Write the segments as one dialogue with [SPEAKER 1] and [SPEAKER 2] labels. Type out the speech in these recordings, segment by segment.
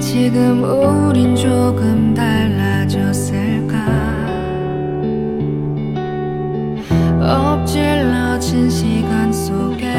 [SPEAKER 1] 지금 우린 조금 달라졌을까 엎질러진 시간 속에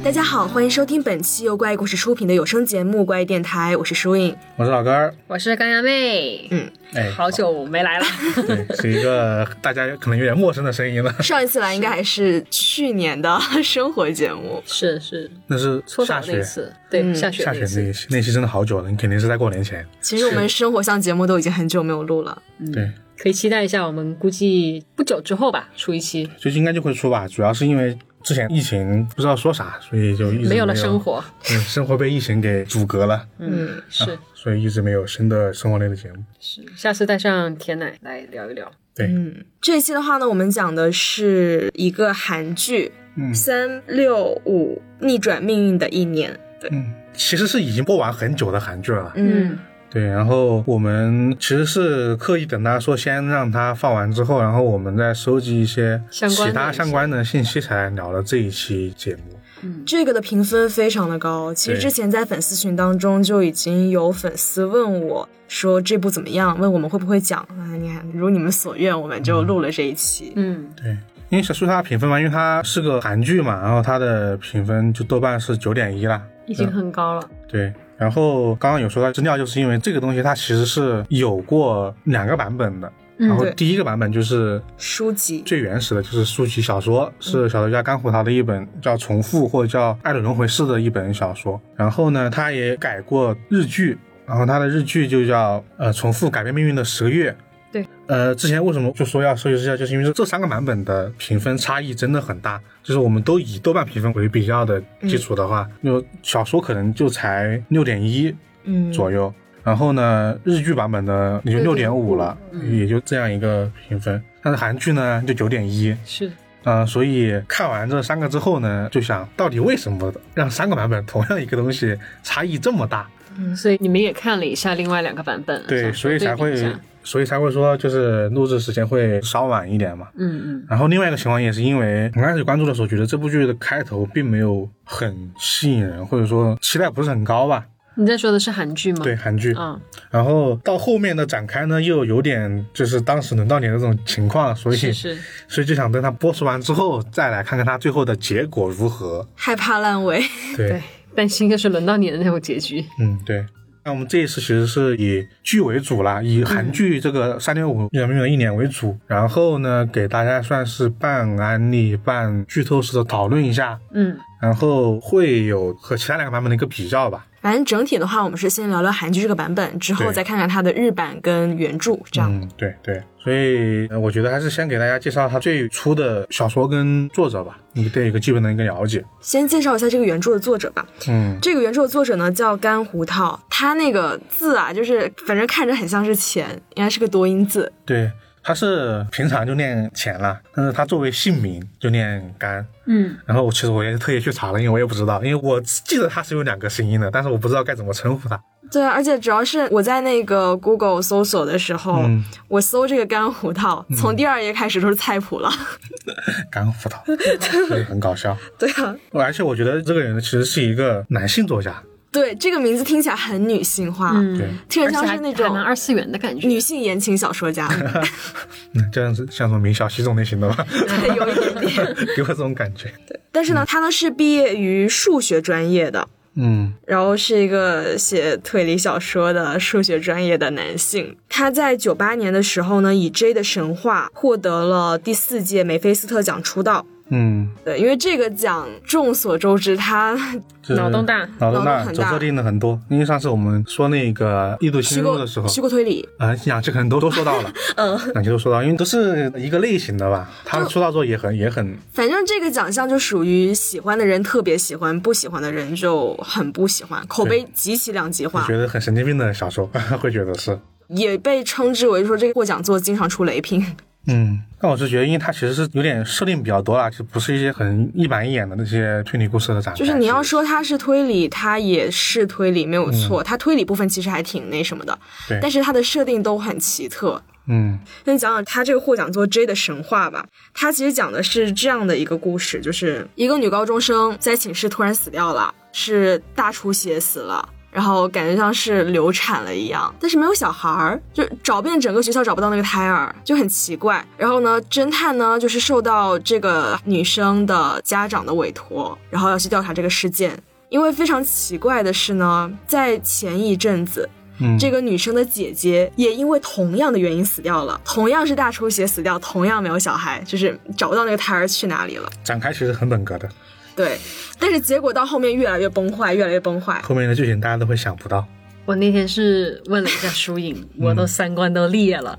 [SPEAKER 2] 大家好，欢迎收听本期由怪异故事出品的有声节目《怪异电台》，我是舒颖。
[SPEAKER 3] 我是老根儿，
[SPEAKER 4] 我是干鸭妹，
[SPEAKER 2] 嗯，
[SPEAKER 3] 哎，
[SPEAKER 4] 好久没来了，
[SPEAKER 3] 对，是一个大家可能有点陌生的声音了。
[SPEAKER 2] 上一次来应该还是去年的 生活节目，
[SPEAKER 4] 是是，
[SPEAKER 3] 那是
[SPEAKER 4] 搓
[SPEAKER 3] 下
[SPEAKER 4] 澡
[SPEAKER 3] 雪
[SPEAKER 4] 那，次，对，
[SPEAKER 2] 嗯
[SPEAKER 4] 下雪
[SPEAKER 3] 下雪
[SPEAKER 4] 那次，
[SPEAKER 3] 那期那期真的好久了，你肯定是在过年前。
[SPEAKER 2] 其实我们生活向节目都已经很久没有录了。
[SPEAKER 4] 嗯
[SPEAKER 3] 对，
[SPEAKER 4] 可以期待一下，我们估计不久之后吧，出一期，
[SPEAKER 3] 最近应该就会出吧，主要是因为之前疫情不知道说啥，所以就一直
[SPEAKER 4] 没
[SPEAKER 3] 有
[SPEAKER 4] 有了 生，活，
[SPEAKER 3] 嗯，生活被疫情给阻隔了，
[SPEAKER 4] 嗯，是
[SPEAKER 3] 所以一直没有新的生活类的节目。
[SPEAKER 4] 是，下次带上甜奶来聊一聊，
[SPEAKER 3] 对，
[SPEAKER 2] 嗯，这一期的话呢，我们讲的是一个韩剧
[SPEAKER 3] 嗯
[SPEAKER 2] 《三六五逆转命运的一年》。对，
[SPEAKER 3] 嗯，其实是已经播完很久的韩剧了。
[SPEAKER 2] 嗯，
[SPEAKER 3] 对，然后我们其实是刻意等他说先让他放完之后，然后我们再收集一些
[SPEAKER 4] 相关的
[SPEAKER 3] 其他
[SPEAKER 4] 一些
[SPEAKER 3] 相关的信息，才聊了这一期节目。
[SPEAKER 4] 嗯
[SPEAKER 2] 这个的评分非常的高。其实
[SPEAKER 3] 对
[SPEAKER 2] 之前在粉丝群当中就已经有粉丝问我说这部怎么样，问我们会不会讲。啊，你看，如你们所愿，我们就录了这一期。
[SPEAKER 4] 嗯，
[SPEAKER 3] 对，因为小树它评分嘛，因为它是个韩剧嘛，然后它的评分就豆瓣是九点一啦。
[SPEAKER 4] 已经很高了，
[SPEAKER 3] 对，然后刚刚有说到资料，就是因为这个东西它其实是有过两个版本的。
[SPEAKER 4] 嗯
[SPEAKER 3] 然后
[SPEAKER 2] 对
[SPEAKER 3] 第一个版本就是
[SPEAKER 2] 书籍，
[SPEAKER 3] 最原始的，就是书籍小说，是小说家干虎桃的一本叫《重复》或者叫《爱的轮回式》的一本小说。然后呢，他也改过日剧，然后他的日剧就叫呃《重复改变命运的十个月》。
[SPEAKER 4] 对，
[SPEAKER 3] 呃，之前为什么就说要收集资料，就是因为这这三个版本的评分差异真的很大。就是我们都以豆瓣评分为比较的基础的话，就小说可能就才六点一
[SPEAKER 2] 嗯，
[SPEAKER 3] 左右。然后呢，日剧版本的也就六点五
[SPEAKER 4] 6.5
[SPEAKER 3] 了，
[SPEAKER 4] 嗯
[SPEAKER 3] 也就这样一个评分。但是韩剧呢，就九点一。
[SPEAKER 4] 是，
[SPEAKER 3] 嗯、所以看完这三个之后呢，就想到底为什么让三个版本同样一个东西差异这么大？
[SPEAKER 4] 所以你们也看了一下另外两个版本，
[SPEAKER 3] 对，
[SPEAKER 4] 想说
[SPEAKER 3] 所以
[SPEAKER 4] 对
[SPEAKER 3] 才
[SPEAKER 4] 比一
[SPEAKER 3] 会
[SPEAKER 4] 下，
[SPEAKER 3] 所以才会说就是录制时间会稍晚一点嘛。
[SPEAKER 4] 嗯嗯，
[SPEAKER 3] 然后另外一个情况也是因为我开始关注的时候，觉得这部剧的开头并没有很吸引人，或者说期待不是很高吧？
[SPEAKER 4] 你在说的是韩剧吗？
[SPEAKER 3] 对，，韩剧。
[SPEAKER 4] 啊，
[SPEAKER 3] 然后到后面的展开呢，又有点就是当时轮到你的这种情况，所以
[SPEAKER 4] 是是，
[SPEAKER 3] 所以就想等它播出完之后再来看看它最后的结果如何。
[SPEAKER 2] 害怕烂尾。
[SPEAKER 3] 对，
[SPEAKER 4] 对，担心就是轮到你的那种结局，
[SPEAKER 3] 嗯对。那我们这一次其实是以剧为主啦，以韩剧这个三六五人民的一年为主，然后呢给大家算是半安利、半剧透式的讨论一下，
[SPEAKER 4] 嗯，
[SPEAKER 3] 然后会有和其他两个版本的一个比较吧。
[SPEAKER 2] 反正整体的话，我们是先聊聊韩剧这个版本，之后
[SPEAKER 3] 对
[SPEAKER 2] 再看看它的日版跟原著，这样。
[SPEAKER 3] 嗯，对对，所以呃我觉得还是先给大家介绍他最初的小说跟作者吧，你对一个基本的一个了解。
[SPEAKER 2] 先介绍一下这个原著的作者吧。
[SPEAKER 3] 嗯，
[SPEAKER 2] 这个原著的作者呢叫甘胡桃，他那个字啊，就是反正看着很像是钱，应该是个多音字。
[SPEAKER 3] 对，他是平常就念钱啦，但是他作为姓名就念甘。
[SPEAKER 4] 嗯，
[SPEAKER 3] 然后我其实我也特意去查了，因为我也不知道，因为我记得他是有两个声音的，但是我不知道该怎么称呼他。
[SPEAKER 2] 对啊，而且主要是我在那个 Google 搜索的时候，
[SPEAKER 3] 嗯，
[SPEAKER 2] 我搜这个甘胡桃，从第二页开始都是菜谱了。
[SPEAKER 3] 甘辅导，对，很搞笑。
[SPEAKER 2] 对啊，
[SPEAKER 3] 而且我觉得这个人其实是一个男性作家，
[SPEAKER 2] 对这个名字听起来很女性化，
[SPEAKER 4] 嗯
[SPEAKER 3] 对，
[SPEAKER 2] 听着
[SPEAKER 4] 而且
[SPEAKER 2] 像
[SPEAKER 4] 还
[SPEAKER 2] 是那
[SPEAKER 4] 还蛮
[SPEAKER 2] 种
[SPEAKER 4] 二次元的感觉，
[SPEAKER 2] 女性言情小说家，
[SPEAKER 3] 嗯，这样是像什么明晓溪这种类型的吧，
[SPEAKER 2] 对， 有一点点。
[SPEAKER 3] 给我这种感觉。
[SPEAKER 2] 但是呢，他呢是毕业于数学专业的，
[SPEAKER 3] 嗯，
[SPEAKER 2] 然后是一个写推理小说的数学专业的男性。他在九八年的时候呢，以《J 的神话》获得了第四届梅菲斯特奖出道。
[SPEAKER 3] 嗯，
[SPEAKER 2] 对，因为这个奖众所周知， 他
[SPEAKER 3] 就是
[SPEAKER 4] 脑洞大
[SPEAKER 3] 脑洞
[SPEAKER 2] 脑洞
[SPEAKER 3] 大，
[SPEAKER 2] 很
[SPEAKER 3] 走
[SPEAKER 2] 大
[SPEAKER 3] 错定的很多。因为上次我们说那个《异度
[SPEAKER 2] 虚
[SPEAKER 3] 新路》
[SPEAKER 2] 构
[SPEAKER 3] 的时候，
[SPEAKER 2] 虚构推理，
[SPEAKER 3] 啊，两期可能都都说 到了，嗯，两期都说到，因为都是一个类型的吧。他的出道作也很也很，
[SPEAKER 2] 反正这个奖项就属于喜欢的人特别喜欢，不喜欢的人就很不喜欢，口碑极其两极
[SPEAKER 3] 我
[SPEAKER 2] 化，
[SPEAKER 3] 觉得很神经病的小说， 会觉得是，
[SPEAKER 2] 也被称之为说这个获奖作经常出雷评。
[SPEAKER 3] 嗯。但我是觉得，因为它其实是有点设定比较多啦，就不是一些很一板一眼的那些推理故事的展开。
[SPEAKER 2] 就是你要说它是推理，它也是推理，没有错。它推理部分其实还挺那什么的，
[SPEAKER 3] 对
[SPEAKER 2] 但是它的设定都很奇特。
[SPEAKER 3] 嗯，
[SPEAKER 2] 那你讲讲它这个获奖作《J 的神话》吧，它其实讲的是这样的一个故事，就是一个女高中生在寝室突然死掉了，是大出血死了。然后感觉像是流产了一样，但是没有小孩儿，就找遍整个学校找不到那个胎儿，就很奇怪。然后呢，侦探呢就是受到这个女生的家长的委托，然后要去调查这个事件。因为非常奇怪的是呢，在前一阵子，
[SPEAKER 3] 嗯，
[SPEAKER 2] 这个女生的姐姐也因为同样的原因死掉了，同样是大出血死掉，同样没有小孩，就是找不到那个胎儿去哪里了。
[SPEAKER 3] 展开其实很本格的，
[SPEAKER 2] 对，但是结果到后面越来越崩坏，越来越崩 坏。
[SPEAKER 3] 后面的剧情大家都会想不到。
[SPEAKER 4] 我那天是问了一下疏影，
[SPEAKER 3] 嗯
[SPEAKER 4] 我都三观都裂了。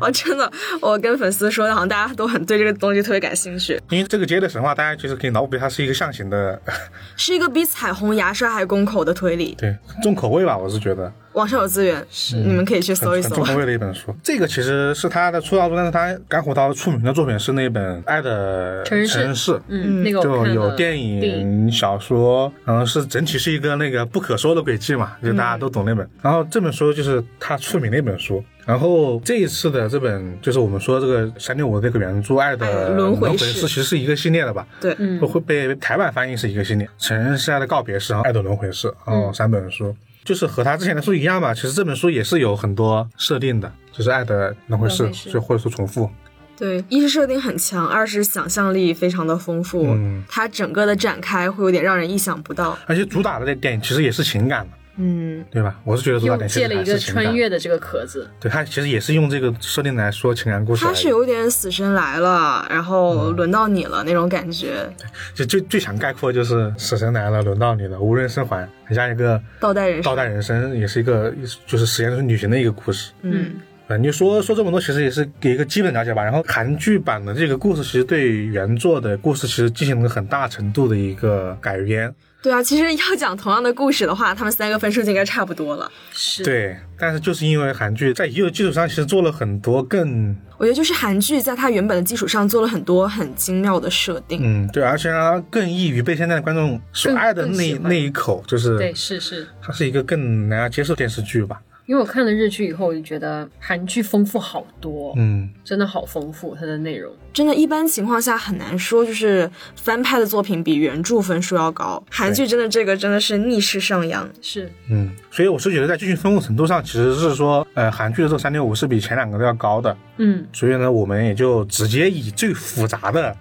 [SPEAKER 2] 我哦真的，我跟粉丝说的，好像大家都很对这个东西特别感兴趣，
[SPEAKER 3] 因为这个街的神话，大家其实可以脑补它是一个象形的， ，
[SPEAKER 2] 是一个比彩虹牙刷还攻口的推理
[SPEAKER 3] 对，重口味吧，我是觉得
[SPEAKER 2] 网上有资源，你们可以去 搜一
[SPEAKER 3] 很很
[SPEAKER 2] 搜
[SPEAKER 3] 重。口味的一本书。这个其实是他的出道作，但是他甘虎刀出名的作品是那本《爱的
[SPEAKER 4] 城市
[SPEAKER 3] 城市》，
[SPEAKER 4] 嗯，那个我
[SPEAKER 3] 就
[SPEAKER 4] 看
[SPEAKER 3] 有
[SPEAKER 4] 了
[SPEAKER 3] 电影、小说，然后是整体是一个那个不可说的轨迹嘛，就大家都懂那本。然后这本书就是他出名的一本书。然后这一次的这本就是我们说这个三六五这个原著《爱的
[SPEAKER 2] 哎轮回
[SPEAKER 3] 是
[SPEAKER 2] 式
[SPEAKER 3] 其实是一个系列的吧？
[SPEAKER 2] 对，
[SPEAKER 4] 嗯
[SPEAKER 3] 会被台版翻译是一个系列，《成人时代的告别式》然后《爱的轮回式》
[SPEAKER 4] 嗯
[SPEAKER 3] 哦，三本书，就是和他之前的书一样吧。其实这本书也是有很多设定的，就是《爱的轮回式
[SPEAKER 4] 轮回》式
[SPEAKER 3] 就或者说重复，
[SPEAKER 2] 对，一是设定很强，二是想象力非常的丰富，
[SPEAKER 3] 嗯
[SPEAKER 2] 它整个的展开会有点让人意想不到。
[SPEAKER 3] 而且主打的那点其实也是情感的，
[SPEAKER 2] 嗯，
[SPEAKER 3] 对吧？我是觉得主打
[SPEAKER 4] 又
[SPEAKER 3] 点其实
[SPEAKER 4] 借了一
[SPEAKER 3] 还
[SPEAKER 4] 个
[SPEAKER 3] 是情
[SPEAKER 4] 穿
[SPEAKER 3] 感。
[SPEAKER 4] 越的这个壳子，
[SPEAKER 3] 对，它其实也是用这个设定来说情感故事而
[SPEAKER 2] 它
[SPEAKER 3] 已。
[SPEAKER 2] 是有点死神来了，然
[SPEAKER 3] 嗯
[SPEAKER 2] 后轮到你了那种感觉，
[SPEAKER 3] 就最最想概括就是死神来了，轮到你了，无人生还，很像一个
[SPEAKER 2] 倒带人生
[SPEAKER 3] 倒。带人生，也是一个就是实验室旅行的一个故事。
[SPEAKER 2] 嗯，
[SPEAKER 3] 啊，你说说这么多，其实也是给一个基本了解吧。然后韩剧版的这个故事，其实对原作的故事其实进行了很大程度的一个改编，
[SPEAKER 2] 对啊，其实要讲同样的故事的话，他们三个分数就应该差不多了。
[SPEAKER 4] 是，
[SPEAKER 3] 对。但是就是因为韩剧在已有的基础上，其实做了很多更
[SPEAKER 2] 我觉得就是韩剧在它原本的基础上做了很多很精妙的设定。
[SPEAKER 3] 嗯，对，而且让它更易于被现在的观众所
[SPEAKER 4] 更
[SPEAKER 3] 爱的
[SPEAKER 4] 更
[SPEAKER 3] 那
[SPEAKER 4] 喜欢
[SPEAKER 3] 那一口，就是
[SPEAKER 4] 对，是是。
[SPEAKER 3] 它是一个更难接受的电视剧吧。
[SPEAKER 4] 因为我看了日剧以后，我就觉得韩剧丰富好多，
[SPEAKER 3] 嗯，
[SPEAKER 4] 真的好丰富它的内容。
[SPEAKER 2] 真的，一般情况下很难说，就是翻拍的作品比原著分数要高。韩剧真的这个真的是逆势上扬。
[SPEAKER 4] 是，
[SPEAKER 3] 嗯，所以我是觉得在剧情丰富程度上，其实是说，呃，韩剧的这个三六五是比前两个都要高的。
[SPEAKER 4] 嗯，
[SPEAKER 3] 所以呢，我们也就直接以最复杂的、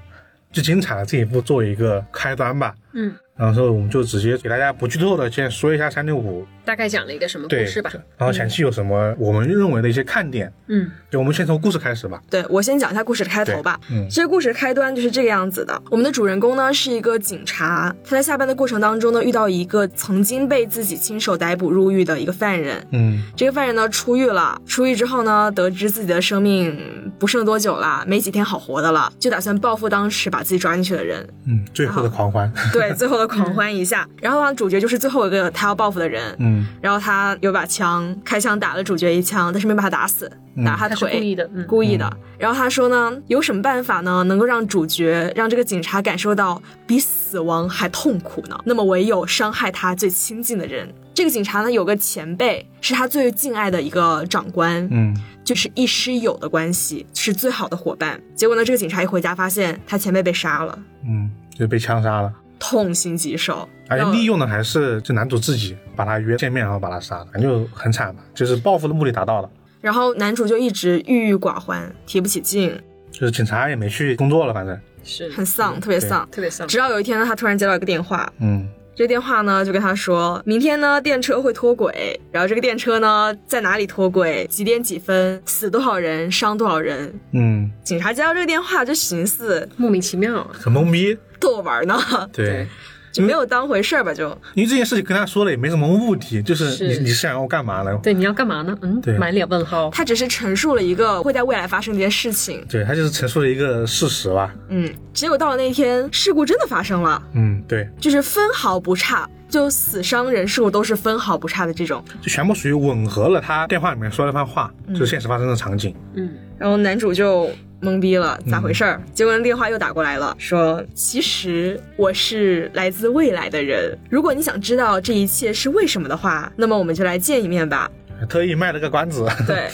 [SPEAKER 3] 最精彩的这一步做一个开端吧。
[SPEAKER 4] 嗯，
[SPEAKER 3] 然后我们就直接给大家不剧透的先说一下三六五，
[SPEAKER 4] 大概讲了一个什么故
[SPEAKER 3] 对，
[SPEAKER 4] 事吧？
[SPEAKER 3] 然后前期有什么我们认为的一些看点，
[SPEAKER 4] 嗯，
[SPEAKER 3] 就我们先从故事开始吧。
[SPEAKER 2] 对我先讲一下故事的开头吧。
[SPEAKER 3] 对嗯
[SPEAKER 2] 这个故事的开端就是这个样子的。我们的主人公呢是一个警察，他在下班的过程当中呢遇到一个曾经被自己亲手逮捕入狱的一个犯人。
[SPEAKER 3] 嗯
[SPEAKER 2] 这个犯人呢出狱了，出狱之后呢，得知自己的生命不剩多久了，没几天好活的了，就打算报复当时把自己抓进去的人。
[SPEAKER 3] 嗯，最后的狂欢，
[SPEAKER 2] 对，最后的狂欢一下。然后呢，主角就是最后一个他要报复的人。
[SPEAKER 3] 嗯，
[SPEAKER 2] 然后他有把枪，开枪打了主角一枪，但是没把他打死，打他
[SPEAKER 4] 他是
[SPEAKER 2] 腿，
[SPEAKER 4] 故意的，嗯，
[SPEAKER 2] 故意的。然后他说呢，有什么办法呢，能够让主角让这个警察感受到比死亡还痛苦呢？那么唯有伤害他最亲近的人。这个警察呢，有个前辈是他最敬爱的一个长官，
[SPEAKER 3] 嗯
[SPEAKER 2] 就是亦师友的关系，是最好的伙伴。结果呢，这个警察一回家发现他前辈被杀了，
[SPEAKER 3] 嗯，就被枪杀了。
[SPEAKER 2] 痛心疾首。
[SPEAKER 3] 而且
[SPEAKER 2] 让
[SPEAKER 3] 利用的还是就男主自己把他约见面，然后把他杀了，反正就很惨吧，就是报复的目的达到了，
[SPEAKER 2] 然后男主就一直郁郁寡欢，提不起劲，
[SPEAKER 3] 就是警察也没去工作了，反正，
[SPEAKER 4] 是
[SPEAKER 2] 很丧，特别
[SPEAKER 3] 嗯对
[SPEAKER 2] 丧。
[SPEAKER 4] 特别丧，
[SPEAKER 2] 直到有一天呢，他突然接到一个电话，
[SPEAKER 3] 嗯
[SPEAKER 2] 这电话呢就跟他说，明天呢电车会脱轨，然后这个电车呢在哪里脱轨，几点几分，死多少人，伤多少人。
[SPEAKER 3] 嗯，
[SPEAKER 2] 警察接到这个电话就寻思
[SPEAKER 4] 莫名其妙啊。
[SPEAKER 3] 很懵逼，
[SPEAKER 2] 逗我玩呢，
[SPEAKER 3] 对
[SPEAKER 2] 就没有当回事儿吧就。
[SPEAKER 3] 因为这件事情跟他说了也没什么目的，就是你
[SPEAKER 4] 是
[SPEAKER 3] 你是想要我干嘛呢？
[SPEAKER 4] 对，你要干嘛呢？嗯
[SPEAKER 3] 对，
[SPEAKER 4] 满脸问号。
[SPEAKER 2] 他只是陈述了一个会在未来发生的一件事情，
[SPEAKER 3] 对他就是陈述了一个事实吧。
[SPEAKER 2] 嗯，结果到了那天，事故真的发生了，
[SPEAKER 3] 嗯，对，
[SPEAKER 2] 就是分毫不差，就死伤人数都是分毫不差的这种。
[SPEAKER 3] 就全部属于吻合了他电话里面说那番话，就是现实发生的场景。
[SPEAKER 4] 嗯，
[SPEAKER 2] 然后男主就懵逼了，
[SPEAKER 3] 嗯
[SPEAKER 2] 咋回事儿？结果电话又打过来了，说其实我是来自未来的人，如果你想知道这一切是为什么的话，那么我们就来见一面 吧。
[SPEAKER 3] 特意卖了个关子，
[SPEAKER 2] 对，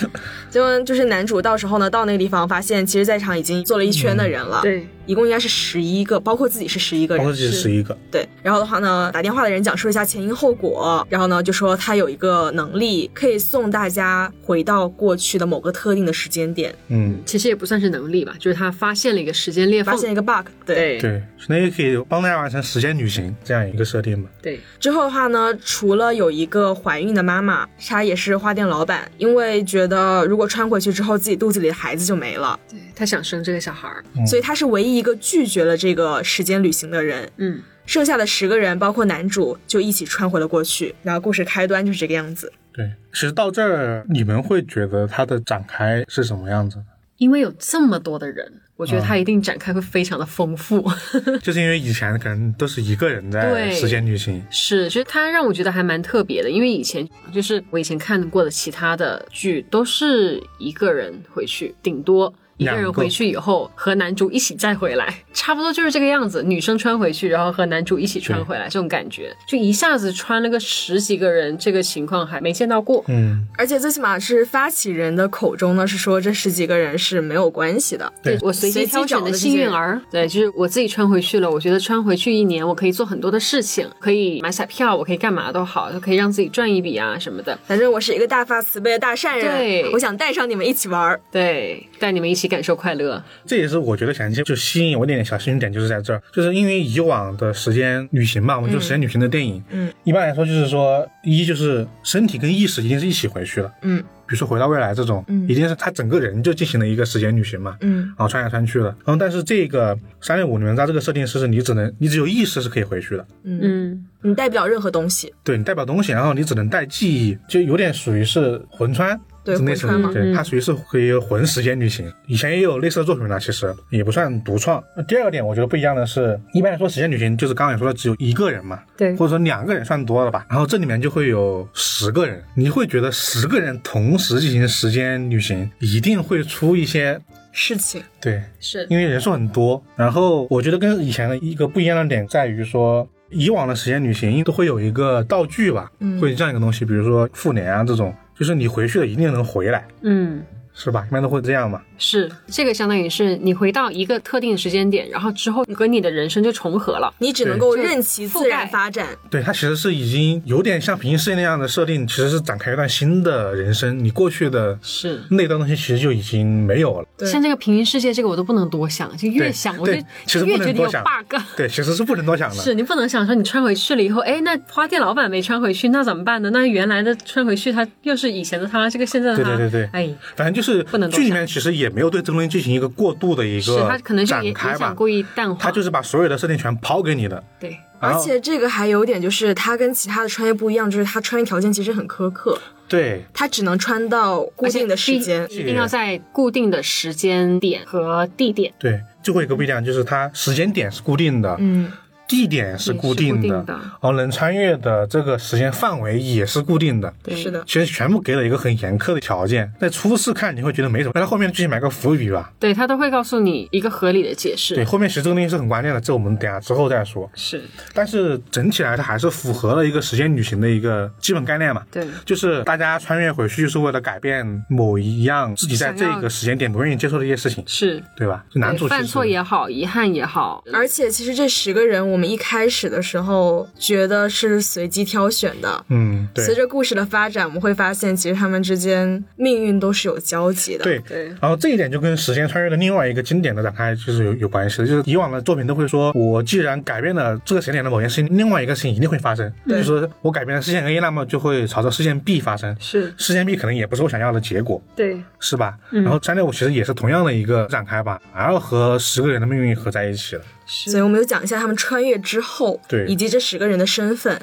[SPEAKER 2] 结果就是男主到时候呢到那个地方，发现其实在场已经坐了一圈的人了。
[SPEAKER 4] 对，
[SPEAKER 2] 一共应该是十一个，包括自己是十一个
[SPEAKER 3] 包
[SPEAKER 2] 人，
[SPEAKER 3] 括自己十一个，
[SPEAKER 2] 对，然后的话呢，打电话的人讲述一下前因后果，然后呢就说他有一个能力可以送大家回到过去的某个特定的时间点，
[SPEAKER 3] 嗯，
[SPEAKER 4] 其实也不算是能力吧，就是他发现了一个时间裂缝
[SPEAKER 2] 发。现一个 bug。对，
[SPEAKER 4] 对
[SPEAKER 3] 对，那也可以帮大家完成时间旅行这样一个设定吧。
[SPEAKER 4] 对，
[SPEAKER 2] 之后的话呢，除了有一个怀孕的妈妈，她也是花店老板，因为觉得如果穿回去之后自己肚子里的孩子就没了，
[SPEAKER 4] 对他想生这个小孩儿。
[SPEAKER 3] 嗯
[SPEAKER 2] 所以她是唯一一个拒绝了这个时间旅行的人。
[SPEAKER 4] 嗯，
[SPEAKER 2] 剩下的十个人，包括男主，就一起穿回了过去。然后故事开端就是这个样子。
[SPEAKER 3] 对，其实到这儿你们会觉得它的展开是什么样子的？
[SPEAKER 4] 因为有这么多的人，我觉得
[SPEAKER 3] 嗯
[SPEAKER 4] 他一定展开会非常的丰富。
[SPEAKER 3] 就是因为以前可能都是一个人在
[SPEAKER 4] 对
[SPEAKER 3] 时间旅行，
[SPEAKER 4] 是，其实它让我觉得还蛮特别的，因为以前就是我以前看过的其他的剧都是一个人回去，顶多。一个
[SPEAKER 3] 两
[SPEAKER 4] 人
[SPEAKER 3] 个
[SPEAKER 4] 回去以后和男主一起再回来， 差不多就是这个样子。女生穿回去，然后和男主一起穿
[SPEAKER 3] 对
[SPEAKER 4] 回来，这种感觉就一下子穿了个十几个人，这个情况还没见到过。
[SPEAKER 3] 嗯，
[SPEAKER 2] 而且最起码是发起人的口中呢，是说这十几个人是没有关系的。
[SPEAKER 3] 对
[SPEAKER 4] 我随
[SPEAKER 2] 随
[SPEAKER 4] 机
[SPEAKER 2] 机
[SPEAKER 4] 挑
[SPEAKER 2] 找
[SPEAKER 4] 选的
[SPEAKER 2] 的这
[SPEAKER 4] 幸
[SPEAKER 2] 些
[SPEAKER 4] 运
[SPEAKER 2] 人
[SPEAKER 4] 儿，对，就是我自己穿回去了。我觉得穿回去一年，我可以做很多的事情，可以买彩票，我可以干嘛都好，就可以让自己赚一笔啊什么的。
[SPEAKER 2] 反正我是一个大发慈悲的大善人，
[SPEAKER 4] 对
[SPEAKER 2] 我想带上你们一起玩儿。
[SPEAKER 4] 对，带你们一起感受快乐。
[SPEAKER 3] 这也是我觉得想就吸引我一点点小吸引点就是在这儿，就是因为以往的时间旅行嘛，我们就时间旅行的电影，
[SPEAKER 2] 嗯，
[SPEAKER 3] 一般来说就是说，一就是身体跟意识一定是一起回去了，
[SPEAKER 2] 嗯
[SPEAKER 3] 比如说回到未来这种，
[SPEAKER 2] 嗯
[SPEAKER 3] 一定是他整个人就进行了一个时间旅行嘛，
[SPEAKER 2] 嗯，
[SPEAKER 3] 然后穿来穿去的。然后但是这个三六五零它这个设定是你只能你只有意识是可以回去的，
[SPEAKER 4] 嗯，
[SPEAKER 2] 你带不了任何东西。
[SPEAKER 3] 对你代表东西，然后你只能带记忆，就有点属于是魂穿。
[SPEAKER 2] 对
[SPEAKER 3] 是那种
[SPEAKER 2] 魂穿嘛
[SPEAKER 3] 对，
[SPEAKER 4] 嗯
[SPEAKER 3] 它属于是可以魂时间旅行。以前也有类似的作品了，其实也不算独创。那第二个点，我觉得不一样的是，一般来说时间旅行就是刚刚也说的只有一个人嘛，
[SPEAKER 4] 对
[SPEAKER 3] 或者说两个人算多了吧。然后这里面就会有十个人，你会觉得十个人同时进行时间旅行，一定会出一些
[SPEAKER 2] 事情
[SPEAKER 3] 对
[SPEAKER 4] 是
[SPEAKER 3] 因为人数很多。然后我觉得跟以前的一个不一样的点在于说，以往的时间旅行都会有一个道具吧，
[SPEAKER 2] 嗯
[SPEAKER 3] 会有这样一个东西，比如说复联啊这种，就是你回去了一定能回来，
[SPEAKER 4] 嗯。
[SPEAKER 3] 是吧？一般都会这样嘛。
[SPEAKER 4] 是，这个相当于是你回到一个特定的时间点，然后之后跟你的人生就重合了。
[SPEAKER 2] 你只能够
[SPEAKER 4] 对
[SPEAKER 2] 任其自然发展。
[SPEAKER 3] 对，它其实是已经有点像平行世界那样的设定，其实是展开一段新的人生。你过去的
[SPEAKER 4] 是，
[SPEAKER 3] 那段东西其实就已经没有了。
[SPEAKER 2] 对
[SPEAKER 4] 像这个平行世界，这个我都不能多想，就越
[SPEAKER 3] 对
[SPEAKER 4] 想我就
[SPEAKER 3] 对其实
[SPEAKER 4] 越
[SPEAKER 3] 不
[SPEAKER 4] 觉得
[SPEAKER 3] 能
[SPEAKER 4] 有
[SPEAKER 3] 多想
[SPEAKER 4] bug。
[SPEAKER 3] 对，其实是不能多想的。
[SPEAKER 4] 是你不能想说你穿回去了以后，哎，那花店老板没穿回去，那怎么办呢？那原来的穿回去，他又是以前的他，这个现在的
[SPEAKER 3] 对
[SPEAKER 4] 他，
[SPEAKER 3] 对对对
[SPEAKER 4] 哎，
[SPEAKER 3] 反正就是
[SPEAKER 4] 不能多
[SPEAKER 3] 剧里
[SPEAKER 4] 想
[SPEAKER 3] 面其实也没有对这个东西进行一个过度的一
[SPEAKER 4] 是
[SPEAKER 3] 个
[SPEAKER 4] 他可能就也
[SPEAKER 3] 展
[SPEAKER 4] 也
[SPEAKER 3] 开
[SPEAKER 4] 想
[SPEAKER 3] 吧，
[SPEAKER 4] 故意淡化，
[SPEAKER 3] 他就是把所有的设定全抛给你的，
[SPEAKER 4] 对，
[SPEAKER 2] 而
[SPEAKER 3] 然后
[SPEAKER 2] 且这个还有一点就是，它跟其他的穿越不一样，就是它穿越条件其实很苛刻，
[SPEAKER 3] 对
[SPEAKER 2] 它只能穿到固定的时间
[SPEAKER 4] 而。且一一定要在固定的时间点和地点。
[SPEAKER 3] 对，就会有一个不一样，就是它时间点是固定的，
[SPEAKER 2] 嗯，
[SPEAKER 3] 地点是固定
[SPEAKER 4] 也是
[SPEAKER 3] 的，
[SPEAKER 4] 固定的
[SPEAKER 3] 然后能穿越的这个时间范围也是固定的。
[SPEAKER 4] 对
[SPEAKER 2] 是的，
[SPEAKER 3] 其实全部给了一个很严苛的条件，在初次看你会觉得没什么，但是后面剧情埋个伏笔吧。
[SPEAKER 4] 对他都会告诉你一个合理的解释。
[SPEAKER 3] 对，后面其实这个东西是很关键的，这我们等下之后再说。
[SPEAKER 4] 是，
[SPEAKER 3] 但是整体来，它还是符合了一个时间旅行的一个基本概念嘛。
[SPEAKER 4] 对
[SPEAKER 3] 就是大家穿越回去，就是为了改变某一样自己在这
[SPEAKER 4] 想要
[SPEAKER 3] 个时间点不愿意接受的一些事情，
[SPEAKER 4] 是。
[SPEAKER 3] 对吧？就男主
[SPEAKER 4] 对犯
[SPEAKER 3] 其实
[SPEAKER 4] 错也好，遗憾也好，
[SPEAKER 2] 而且其实这十个人，我们一开始的时候觉得是随机挑选的。
[SPEAKER 3] 嗯，
[SPEAKER 2] 随
[SPEAKER 3] 对
[SPEAKER 2] 着故事的发展，我们会发现，其实他们之间命运都是有交集的。，
[SPEAKER 3] 对。
[SPEAKER 4] 对
[SPEAKER 3] 然后这一点就跟时间穿越的另外一个经典的展开就是有有关系的，就是以往的作品都会说，我既然改变了这个时间点的某件事情，另外一个事情一定会发生，就
[SPEAKER 2] 对
[SPEAKER 3] 是说我改变了事件 A，那么就会朝着事件 B 发生，
[SPEAKER 4] 是，
[SPEAKER 3] 事件 B 可能也不是我想要的结果，
[SPEAKER 4] 对
[SPEAKER 3] 是吧？
[SPEAKER 4] 嗯
[SPEAKER 3] 然后三六五其实也是同样的一个展开吧，然后和十个人的命运合在一起了。
[SPEAKER 2] 所以我们有讲一下他们穿越之后，
[SPEAKER 3] 对
[SPEAKER 2] 以及这十个人的身份。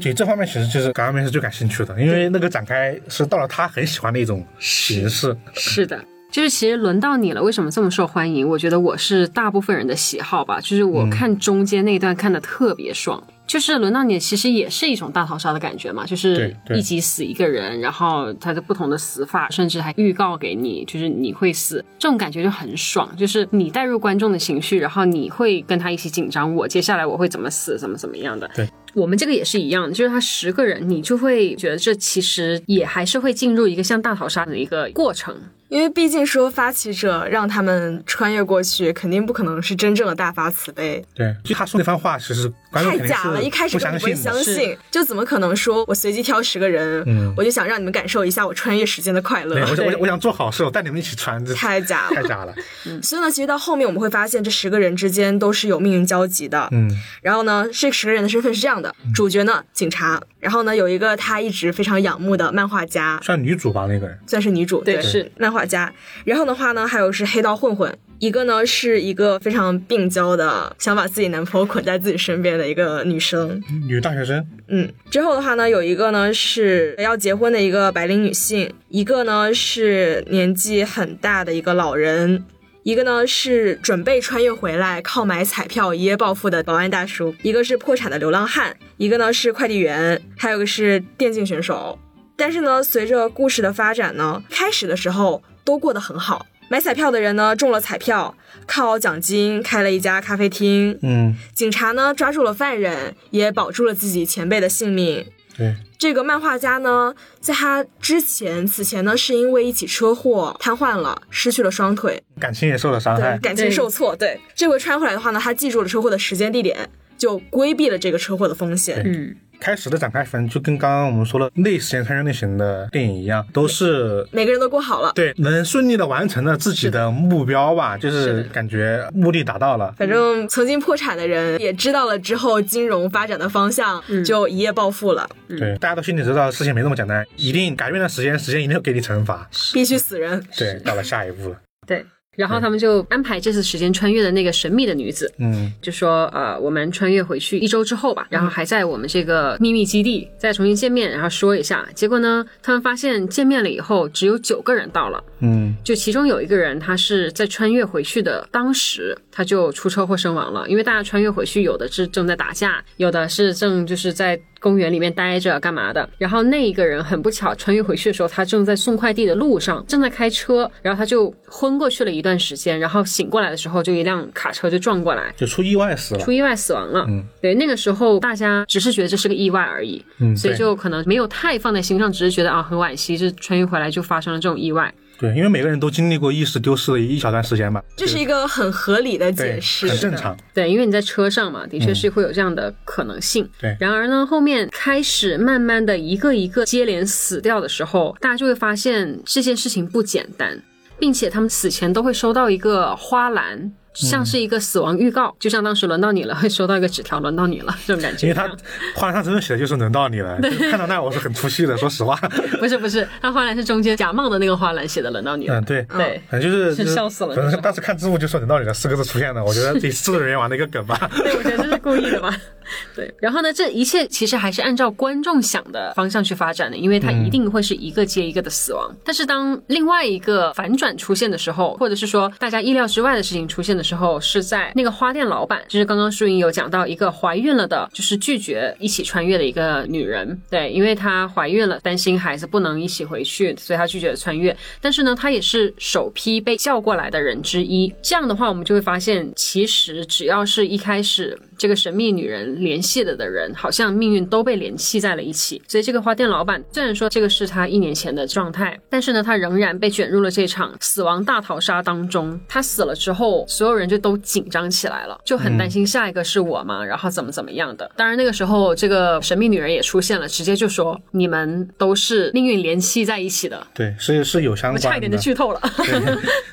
[SPEAKER 3] 所以这方面其实就是港面是最感兴趣的，因为那个展开是到了他很喜欢的一种形式。
[SPEAKER 4] 是的。就是其实轮到你了，为什么这么受欢迎？我觉得我是大部分人的喜好吧，就是我
[SPEAKER 3] 嗯
[SPEAKER 4] 看中间那一段看的特别爽。就是轮到你，其实也是一种大逃杀的感觉嘛，就是
[SPEAKER 3] 对对
[SPEAKER 4] 一集死一个人，然后他的不同的死法，甚至还预告给你，就是你会死，这种感觉就很爽。就是你带入观众的情绪，然后你会跟他一起紧张，我接下来我会怎么死，怎么怎么样的。我们这个也是一样，就是他十个人，你就会觉得这其实也还是会进入一个像大逃杀的一个过程。
[SPEAKER 2] 因为毕竟说发起者让他们穿越过去，肯定不可能是真正的大发慈悲，
[SPEAKER 3] 对，就他说那番话，其实观众
[SPEAKER 2] 太
[SPEAKER 3] 肯定
[SPEAKER 2] 假了。
[SPEAKER 3] 是
[SPEAKER 2] 一开始
[SPEAKER 3] 不
[SPEAKER 2] 根
[SPEAKER 3] 相
[SPEAKER 2] 本不会
[SPEAKER 3] 信
[SPEAKER 2] 相
[SPEAKER 3] 的。
[SPEAKER 2] 信，就怎么可能说我随机挑十个人，
[SPEAKER 3] 嗯
[SPEAKER 2] 我就想让你们感受一下我穿越时间的快乐
[SPEAKER 3] 对，我，想我
[SPEAKER 4] 对
[SPEAKER 3] 想我想做好事，我带你们一起穿，这
[SPEAKER 2] 太假
[SPEAKER 3] 太
[SPEAKER 2] 了。
[SPEAKER 3] 假 了。
[SPEAKER 2] 所以呢，其实到后面我们会发现，这十个人之间都是有命运交集的。
[SPEAKER 3] 嗯，
[SPEAKER 2] 然后呢，这十个人的身份是这样的：主角呢，警察；然后呢，有一个他一直非常仰慕的漫画家，
[SPEAKER 3] 算女主吧那个人，
[SPEAKER 2] 算是女主，
[SPEAKER 4] 对
[SPEAKER 2] 对，
[SPEAKER 4] 是
[SPEAKER 2] 漫画家。然后的话呢，还有是黑道混混，一个呢是一个非常病娇的，想把自己男朋友捆在自己身边的一个女生。
[SPEAKER 3] 女大学生，
[SPEAKER 2] 嗯，之后的话呢，有一个呢是要结婚的一个白领女性，一个呢是年纪很大的一个老人。一个呢是准备穿越回来靠买彩票一夜暴富的保安大叔，一个是破产的流浪汉，一个呢是快递员，还有个是电竞选手。但是呢，随着故事的发展呢，开始的时候都过得很好。买彩票的人呢中了彩票，靠奖金开了一家咖啡厅，
[SPEAKER 3] 嗯，
[SPEAKER 2] 警察呢抓住了犯人，也保住了自己前辈的性命。
[SPEAKER 3] 对，
[SPEAKER 2] 这个漫画家呢，在他之前，此前呢是因为一起车祸瘫痪了，失去了双腿，
[SPEAKER 3] 感情也受了伤
[SPEAKER 2] 对
[SPEAKER 3] 害，
[SPEAKER 2] 感情受挫。对，这回穿回来的话呢，他记住了车祸的时间地点，就规避了这个车祸的风险。
[SPEAKER 3] 对
[SPEAKER 4] 嗯，
[SPEAKER 3] 开始的展开，反正就跟刚刚我们说的类时间穿越类型的电影一样，都是
[SPEAKER 2] 每个人都过好了，
[SPEAKER 3] 对能顺利的完成了自己的目标吧，就是感觉目的达到了。
[SPEAKER 2] 反正曾经破产的人也知道了之后金融发展的方向，
[SPEAKER 3] 嗯
[SPEAKER 2] 就一夜暴富了，
[SPEAKER 3] 对，大家都心里知道事情没那么简单，一定改变了时间，时间一定会给你惩罚。
[SPEAKER 2] 必须死人。
[SPEAKER 3] 对，到了下一步了，
[SPEAKER 4] 对。然后他们就安排这次时间穿越的那个神秘的女子，
[SPEAKER 3] 嗯，
[SPEAKER 4] 就说呃，我们穿越回去一周之后吧，然后还在我们这个秘密基地再重新见面，然后说一下。结果呢，他们发现见面了以后，只有九个人到了，
[SPEAKER 3] 嗯，
[SPEAKER 4] 就其中有一个人，他是在穿越回去的，当时他就出车祸身亡了。因为大家穿越回去，有的是正在打架，有的是正就是在公园里面待着干嘛的。然后那一个人很不巧，穿越回去的时候，他正在送快递的路上，正在开车，然后他就昏过去了一段时间，然后醒过来的时候，就一辆卡车就撞过来。
[SPEAKER 3] 就出意外死了
[SPEAKER 4] 出。意外死亡了，
[SPEAKER 3] 嗯
[SPEAKER 4] 对，那个时候大家只是觉得这是个意外而已，
[SPEAKER 3] 嗯，
[SPEAKER 4] 所以
[SPEAKER 3] 对
[SPEAKER 4] 就可能没有太放在心上，只是觉得啊很惋惜，这穿越回来就发生了这种意外，
[SPEAKER 3] 对，因为每个人都经历过意识丢失的一小段时间吧，
[SPEAKER 2] 这是一个很合理的
[SPEAKER 3] 对，
[SPEAKER 2] 解释，
[SPEAKER 3] 很正常。
[SPEAKER 4] 对，因为你在车上嘛，的
[SPEAKER 3] 嗯
[SPEAKER 4] 确是会有这样的可能性。
[SPEAKER 3] 对
[SPEAKER 4] 然而呢，后面开始慢慢的一个一个接连死掉的时候，大家就会发现这件事情不简单，并且他们死前都会收到一个花篮。像
[SPEAKER 3] 嗯
[SPEAKER 4] 是一个死亡预告，就像当时轮到你了，会收到一个纸条，轮到你了这种感觉。
[SPEAKER 3] 因为他画上真的写的就是轮到你了，就是看到那我是很出戏的，说 实话。
[SPEAKER 4] 不是不是，他花篮是中间假冒的那个花篮写的，轮到你了。
[SPEAKER 3] 嗯，对，
[SPEAKER 4] 对
[SPEAKER 3] 反正就是
[SPEAKER 4] 是笑死了
[SPEAKER 3] 反
[SPEAKER 4] 就
[SPEAKER 3] 正
[SPEAKER 4] 是
[SPEAKER 3] 当时看字幕就说“轮到你了”四个字出现了，我觉得得是制作人员玩的一个梗 吧。
[SPEAKER 4] 对，我觉得这是故意的吧。对，然后呢，这一切其实还是按照观众想的方向去发展的，因为它一定会是一个接一个的死亡。但是当另外一个反转出现的时候，或者是说大家意料之外的事情出现的时候，是在那个花店老板，就是刚刚舒莹有讲到一个怀孕了的，就是拒绝一起穿越的一个女人，对，因为她怀孕了，担心孩子不能一起回去，所以她拒绝了穿越。但是呢，他也是首批被叫过来的人之一。这样的话，我们就会发现，其实只要是一开始这个神秘女人联系了的人，好像命运都被联系在了一起。所以，这个花店老板虽然说这个是他一年前的状态，但是呢，他仍然被卷入了这场死亡大逃杀当中。他死了之后，所有人就都紧张起来了，就很担心下一个是我吗？然后怎么怎么样的。当然，那个时候这个神秘女人也出现了，直接就说你们都是命运联系在一起的。
[SPEAKER 3] 对，是是有相
[SPEAKER 4] 我
[SPEAKER 3] 关的。
[SPEAKER 4] 差一点就剧透了。
[SPEAKER 3] 对，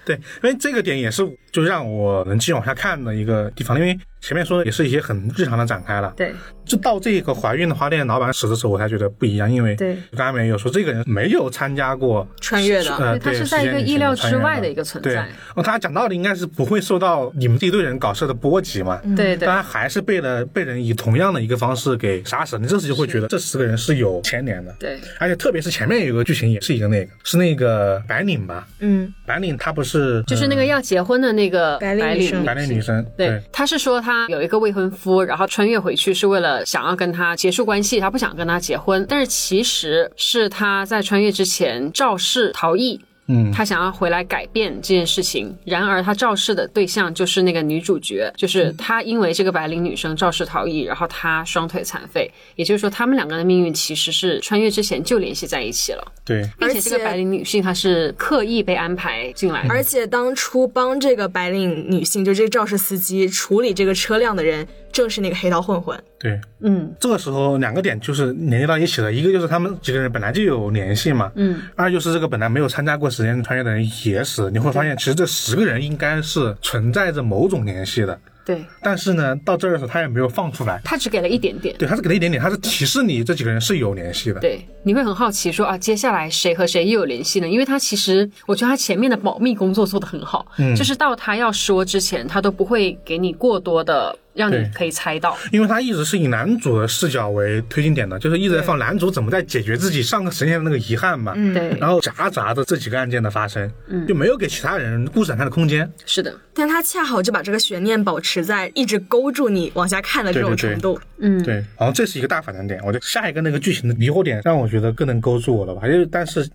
[SPEAKER 3] 对，因为这个点也是就让我能继续往下看的一个地方，因为前面说的也是一些很日常的展开了。
[SPEAKER 4] 对
[SPEAKER 3] 就到这个怀孕的花店老板死的时候，我才觉得不一样，因为
[SPEAKER 4] 对
[SPEAKER 3] 刚才没有说这个人没有参加过
[SPEAKER 2] 穿越的。
[SPEAKER 3] 呃，
[SPEAKER 4] 对它
[SPEAKER 3] 对
[SPEAKER 4] 是在
[SPEAKER 3] 时
[SPEAKER 4] 一个
[SPEAKER 3] 间旅
[SPEAKER 4] 意
[SPEAKER 3] 行
[SPEAKER 4] 料
[SPEAKER 3] 穿
[SPEAKER 4] 之
[SPEAKER 3] 越
[SPEAKER 4] 外的一个存
[SPEAKER 3] 对
[SPEAKER 4] 在，
[SPEAKER 3] 哦，他讲道理应该是不会受到你们这一队人搞事的波及嘛。
[SPEAKER 4] 对嗯对
[SPEAKER 3] 但他还是被了被人以同样的一个方式给杀死，你这时就会觉得这十个人是有牵连的。
[SPEAKER 4] 对
[SPEAKER 3] 而且特别是前面有个剧情也是一个那个，是那个白领吧？
[SPEAKER 2] 嗯，
[SPEAKER 3] 白领她不是
[SPEAKER 4] 就是那个要结婚的那个
[SPEAKER 2] 白领女
[SPEAKER 4] 领
[SPEAKER 2] 生
[SPEAKER 3] 嗯白领女生，
[SPEAKER 4] 对，他是说他有一个未婚夫，然后穿越回去是为了想要跟他结束关系，他不想跟他结婚，但是其实是他在穿越之前肇事逃逸。
[SPEAKER 3] 嗯
[SPEAKER 4] 他想要回来改变这件事情，然而他肇事的对象就是那个女主角，就是他因为这个白领女生肇事逃逸，然后他双腿残废，也就是说他们两个人的命运其实是穿越之前就联系在一起了，
[SPEAKER 3] 对，
[SPEAKER 4] 并且
[SPEAKER 2] 而且
[SPEAKER 4] 这个白领女性她是刻意被安排
[SPEAKER 3] 嗯
[SPEAKER 4] 进来的，
[SPEAKER 2] 而且当初帮这个白领女性，就这个肇事司机处理这个车辆的人，正是那个黑道混混。
[SPEAKER 3] 对，
[SPEAKER 4] 嗯
[SPEAKER 3] 这个时候两个点就是联系到一起了，一个就是他们几个人本来就有联系嘛，
[SPEAKER 4] 嗯，
[SPEAKER 3] 二就是这个本来没有参加过时间穿越的人也死，你会发现其实这十个人应该是存在着某种联系的，
[SPEAKER 4] 对
[SPEAKER 3] 但是呢，到这儿的时候他也没有放出来，
[SPEAKER 4] 他只给了一点点。
[SPEAKER 3] 对，他是给了一点点，他是提示你这几个人是有联系的，
[SPEAKER 4] 对，你会很好奇说啊，接下来谁和谁又有联系呢？因为他其实，我觉得他前面的保密工作做得很好，就是到他要说之前，他都不会给你过多的让你
[SPEAKER 3] 对
[SPEAKER 4] 可以猜到。
[SPEAKER 3] 因为他一直是以男主的视角为推进点的，就是一直在放男主怎么在解决自己上个时间的那个遗憾嘛，嗯，
[SPEAKER 4] 对，
[SPEAKER 3] 然后夹杂着这几个案件的发生，嗯，就没有给其他人故事展开的空间，
[SPEAKER 4] 是的，
[SPEAKER 2] 但他恰好就把这个悬念保持在一直勾住你往下看的这种
[SPEAKER 3] 对对对
[SPEAKER 2] 程度。
[SPEAKER 4] 嗯，
[SPEAKER 3] 对，然后这是一个大反转点，我觉得下一个那个剧情的迷惑点让我觉得更能勾住我了吧，就是但是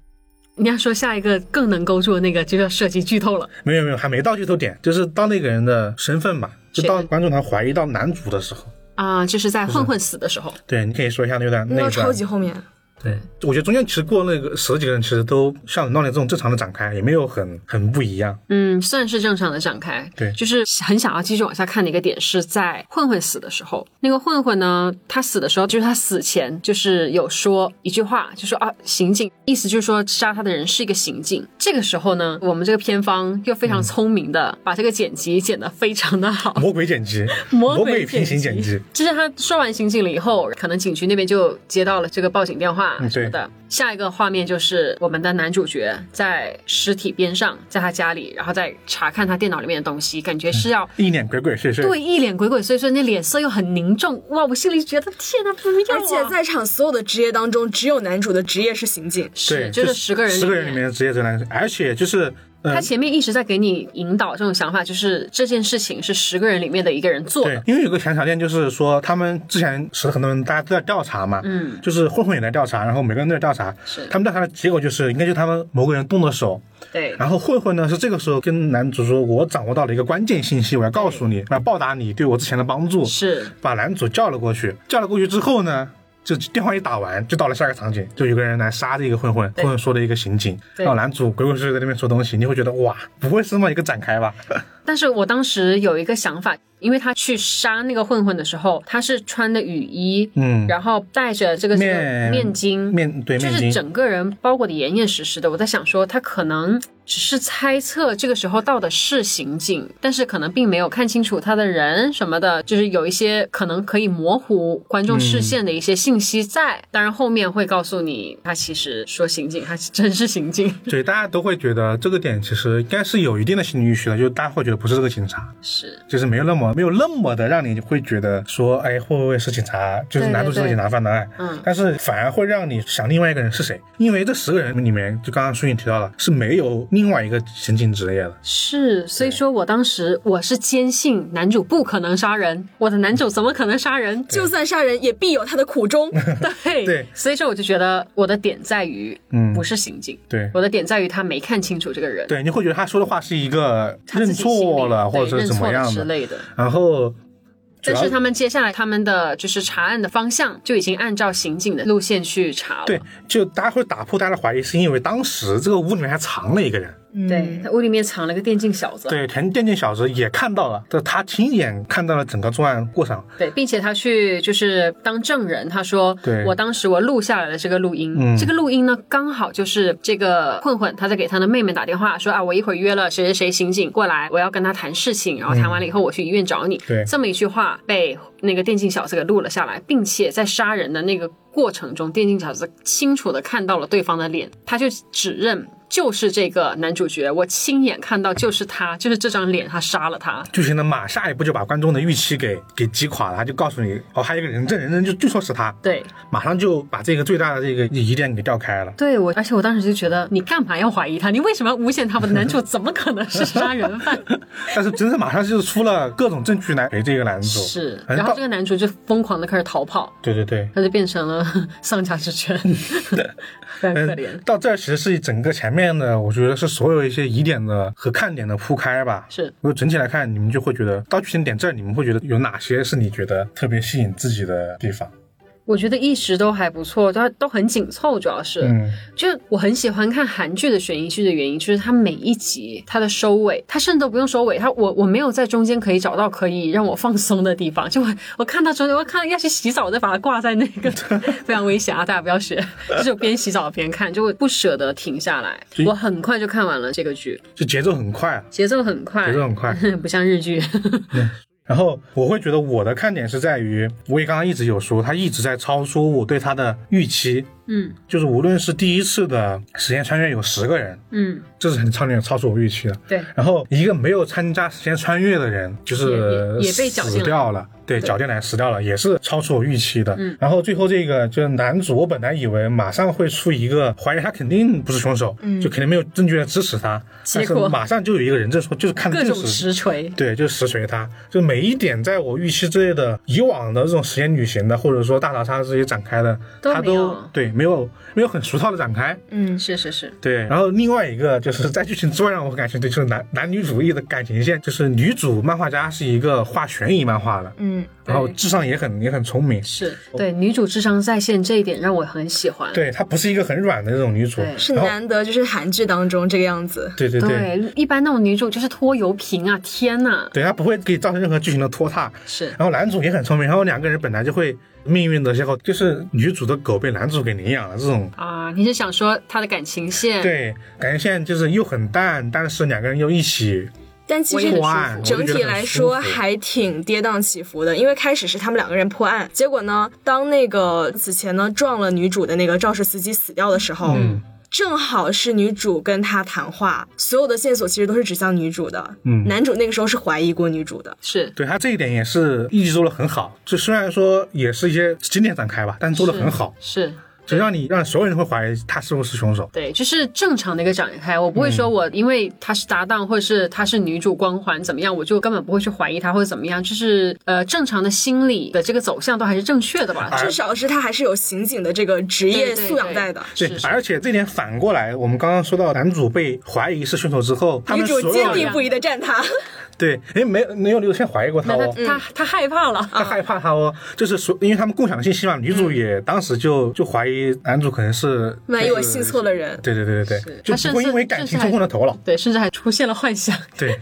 [SPEAKER 4] 你要说下一个更能勾住的那个，就要涉及剧透了。
[SPEAKER 3] 没有没有还没到剧透点，就是到那个人的身份嘛，就到
[SPEAKER 4] 是
[SPEAKER 3] 观众团怀疑到男主的时候，
[SPEAKER 4] 啊、就是在混混死的时候，
[SPEAKER 3] 对，你可以说一下那段那
[SPEAKER 2] 到
[SPEAKER 3] 一段
[SPEAKER 2] 超级后面，
[SPEAKER 3] 对，我觉得中间其实过那个十几个人其实都像闹点这种正常的展开，也没有很很不一样，
[SPEAKER 4] 嗯，算是正常的展开。
[SPEAKER 3] 对
[SPEAKER 4] 就是很想要继续往下看的一个点是在混混死的时候，那个混混呢，他死的时候就是他死前就是有说一句话，就说啊刑警，意思就是说杀他的人是一个刑警。这个时候呢，我们这个片方又非常
[SPEAKER 3] 嗯
[SPEAKER 4] 聪明的、把这个剪辑剪得非常的好，
[SPEAKER 3] 魔鬼剪辑，
[SPEAKER 4] 哦 魔
[SPEAKER 3] 魔
[SPEAKER 4] 鬼
[SPEAKER 3] 鬼平行剪辑，
[SPEAKER 4] 就是他说完刑警了以后，可能警局那边就接到了这个报警电话
[SPEAKER 3] 嗯
[SPEAKER 4] 什么的。下一个画面就是我们的男主角在尸体边上，在他家里，然后再查看他电脑里面的东西，感觉是要。
[SPEAKER 3] 一脸鬼鬼祟祟，
[SPEAKER 4] 对，一脸鬼鬼祟祟，那脸色又很凝重，哇！我心里觉得天哪，不要、
[SPEAKER 2] 而
[SPEAKER 4] 啊！
[SPEAKER 2] 且在场所有的职业当中，只有男主的职业是刑警。
[SPEAKER 4] 是
[SPEAKER 3] 对，
[SPEAKER 4] 就是十个人，
[SPEAKER 3] 十个人里面的职业真男，而且就是呃
[SPEAKER 4] 他前面一直在给你引导这种想法，就是这件事情是十个人里面的一个人做
[SPEAKER 3] 对
[SPEAKER 4] 的，，
[SPEAKER 3] 因为有个小小店，就是说他们之前死了很多人，大家都在调查嘛，
[SPEAKER 4] 嗯，
[SPEAKER 3] 就是混混也在调查，然后每个人都在调查，
[SPEAKER 4] 是
[SPEAKER 3] 他们调查的结果就是应该就是他们某个人动了手，
[SPEAKER 4] 对
[SPEAKER 3] 然后混混呢是这个时候跟男主说，我掌握到了一个关键信息，我要告诉你，我要报答你对我之前的帮助，
[SPEAKER 4] 是
[SPEAKER 3] 把男主叫了过去，叫了过去之后呢。就电话一打完，就到了下一个场景，就有个人来杀这个混混，混混说的一个刑警，
[SPEAKER 4] 对
[SPEAKER 3] 然后男主鬼鬼祟祟在那边说东西，你会觉得哇，不会是这么一个展开吧？
[SPEAKER 4] 但是我当时有一个想法，因为他去杀那个混混的时候，他是穿的雨衣，
[SPEAKER 3] 嗯
[SPEAKER 4] 然后戴着这个这个
[SPEAKER 3] 面
[SPEAKER 4] 面巾，
[SPEAKER 3] 面对
[SPEAKER 4] 就
[SPEAKER 3] 面
[SPEAKER 4] 是
[SPEAKER 3] 巾，
[SPEAKER 4] 整个人包裹的严严实实的。我在想说，他可能只是猜测这个时候到的是刑警，但是可能并没有看清楚他的人什么的，就是有一些可能可以模糊观众视线的一些信息在。当然后面会告诉你，他其实说刑警，他真是 刑警。
[SPEAKER 3] 对，大家都会觉得这个点其实应该是有一定的心理预期的，就是大家会觉得不是这个警察，
[SPEAKER 4] 是，
[SPEAKER 3] 就是没有那么没有那么的让你会觉得说，哎，会不会是警察，就是
[SPEAKER 4] 对
[SPEAKER 3] 男主
[SPEAKER 4] 对
[SPEAKER 3] 是警察犯的案，
[SPEAKER 4] 嗯
[SPEAKER 3] 但是反而会让你想另外一个人是谁，因为这十个人里面，就刚刚舒颖提到了是没有另外一个刑警职业的，
[SPEAKER 4] 是，所以说我当时我是坚信男主不可能杀人，我的男主怎么可能杀人？
[SPEAKER 2] 就算杀人，也必有他的苦衷。
[SPEAKER 4] 对，
[SPEAKER 3] 对
[SPEAKER 4] 所以说我就觉得我的点在于，
[SPEAKER 3] 嗯
[SPEAKER 4] 不是刑警，
[SPEAKER 3] 对
[SPEAKER 4] 我的点在于他没看清楚这个人，
[SPEAKER 3] 对，你会觉得他说的话是一个
[SPEAKER 4] 他
[SPEAKER 3] 认
[SPEAKER 4] 自己心里，
[SPEAKER 3] 错了，
[SPEAKER 4] 对
[SPEAKER 3] 或者是
[SPEAKER 4] 认
[SPEAKER 3] 怎
[SPEAKER 4] 错
[SPEAKER 3] 么
[SPEAKER 4] 了
[SPEAKER 3] 样
[SPEAKER 4] 之
[SPEAKER 3] 的，
[SPEAKER 4] 类的。
[SPEAKER 3] 然后主
[SPEAKER 4] 但
[SPEAKER 3] 要
[SPEAKER 4] 是他们接下来他们的就是查案的方向就已经按照刑警的路线去查了。
[SPEAKER 3] 对，就大家会打破大家的怀疑，是因为当时这个屋里面还藏了一个人。
[SPEAKER 4] 对，他屋里面藏了个电竞小子，
[SPEAKER 3] 嗯对，田电竞小子也看到了，但他亲眼看到了整个作案过程。
[SPEAKER 4] 对，并且他去就是当证人，他说
[SPEAKER 3] 对
[SPEAKER 4] 我当时我录下来的这个录音，
[SPEAKER 3] 嗯
[SPEAKER 4] 这个录音呢刚好就是这个混混他在给他的妹妹打电话说啊，我一会儿约了谁谁谁刑警过来，我要跟他谈事情，然后谈完了以后我去医院找你，
[SPEAKER 3] 对
[SPEAKER 4] 这么一句话被那个电竞小子给录了下来，并且在杀人的那个过程中，电竞小子清楚的看到了对方的脸，他就指认。就是这个男主角，我亲眼看到，就是他，就是这张脸，他杀了他。
[SPEAKER 3] 剧情的马下一步就把观众的预期给给击垮了，他就告诉你哦，还有一个人证，人证就就说是他，
[SPEAKER 4] 对，
[SPEAKER 3] 马上就把这个最大的这个疑点给调开了。
[SPEAKER 4] 对我，而且我当时就觉得，你干嘛要怀疑他？你为什么要诬陷他？我的男主怎么可能是杀人犯？
[SPEAKER 3] 但是真是马上就出了各种证据来陪这个男主，
[SPEAKER 4] 是，
[SPEAKER 3] 反正
[SPEAKER 4] 然后
[SPEAKER 3] 到
[SPEAKER 4] 这个男主就疯狂的开始逃跑，
[SPEAKER 3] 对对对，
[SPEAKER 4] 他就变成了丧家之犬，非常可怜
[SPEAKER 3] 嗯。，到这儿其实是整个前面面的我觉得是所有一些疑点的和看点的铺开吧。
[SPEAKER 4] 是
[SPEAKER 3] 如果整体来看，你们就会觉得到剧情点这儿，你们会觉得有哪些是你觉得特别吸引自己的地方？
[SPEAKER 4] 我觉得一直都还不错，都都很紧凑，主要是。
[SPEAKER 3] 嗯，
[SPEAKER 4] 就我很喜欢看韩剧的悬疑剧的原因，就是它每一集它的收尾，它甚至都不用收尾，它我我没有在中间可以找到可以让我放松的地方， 就我我看到中间，我看到要去洗澡，我再把它挂在那个 非常危险啊，大家不要学，就是我边洗澡边看，就会不舍得停下来
[SPEAKER 3] 所。以
[SPEAKER 4] 我很快就看完了这个剧，
[SPEAKER 3] 就节奏很快，啊
[SPEAKER 4] 节奏很快，
[SPEAKER 3] 节奏很快。
[SPEAKER 4] 不像日剧，
[SPEAKER 3] 然后我会觉得我的看点是在于，我也刚刚一直有说，它一直在超出我对它的预期。
[SPEAKER 4] 嗯
[SPEAKER 3] 就是无论是第一次的时间穿越有十个人，
[SPEAKER 4] 嗯，
[SPEAKER 3] 这是很超远超出我预期的。
[SPEAKER 4] 对，
[SPEAKER 3] 然后一个没有参加时间穿越的人，就是
[SPEAKER 4] 也也也被绞尽
[SPEAKER 3] 死
[SPEAKER 4] 了
[SPEAKER 3] 掉了，对，
[SPEAKER 4] 对嗯
[SPEAKER 3] 绞尽来死掉了，也是超出我预期的。然后最后这个就是男主，我本来以为马上会出一个怀疑他肯定不是凶手，就肯定没有证据来支持他，但
[SPEAKER 4] 嗯结
[SPEAKER 3] 是
[SPEAKER 4] 果
[SPEAKER 3] 马上就有一个人证说就是看
[SPEAKER 4] 各种
[SPEAKER 3] 就是
[SPEAKER 4] 实锤，
[SPEAKER 3] 对，就实锤它，就每一点在我预期之内的以往的这种时间旅行的，或者说大逃杀这些展开的，
[SPEAKER 4] 都
[SPEAKER 3] 它
[SPEAKER 4] 没有
[SPEAKER 3] 都对没有没有很俗套的展开。
[SPEAKER 2] 嗯，
[SPEAKER 4] 是是是，
[SPEAKER 3] 对，然后另外一个就是在剧情之外让我很感兴趣，就是男男女主义的感情线，就是女主漫画家是一个画悬疑漫画的，
[SPEAKER 2] 嗯，
[SPEAKER 3] 然后智商也很也很聪明，
[SPEAKER 4] 是对女主智商在线这一点让我很喜欢，
[SPEAKER 3] 对，她不是一个很软的那种女主，
[SPEAKER 4] 对
[SPEAKER 2] 是
[SPEAKER 3] 然后
[SPEAKER 2] 难得就是韩剧当中这个样子。
[SPEAKER 3] 对对对，
[SPEAKER 4] 对，一般那种女主就是拖油瓶啊，天呐，
[SPEAKER 3] 对，她不会给你造成任何剧情的拖沓，
[SPEAKER 4] 是
[SPEAKER 3] 然后男主也很聪明，然后两个人本来就会命运的邂逅，就是女主的狗被男主给领养了这种。
[SPEAKER 4] 啊、你是想说她的感 情线？，
[SPEAKER 3] 对，感觉现在就是又很淡，但是两个人又一起
[SPEAKER 2] 但其
[SPEAKER 4] 我也很
[SPEAKER 2] 实
[SPEAKER 4] 舒
[SPEAKER 3] 破
[SPEAKER 4] 服
[SPEAKER 3] 案，我就
[SPEAKER 2] 整
[SPEAKER 3] 觉得
[SPEAKER 2] 体
[SPEAKER 3] 很
[SPEAKER 2] 来
[SPEAKER 3] 舒
[SPEAKER 2] 说
[SPEAKER 3] 服
[SPEAKER 2] 还挺跌宕起伏的，因为开始是他们两个人破案，结果呢，当那个此前呢撞了女主的那个肇事司机死掉的时候，
[SPEAKER 3] 嗯
[SPEAKER 2] 正好是女主跟他谈话，所有的线索其实都是指向女主的。
[SPEAKER 3] 嗯
[SPEAKER 2] 男主那个时候是怀疑过女主的，
[SPEAKER 4] 是
[SPEAKER 3] 对他这一点也是一直做的很好，就虽然说也是一些经典展开吧，但做的很
[SPEAKER 2] 嗯
[SPEAKER 3] 好，
[SPEAKER 4] 是。
[SPEAKER 3] 就让你让所有人会怀疑他是不是凶手。
[SPEAKER 4] 对，就是正常的一个展开，我不会
[SPEAKER 3] 嗯
[SPEAKER 4] 说我因为她是搭档或者是她是女主光环怎么样，我就根本不会去怀疑她或者怎么样，就是呃正常的心理的这个走向都还是正确的吧？
[SPEAKER 3] 哎
[SPEAKER 2] 至少是他还是有刑警的这个职业
[SPEAKER 4] 对对
[SPEAKER 2] 素养在的。
[SPEAKER 3] 对
[SPEAKER 4] 是，是
[SPEAKER 3] 而且这点反过来，我们刚刚说到男主被怀疑是凶手之后，他
[SPEAKER 2] 女
[SPEAKER 3] 们所
[SPEAKER 2] 主坚
[SPEAKER 3] 有
[SPEAKER 2] 定
[SPEAKER 3] 人
[SPEAKER 2] 不移的站他，
[SPEAKER 3] 对，哎，没有没有刘先怀疑过他
[SPEAKER 4] 那她
[SPEAKER 2] 嗯
[SPEAKER 3] 哦。
[SPEAKER 4] 她她害怕了，
[SPEAKER 3] 他害怕他哦，就是所，因为他们共享信息嘛，女
[SPEAKER 2] 嗯
[SPEAKER 3] 主也当时就就怀疑男主可能是
[SPEAKER 2] 万一我
[SPEAKER 3] 就是
[SPEAKER 2] 信错了人，
[SPEAKER 3] 对对对对对
[SPEAKER 4] 是，
[SPEAKER 3] 就
[SPEAKER 4] 他甚
[SPEAKER 3] 不会
[SPEAKER 4] 至
[SPEAKER 3] 因为感情
[SPEAKER 4] 甚至还
[SPEAKER 3] 冲昏了头脑。
[SPEAKER 4] 对，甚至还出现了幻想，
[SPEAKER 3] 对，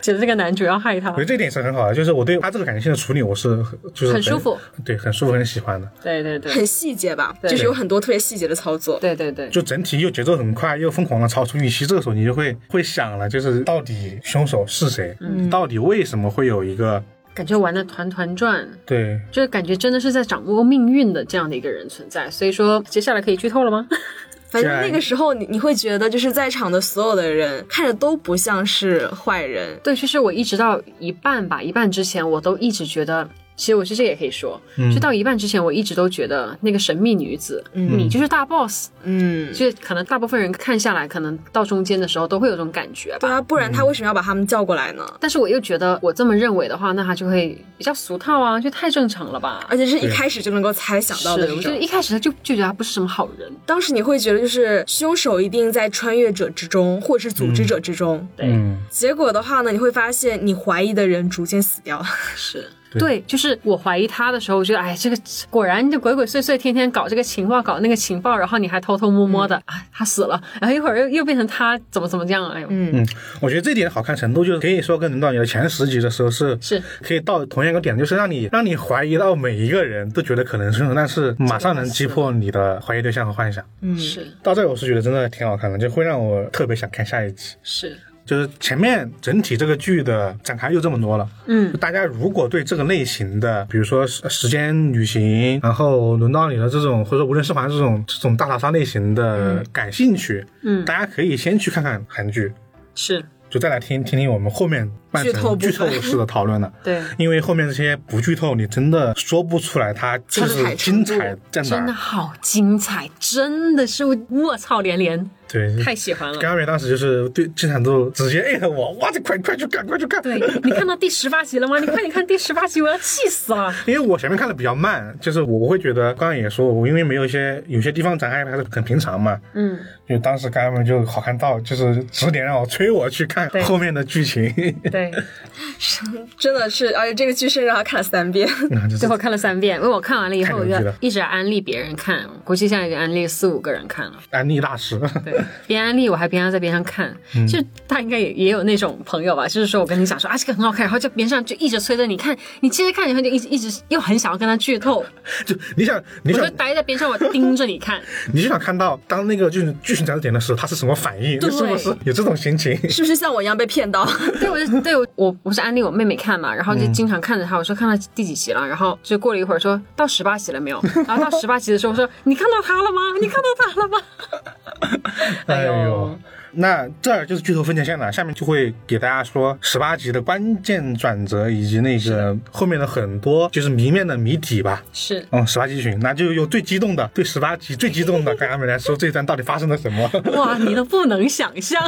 [SPEAKER 4] 觉得这个男主要害她
[SPEAKER 3] 我觉得。这点是很好的，就是我对他这个感情线的处理，我是就是
[SPEAKER 4] 很舒服，
[SPEAKER 3] 对，很舒服，很喜欢的。
[SPEAKER 4] 对对对
[SPEAKER 2] 很细节吧，
[SPEAKER 4] 对
[SPEAKER 2] 就是有很多特别细节的操作。
[SPEAKER 4] 对对对，
[SPEAKER 3] 就整体又节奏很快，又疯狂的超出预期，这个时候你就会会想了，就是到底凶手是谁，
[SPEAKER 4] 嗯
[SPEAKER 3] 到底为什么会有一个
[SPEAKER 4] 感觉玩的团团转，
[SPEAKER 3] 对
[SPEAKER 4] 就是感觉真的是在掌握命运的这样的一个人存在。所以说，接下来可以剧透了吗？
[SPEAKER 2] 反正
[SPEAKER 3] 对
[SPEAKER 2] 那个时候你你会觉得，就是在场的所有的人看着都不像是坏人。
[SPEAKER 4] 对，其实我一直到一半吧，一半之前我都一直觉得。其实我是这个也可以说，就到一半之前，我一直都觉得那个神秘女子，你就是大 boss，
[SPEAKER 2] 嗯，
[SPEAKER 4] 就是可能大部分人看下来，可能到中间的时候都会有这种感觉
[SPEAKER 2] 对
[SPEAKER 4] 吧。
[SPEAKER 2] 啊，不然他为什么要把他们叫过来呢？
[SPEAKER 4] 但是我又觉得，我这么认为的话，那他就会比较俗套啊，就太正常了吧？
[SPEAKER 2] 而且是一
[SPEAKER 3] 对
[SPEAKER 2] 开始就能够猜想到的
[SPEAKER 4] 是，
[SPEAKER 2] 这
[SPEAKER 4] 我觉
[SPEAKER 2] 种
[SPEAKER 4] 得。一开始他就就觉得他不是什么好人，
[SPEAKER 2] 当时你会觉得，就是凶手一定在穿越者之中，或者是组织者之中。
[SPEAKER 4] 对
[SPEAKER 3] 嗯，
[SPEAKER 2] 结果的话呢，你会发现你怀疑的人逐渐死掉。
[SPEAKER 4] 是
[SPEAKER 3] 对
[SPEAKER 4] 对，就是我怀疑他的时候，我觉得哎，这个果然就鬼鬼祟祟，天天搞这个情报，搞那个情报，然后你还偷偷摸摸的，啊，他死了，然后一会儿又又变成他怎么怎么样，哎呦，
[SPEAKER 3] 我觉得这点好看程度就是可以说跟《人道你的前十集的时候是
[SPEAKER 4] 是
[SPEAKER 3] 可以到同样一个点，就是让你让你怀疑到每一个人都觉得可能是凶手，但是马上能击破你的怀疑对象和幻想。
[SPEAKER 2] 嗯
[SPEAKER 4] 是
[SPEAKER 3] 到这儿我是觉得真的挺好看的，就会让我特别想看下一集。
[SPEAKER 4] 是，
[SPEAKER 3] 就是前面整体这个剧的展开就这么多了，
[SPEAKER 4] 嗯
[SPEAKER 3] 就，大家如果对这个类型的，比如说时时间旅行，然后轮到你的这种，或者说无论是环这种这种大逃杀类型的感兴趣，
[SPEAKER 4] 嗯
[SPEAKER 3] 大家可以先去看看韩剧，
[SPEAKER 4] 是
[SPEAKER 3] 就再来听听听我们后面扮
[SPEAKER 2] 剧透
[SPEAKER 3] 成
[SPEAKER 2] 部分
[SPEAKER 3] 剧透式的讨论了。
[SPEAKER 4] 嗯对，
[SPEAKER 3] 因为后面这些不剧透，你真的说不出来它就
[SPEAKER 2] 它的
[SPEAKER 3] 是
[SPEAKER 2] 彩程
[SPEAKER 3] 精
[SPEAKER 2] 度
[SPEAKER 3] 彩在哪
[SPEAKER 4] 真的
[SPEAKER 3] 儿。
[SPEAKER 4] 好精彩，真的是卧槽连连，
[SPEAKER 3] 对，
[SPEAKER 4] 太喜欢了。
[SPEAKER 3] 甘伟当时就是对精彩度直接艾特我，哇，这快快去看，快去看。
[SPEAKER 4] 对你看到第十八集了吗？你快点看第十八集，我要气死了！
[SPEAKER 3] 因为我前面看的比较慢，就是我我会觉得，刚刚也说，我因为没有一些有些地方展开还是很平常嘛，
[SPEAKER 4] 嗯，
[SPEAKER 3] 就当时刚们就好看到，就是指点让我催我去看
[SPEAKER 4] 对
[SPEAKER 3] 后面的剧情，
[SPEAKER 4] 对，
[SPEAKER 2] 真的是，而且这个剧甚至让他看了三遍。
[SPEAKER 3] 那就是
[SPEAKER 4] 最后看了三遍，因为我看完了以后，
[SPEAKER 3] 太
[SPEAKER 4] 我
[SPEAKER 3] 牛逼
[SPEAKER 4] 就
[SPEAKER 3] 了
[SPEAKER 4] 一直安利别人看，估计现在已经安利四五个人看了。
[SPEAKER 3] 安利大师。
[SPEAKER 4] 对，边安利我还边要在边上看，就他应该也也有那种朋友吧，就是说我跟你讲说啊这个很好看，然后就边上就一直催着你看，你接着看，然后就一直一直又很想要跟他剧透，
[SPEAKER 3] 就你想，你
[SPEAKER 4] 我
[SPEAKER 3] 想
[SPEAKER 4] 就，待在边上我盯着你看，
[SPEAKER 3] 你就想看到当那个就是剧情展示点的时候，他是什么反应，
[SPEAKER 4] 对
[SPEAKER 3] 是不是有这种心情？
[SPEAKER 2] 是不是像我一样被骗到？
[SPEAKER 4] 对，我就对我我我是安利我妹妹看嘛，然后就经常看着她，我说看到第几集了，然后就过了一会儿说到十八集了没有，然后到十八集的时候我说你看到她了吗？你看到她了吗？
[SPEAKER 3] 哎
[SPEAKER 4] 哎呦
[SPEAKER 3] 呦，那这儿就是剧透分界线了。下面就会给大家说十八集的关键转折，以及那个后面的很多就是谜面的谜底吧。
[SPEAKER 4] 是。
[SPEAKER 3] 嗯，十八集群，那就由最激动的，对十八集最激动的跟阿美来说，这一段到底发生了什么？
[SPEAKER 4] 哇，你都不能想象，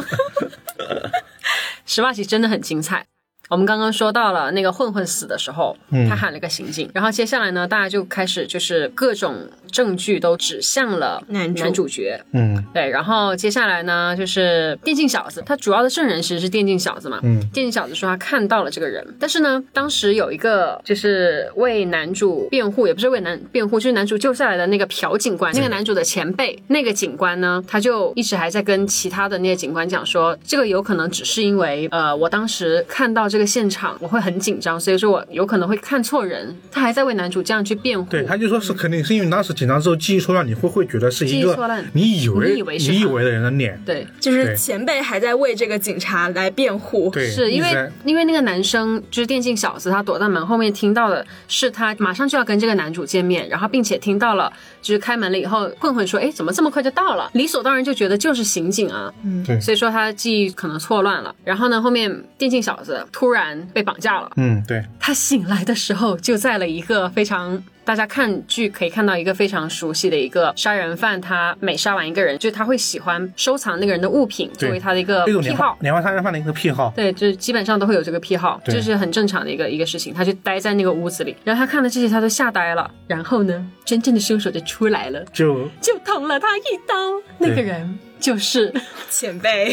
[SPEAKER 4] 十八集真的很精彩。我们刚刚说到了那个混混死的时候，
[SPEAKER 2] 嗯
[SPEAKER 4] 他喊了个行警，然后接下来呢，大家就开始就是各种证据都指向了
[SPEAKER 2] 男主
[SPEAKER 4] 男主角，
[SPEAKER 3] 嗯，
[SPEAKER 4] 对，然后接下来呢，就是电竞小子，他主要的证人其实是电竞小子嘛。
[SPEAKER 3] 嗯
[SPEAKER 4] 电竞小子说他看到了这个人，但是呢，当时有一个就是为男主辩护，也不是为男辩护，就是男主救下来的那个朴警官，那
[SPEAKER 3] 嗯
[SPEAKER 4] 个男主的前辈，那个警官呢，他就一直还在跟其他的那些警官讲说，这个有可能只是因为呃，我当时看到这个现场，我会很紧张，所以说我有可能会看错人。他还在为男主这样去辩 护。
[SPEAKER 3] 对，他就说是肯定是因为你当时紧张之后记忆错乱，你会会觉得是一
[SPEAKER 4] 记忆错
[SPEAKER 3] 个
[SPEAKER 4] 乱
[SPEAKER 3] 你以为
[SPEAKER 4] 你以为是他
[SPEAKER 3] 你以为的人的脸，
[SPEAKER 4] 对
[SPEAKER 2] 就是
[SPEAKER 3] 对
[SPEAKER 2] 前辈还在为这个警察来辩护。
[SPEAKER 3] 对，
[SPEAKER 4] 是
[SPEAKER 3] 一
[SPEAKER 4] 因
[SPEAKER 3] 直
[SPEAKER 4] 为
[SPEAKER 3] 在
[SPEAKER 4] 因为那个男生就是电竞小子，他躲在门后面听到的是他马上就要跟这个男主见面，然后并且听到了就是开门了以后，混混说：“哎，怎么这么快就到了？”理所当然就觉得就是刑警啊，
[SPEAKER 3] 对，
[SPEAKER 4] 所以说他记忆可能错乱了。然后呢，后面电竞小子突然被绑架了，
[SPEAKER 3] 嗯，对，
[SPEAKER 4] 他醒来的时候就在了一个非常。大家看剧可以看到一个非常熟悉的一个杀人犯，他每杀完一个人，就是他会喜欢收藏那个人的物品
[SPEAKER 3] 对
[SPEAKER 4] 作为他的一个
[SPEAKER 3] 这种
[SPEAKER 4] 呃癖
[SPEAKER 3] 连
[SPEAKER 4] 好
[SPEAKER 3] 环。连环杀人犯的一个癖好，
[SPEAKER 4] 对，就是基本上都会有这个癖好，
[SPEAKER 3] 对
[SPEAKER 4] 这是很正常的一个一个事情。他就待在那个屋子里，然后他看了这些，他都吓呆了。然后呢，真正的凶手就出来了，
[SPEAKER 3] 就
[SPEAKER 4] 就捅了他一刀。那个人就是，
[SPEAKER 2] 前辈，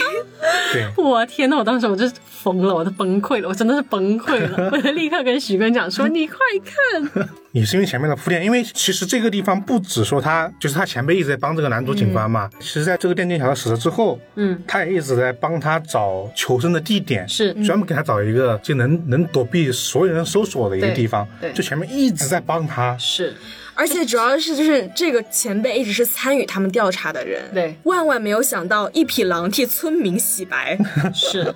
[SPEAKER 3] 对
[SPEAKER 4] 我天呐，我当时我就疯了，我都崩溃了，我真的是崩溃了， 我就立刻跟许坤讲说：“你快看！
[SPEAKER 3] 也是因为前面的铺垫，因为其实这个地方不只说他，就是他前辈一直在帮这个男主警官嘛，其实在这个电竞小子死了之后，
[SPEAKER 4] 嗯，
[SPEAKER 3] 他也一直在帮他找求生的地点，
[SPEAKER 4] 是嗯
[SPEAKER 3] 专门给他找一个就能能躲避所有人搜索的一个
[SPEAKER 4] 对
[SPEAKER 3] 地方，
[SPEAKER 4] 对
[SPEAKER 3] 就前面一直在帮他，
[SPEAKER 4] 是
[SPEAKER 2] 而且主要是就是这个前辈一直是参与他们调查的人，
[SPEAKER 4] 对
[SPEAKER 2] 万万没有想到一匹狼替村民洗 白，
[SPEAKER 4] 是。”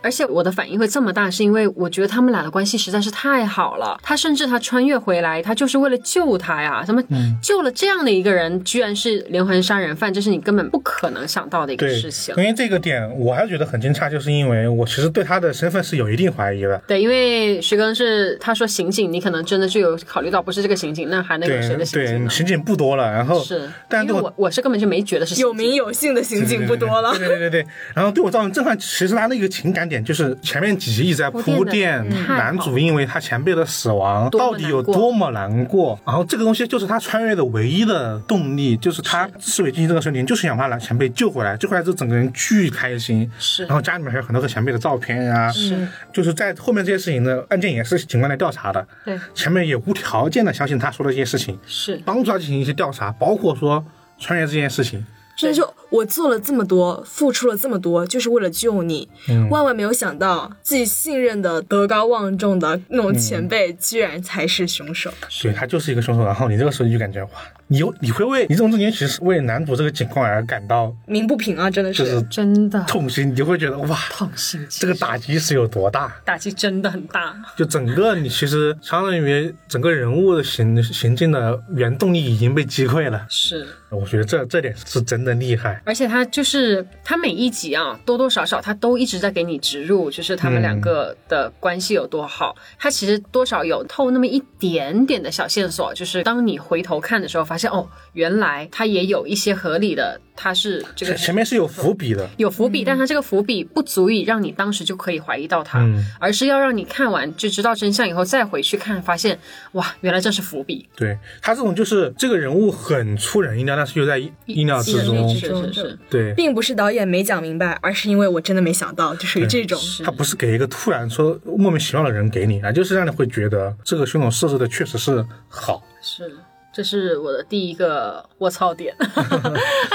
[SPEAKER 4] 而且我的反应会这么大，是因为我觉得他们俩的关系实在是太好了。他甚至他穿越回来，他就是为了救他呀。什么救了这样的一个人，居然是连环杀人犯，这是你根本不可能想到的一个
[SPEAKER 3] 对，
[SPEAKER 4] 事情。
[SPEAKER 3] 因为这个点我还觉得很惊诧，就是因为我其实对他的身份是有一定怀疑的，
[SPEAKER 4] 对，因为徐庚是他说刑警，你可能真的就有考虑到不是这个刑警，那还能有
[SPEAKER 3] 对
[SPEAKER 4] 谁的刑警
[SPEAKER 3] 对，
[SPEAKER 4] 呢？
[SPEAKER 3] 刑警不多了，然后
[SPEAKER 4] 是，
[SPEAKER 3] 但
[SPEAKER 4] 因
[SPEAKER 3] 对
[SPEAKER 4] 为
[SPEAKER 3] 我
[SPEAKER 4] 我我是根本就没觉得是刑
[SPEAKER 2] 有
[SPEAKER 4] 警
[SPEAKER 2] 名有姓的刑警不多了
[SPEAKER 3] 对。对对对对，然后对我造成震撼，其实他那个情感点就是前面几集一直在铺
[SPEAKER 4] 铺
[SPEAKER 3] 垫
[SPEAKER 4] 垫的嗯太好
[SPEAKER 3] 男主因为他前辈的死亡
[SPEAKER 4] 多么
[SPEAKER 3] 到底有多么难过，然后这个东西就是他穿越的唯一的动力，就是他之所以进行这个事情，就是想把男前辈救回来，救回来之后整个人巨开心，
[SPEAKER 4] 是
[SPEAKER 3] 然后家里面还有很多个前辈的照片啊，
[SPEAKER 4] 是，
[SPEAKER 3] 就是在后面这些事情的案件也是警官来调查的，
[SPEAKER 4] 对，
[SPEAKER 3] 前面也无条件的相信他说的这些事情，
[SPEAKER 4] 是
[SPEAKER 3] 帮助他进行一些调查，包括说穿越这件事情，
[SPEAKER 2] 真的就我做了这么多，付出了这么多，就是为了救你。
[SPEAKER 3] 嗯
[SPEAKER 2] 万万没有想到，自己信任的、德高望重的那种前辈，居然才是凶手。
[SPEAKER 3] 对他就是一个凶手。然后你这个时候你就感觉哇，你有你会为你这种正经其实为男主这个警官而感到
[SPEAKER 2] 鸣不平啊，真的。
[SPEAKER 3] 就是是
[SPEAKER 4] 真的
[SPEAKER 3] 痛心，你就会觉得 哇，
[SPEAKER 4] 痛心疾
[SPEAKER 3] 这个打击是有多大？
[SPEAKER 4] 打击真的很大。
[SPEAKER 3] 就整个你其实相当于整个人物的行行进的原动力已经被击溃了。
[SPEAKER 4] 是
[SPEAKER 3] 我觉得这这点是真的厉害。对，
[SPEAKER 4] 而且他就是他每一集啊，多多少少他都一直在给你植入，就是他们
[SPEAKER 3] 嗯
[SPEAKER 4] 两个的关系有多好。他其实多少有透那么一点点的小线索，就是当你回头看的时候，发现哦，原来他也有一些合理的，他是这个
[SPEAKER 3] 前前面是有伏笔的，
[SPEAKER 4] 有伏笔，但他这个伏笔不足以让你当时就可以怀疑到他，
[SPEAKER 3] 嗯
[SPEAKER 4] 而是要让你看完就知道真相以后再回去看，发现哇，原来这是伏笔。
[SPEAKER 3] 对他这种就是这个人物很出人意料，但是又在意意料之中，
[SPEAKER 4] 是是是，
[SPEAKER 3] 对。
[SPEAKER 2] 并不是导演没讲明白，而是因为我真的没想到，就属于这种。
[SPEAKER 3] 他不是给一个突然说莫名其妙的人给你，啊，就是让你会觉得这个凶手设置的确实是好，
[SPEAKER 4] 是，这是我的第一个我操点。 哎，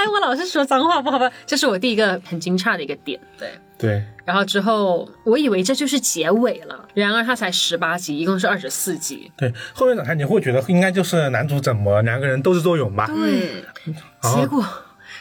[SPEAKER 4] 我老是说脏话，不好吧？这是我第一个很惊诧的一个点。对。
[SPEAKER 3] 对，
[SPEAKER 4] 然后之后，我以为这就是结尾了，然而它才十八集，一共是二十四集。
[SPEAKER 3] 对，后面展开你会觉得应该就是男主怎么两个人斗智斗勇吧，
[SPEAKER 2] 对，
[SPEAKER 3] 然后
[SPEAKER 4] 结果，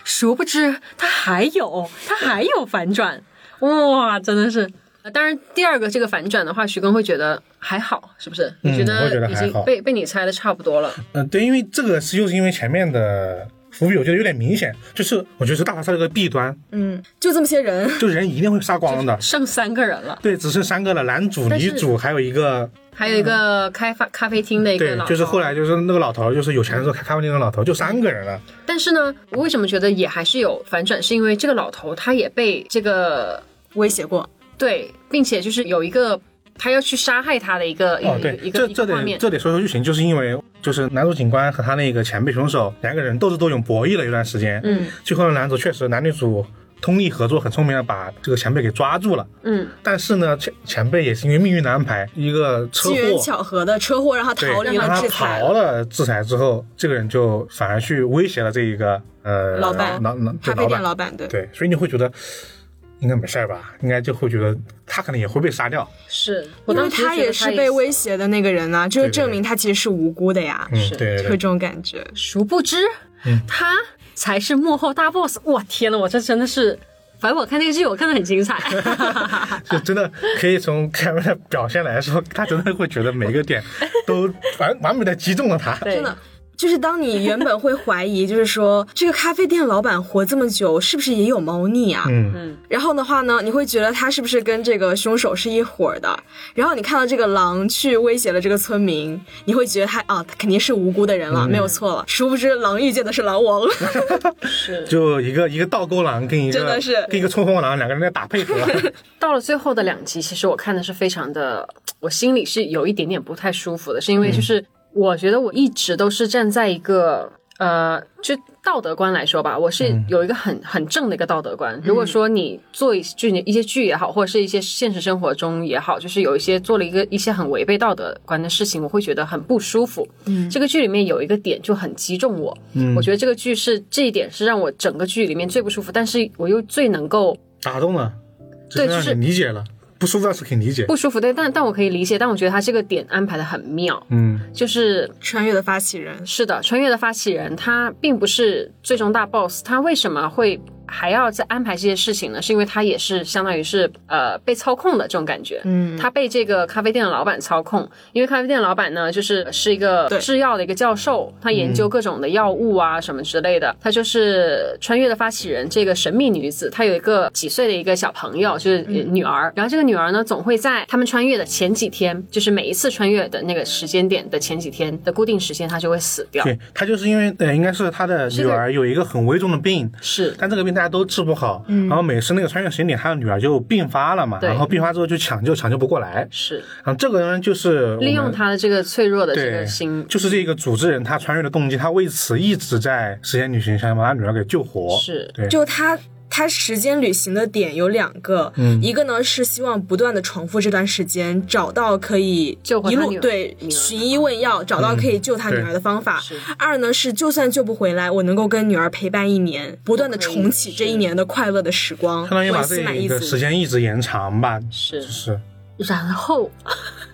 [SPEAKER 4] 殊不知它还有，它还有反转，哇，真的是。呃当然，第二个这个反转的话，徐根会觉得还好，是不是？你
[SPEAKER 3] 嗯
[SPEAKER 4] 觉
[SPEAKER 3] 我觉得
[SPEAKER 4] 得已
[SPEAKER 3] 还
[SPEAKER 4] 经
[SPEAKER 3] 好
[SPEAKER 4] 被被你猜的差不多了。
[SPEAKER 3] 嗯，对，因为这个是又是因为前面的伏笔，我觉得有点明显，就是我觉得是大逃杀这个弊端，
[SPEAKER 2] 嗯，就这么些人，
[SPEAKER 3] 就人一定会杀光的。
[SPEAKER 4] 剩三个人了，
[SPEAKER 3] 对，只剩三个了，男主、
[SPEAKER 4] 但是
[SPEAKER 3] 女主，还有一个，
[SPEAKER 4] 还有一个开发咖啡厅的一个
[SPEAKER 3] 对
[SPEAKER 4] 老，头，
[SPEAKER 3] 就是后来就是那个老头，就是有钱的时候开咖啡店的老头，就三个人了。
[SPEAKER 4] 但是呢，我为什么觉得也还是有反转？是因为这个老头他也被这个
[SPEAKER 2] 威胁过，
[SPEAKER 4] 对，并且就是有一个他要去杀害他的一个、
[SPEAKER 3] 哦，
[SPEAKER 4] 一
[SPEAKER 3] 对
[SPEAKER 4] 呃个一，个
[SPEAKER 3] 这
[SPEAKER 4] 一
[SPEAKER 3] 这
[SPEAKER 4] 个画
[SPEAKER 3] 得
[SPEAKER 4] 面。
[SPEAKER 3] 这得说说剧情，就是因为就是男主警官和他那个前辈凶手两个人斗智斗勇博弈了一段时间，
[SPEAKER 4] 嗯，
[SPEAKER 3] 最后呢男主确实男女主通力合作，很聪明的把这个前辈给抓住了。
[SPEAKER 4] 嗯，
[SPEAKER 3] 但是呢，前前辈也是因为命运的安排，一个车
[SPEAKER 2] 机缘
[SPEAKER 3] 祸，
[SPEAKER 2] 巧合的车祸让他
[SPEAKER 3] 对，
[SPEAKER 2] 逃离
[SPEAKER 3] 让
[SPEAKER 2] 了
[SPEAKER 3] 他
[SPEAKER 2] 制裁
[SPEAKER 3] 逃
[SPEAKER 2] 了。
[SPEAKER 3] 了制裁之后，这个人就反而去威胁了这一个呃
[SPEAKER 2] 老板
[SPEAKER 3] 老老
[SPEAKER 2] 咖
[SPEAKER 3] 对
[SPEAKER 2] 啡
[SPEAKER 3] 老
[SPEAKER 2] 店
[SPEAKER 3] 板
[SPEAKER 2] 老板对，
[SPEAKER 3] 对，所以你会觉得应该没事儿吧？应该就会觉得他可能也会被杀掉。
[SPEAKER 4] 是我
[SPEAKER 2] 因为
[SPEAKER 4] 当时就
[SPEAKER 2] 他
[SPEAKER 4] 觉得
[SPEAKER 2] 也是被威胁的那个人啊，就是
[SPEAKER 3] 对对
[SPEAKER 2] 证明他其实是无辜的呀，
[SPEAKER 3] 嗯，
[SPEAKER 4] 是
[SPEAKER 3] 对
[SPEAKER 2] 就
[SPEAKER 3] 对
[SPEAKER 2] 会
[SPEAKER 3] 对
[SPEAKER 2] 这。种感觉。
[SPEAKER 4] 殊不知、他才是幕后大 boss。我天呐，我这真的是。反正我看那个剧，我看的很精彩。
[SPEAKER 3] 就真的可以从前面的表现来说，他真的会觉得每个点都完完美的击中了他。
[SPEAKER 4] 对，真的
[SPEAKER 2] 就是当你原本会怀疑，就是说这个咖啡店老板活这么久，是不是也有猫腻啊？
[SPEAKER 3] 嗯，
[SPEAKER 2] 然后的话呢，你会觉得他是不是跟这个凶手是一伙儿的？然后你看到这个狼去威胁了这个村民，你会觉得他啊，他肯定是无辜的人
[SPEAKER 3] 嗯
[SPEAKER 2] 了，没有错了。殊不知狼遇见的是狼王，
[SPEAKER 4] 是
[SPEAKER 3] 就一个一个倒钩狼跟一个
[SPEAKER 2] 真的是
[SPEAKER 3] 跟一个冲锋狼两个人在打配 合，
[SPEAKER 4] 到了最后的两集，其实我看的是非常的，我心里是有一点点不太舒服的，是因为就是我觉得我一直都是站在一个呃，就道德观来说吧，我是有一个很很正的一个道德观。如果说你做一剧一些剧也好，或者是一些现实生活中也好，就是有一些做了一个一些很违背道德观的事情，我会觉得很不舒服。嗯，这个剧里面有一个点就很击中我，嗯，我觉得这个剧是这一点是让我整个剧里面最不舒服，但是我又最能够。
[SPEAKER 3] 打动了，只
[SPEAKER 4] 对
[SPEAKER 3] 是
[SPEAKER 4] 就
[SPEAKER 3] 让
[SPEAKER 4] 是
[SPEAKER 3] 你理解了，不舒服但是可以理解。
[SPEAKER 4] 不舒服，对，但但我可以理解，但我觉得他这个点安排的很妙，
[SPEAKER 3] 嗯，
[SPEAKER 4] 就是
[SPEAKER 2] 穿越的发起人。
[SPEAKER 4] 是的，穿越的发起人他并不是最终大 boss，他为什么会还要再安排这些事情呢？是因为他也是相当于是呃被操控的这种感觉，
[SPEAKER 2] 嗯
[SPEAKER 4] 他被这个咖啡店的老板操控，因为咖啡店老板呢，就是是一个
[SPEAKER 2] 对
[SPEAKER 4] 制药的一个教授，他研究各种的药物啊什么之类的。他就是穿越的发起人，这个神秘女子，她有一个几岁的一个小朋友，就是呃女儿。然后这个女儿呢，总会在他们穿越的前几天，就是每一次穿越的那个时间点的前几天的固定时间，她就会死掉。
[SPEAKER 3] 对他就是因为呃，应该是他的女
[SPEAKER 4] 的
[SPEAKER 3] 儿有一个很危重的病，
[SPEAKER 4] 是
[SPEAKER 3] 但这个病大家都治不好，然后每次那个穿越时间点，他的女儿就病发了嘛，
[SPEAKER 4] 嗯对
[SPEAKER 3] 然后病发之后就抢救抢救不过来，
[SPEAKER 4] 是，
[SPEAKER 3] 然后这个人就是我
[SPEAKER 4] 利用
[SPEAKER 3] 们
[SPEAKER 4] 她的这个脆弱的这
[SPEAKER 3] 对
[SPEAKER 4] 个，心。
[SPEAKER 3] 就是这个组织人他穿越的动机，他为此一直在时间旅行，想把他女儿给救活。
[SPEAKER 4] 是
[SPEAKER 3] 对，
[SPEAKER 2] 就他他时间旅行的点有两个，
[SPEAKER 3] 嗯
[SPEAKER 2] 一个呢是希望不断的重复这段时间，找到可以
[SPEAKER 4] 救回
[SPEAKER 2] 一
[SPEAKER 4] 他
[SPEAKER 2] 路
[SPEAKER 4] 女儿
[SPEAKER 2] 对
[SPEAKER 4] 女儿
[SPEAKER 2] 寻医问药，找到可以救他女儿的方法。
[SPEAKER 4] 是
[SPEAKER 2] 二呢是就算救不回来，我能够跟女儿陪伴一年，不断的重启这一年的快乐的时光，
[SPEAKER 3] 相当于把
[SPEAKER 2] 我
[SPEAKER 3] 这
[SPEAKER 2] 心满意
[SPEAKER 3] 个时
[SPEAKER 2] 足。
[SPEAKER 3] 间一直延长吧。
[SPEAKER 4] 是
[SPEAKER 3] 就是
[SPEAKER 4] 然后，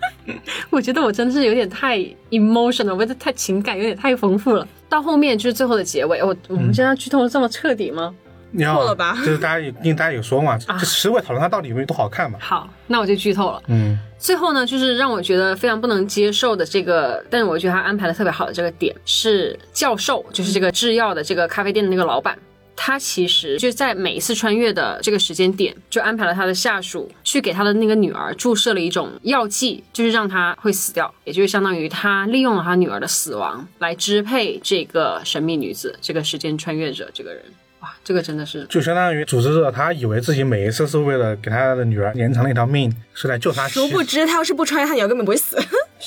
[SPEAKER 4] 我觉得我真的是有点太 emotional，我觉得太情感有点太丰富了。到后面就是最后的结尾，我我们现在剧透的这么彻底吗？
[SPEAKER 3] 你要
[SPEAKER 2] 错了吧啊
[SPEAKER 3] 就是大家有，因为大家有说嘛，就十位讨论它到底有没有多好看嘛。
[SPEAKER 4] 好，那我就剧透了。
[SPEAKER 3] 嗯，
[SPEAKER 4] 最后呢，就是让我觉得非常不能接受的这个，但是我觉得他安排的特别好的这个点是教授，就是这个制药的这个咖啡店的那个老板，他其实就在每一次穿越的这个时间点，就安排了他的下属去给他的那个女儿注射了一种药剂，就是让她会死掉，也就是相当于他利用了他女儿的死亡来支配这个神秘女子，这个时间穿越者这个人。哇，这个真的是
[SPEAKER 3] 就相当于组织者他以为自己每一次是为了给他的女儿延长了一条命，是来救他妻
[SPEAKER 2] 殊不知他要是不穿越，他女儿根本不会 死。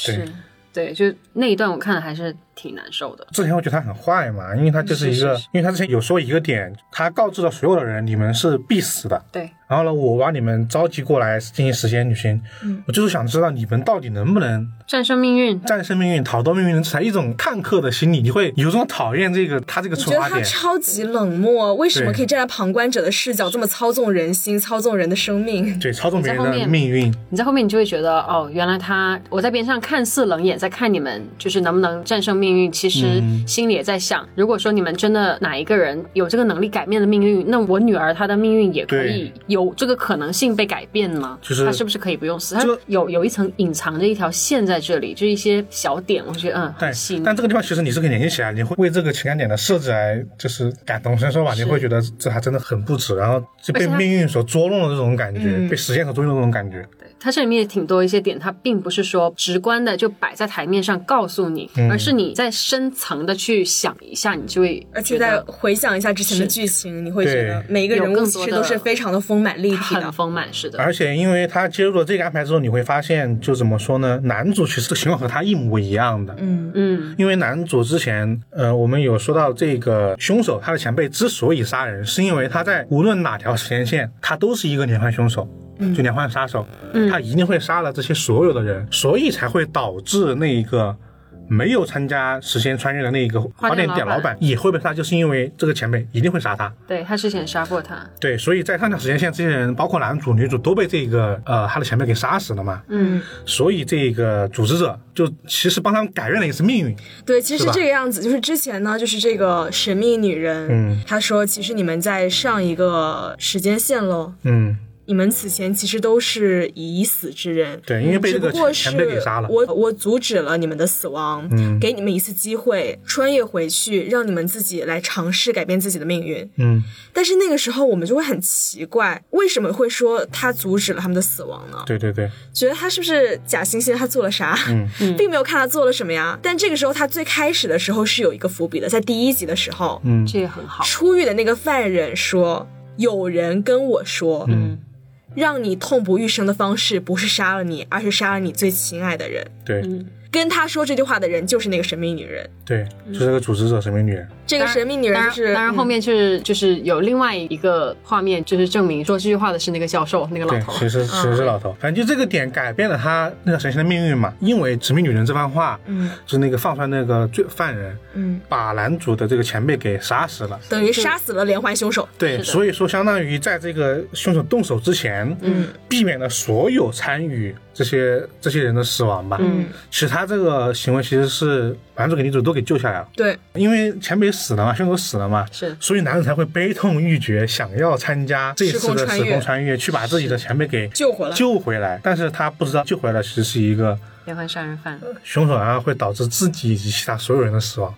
[SPEAKER 3] 对
[SPEAKER 4] 是，对，就那一段我看了还是挺难受的。
[SPEAKER 3] 之前我觉得他很坏嘛，因为他就是一个，
[SPEAKER 4] 是是是
[SPEAKER 3] 因为他之前有说一个点，他告知了所有的人，你们是必死的。
[SPEAKER 4] 对，
[SPEAKER 3] 然后呢，我把你们召集过来进行时间旅行，
[SPEAKER 4] 嗯
[SPEAKER 3] 我就是想知道你们到底能不能
[SPEAKER 4] 战胜命运，
[SPEAKER 3] 战胜命运、逃脱命运的制裁。一种看客的心理，你会有种讨厌这个他这个出
[SPEAKER 2] 觉得
[SPEAKER 3] 发
[SPEAKER 2] 他
[SPEAKER 3] 点。
[SPEAKER 2] 超级冷漠，为什么
[SPEAKER 3] 对
[SPEAKER 2] 可以站在旁观者的视角这么操纵人心、操纵人的生命？
[SPEAKER 3] 对，操纵别人
[SPEAKER 4] 在后
[SPEAKER 3] 的
[SPEAKER 4] 面
[SPEAKER 3] 命运，
[SPEAKER 4] 你在后面你就会觉得，哦，原来他我在边上看似冷眼在看你们，就是能不能战胜命运，其实
[SPEAKER 3] 嗯
[SPEAKER 4] 心里也在想，如果说你们真的哪一个人有这个能力改变了命运，那我女儿她的命运也可以有这个可能性被改变吗？
[SPEAKER 3] 就是
[SPEAKER 4] 她是不是可以不用死？她
[SPEAKER 3] 这个
[SPEAKER 4] 有有一层隐藏着一条线在这里，就是一些小点，我觉得嗯
[SPEAKER 3] 但
[SPEAKER 4] 很细腻。
[SPEAKER 3] 但这个地方其实你是可以联系起来，你会为这个情感点的设置来就是感同身受吧，你
[SPEAKER 4] 是
[SPEAKER 3] 会觉得这还真的很不值，然后就被
[SPEAKER 4] 而且他
[SPEAKER 3] 命运所捉弄的这种感觉，
[SPEAKER 2] 嗯
[SPEAKER 3] 被时间所捉弄的这种感觉。
[SPEAKER 4] 它这里面也挺多一些点，它并不是说直观的就摆在台面上告诉你，
[SPEAKER 3] 嗯
[SPEAKER 4] 而是你在深层的去想一下，你就会
[SPEAKER 2] 而且
[SPEAKER 4] 觉
[SPEAKER 2] 再
[SPEAKER 4] 得
[SPEAKER 2] 回想一下之前的
[SPEAKER 4] 是
[SPEAKER 2] 剧情，你会觉得
[SPEAKER 3] 对
[SPEAKER 2] 每一个人
[SPEAKER 4] 有
[SPEAKER 2] 物
[SPEAKER 4] 更
[SPEAKER 2] 其
[SPEAKER 4] 多
[SPEAKER 2] 实
[SPEAKER 4] 的
[SPEAKER 2] 都是非常的丰满立体
[SPEAKER 4] 很
[SPEAKER 2] 的。
[SPEAKER 4] 丰满，是的。
[SPEAKER 3] 而且，因为他接入了这个安排之后，你会发现，就怎么说呢？男主其实这个情况和他一模一样的。
[SPEAKER 2] 嗯，
[SPEAKER 4] 嗯，
[SPEAKER 3] 因为男主之前，呃，我们有说到这个凶手，他的前辈之所以杀人，是因为他在无论哪条时间线，他都是一个连环凶手，就连环杀手，他一定会杀了这些所有的人，所以才会导致那一个没有参加时间穿越的那一个花店店
[SPEAKER 4] 花店老板
[SPEAKER 3] 老板也会被杀，就是因为这个前辈一定会杀他。
[SPEAKER 4] 对他之前杀过他，
[SPEAKER 3] 对，所以在上条时间线，这些人包括男主、女主都被这个呃他的前辈给杀死了嘛。
[SPEAKER 4] 嗯，
[SPEAKER 3] 所以这个组织者就其实帮他们改变了一次命运。
[SPEAKER 2] 对，其实
[SPEAKER 3] 是吧
[SPEAKER 2] 这个样子，就是之前呢，就是这个神秘女人，
[SPEAKER 3] 嗯
[SPEAKER 2] 她说，其实你们在上一个时间线喽，
[SPEAKER 3] 嗯，
[SPEAKER 2] 你们此前其实都是已死之人，
[SPEAKER 3] 对，因为被
[SPEAKER 2] 只
[SPEAKER 3] 这
[SPEAKER 2] 不
[SPEAKER 3] 个
[SPEAKER 2] 过
[SPEAKER 3] 前
[SPEAKER 2] 是
[SPEAKER 3] 前辈给杀了。
[SPEAKER 2] 我我阻止了你们的死亡，
[SPEAKER 3] 嗯
[SPEAKER 2] 给你们一次机会穿越回去，让你们自己来尝试改变自己的命运。
[SPEAKER 3] 嗯，
[SPEAKER 2] 但是那个时候我们就会很奇怪，为什么会说他阻止了他们的死亡呢？
[SPEAKER 3] 对对对，
[SPEAKER 2] 觉得他是不是假惺惺他做了啥？
[SPEAKER 3] 嗯
[SPEAKER 2] 并没有看他做了什么呀。但这个时候他最开始的时候是有一个伏笔的，在第一集的时候，
[SPEAKER 3] 嗯
[SPEAKER 4] 这也很好。
[SPEAKER 2] 出狱的那个犯人说。有人跟我说，
[SPEAKER 3] 嗯，
[SPEAKER 2] 让你痛不欲生的方式不是杀了你，而是杀了你最亲爱的人。
[SPEAKER 3] 对
[SPEAKER 4] 嗯，
[SPEAKER 2] 跟他说这句话的人就是那个神秘女人。
[SPEAKER 3] 对，
[SPEAKER 4] 嗯
[SPEAKER 3] 就是这个组织者神秘女人。
[SPEAKER 2] 这个神秘女人
[SPEAKER 4] 当
[SPEAKER 2] 就
[SPEAKER 4] 然，
[SPEAKER 2] 是，嗯
[SPEAKER 4] 当然后面是就是有另外一个画面，就是证明说这句话的是那个教授，那个老
[SPEAKER 3] 对，
[SPEAKER 4] 头。嗯
[SPEAKER 3] 其实其实是老头，反正就这个点改变了他那个神仙的命运嘛。因为神秘女人这番话，
[SPEAKER 2] 嗯
[SPEAKER 3] 就是那个放出来那个罪犯人，
[SPEAKER 2] 嗯，
[SPEAKER 3] 把男主的这个前辈给杀死了。
[SPEAKER 2] 等于杀死了连环凶手。
[SPEAKER 3] 对，
[SPEAKER 4] 的
[SPEAKER 3] 所以说相当于在这个凶手动手之前，嗯，避免了所有参与这些这些人的死亡吧。
[SPEAKER 4] 嗯，
[SPEAKER 3] 其实他这个行为其实是男主给女主都给救下来了，
[SPEAKER 2] 对，
[SPEAKER 3] 因为前辈死了嘛，凶手死了嘛，
[SPEAKER 4] 是
[SPEAKER 3] 所以男主才会悲痛欲绝，想要参加这次的
[SPEAKER 2] 时空穿
[SPEAKER 3] 时
[SPEAKER 2] 越
[SPEAKER 3] 空穿越，去把自己的前辈给
[SPEAKER 2] 救回来
[SPEAKER 3] 救回来。但是他不知道救回来其实是一个
[SPEAKER 4] 连环杀人犯，
[SPEAKER 3] 凶手然后会导致自己以及其他所有人的死亡。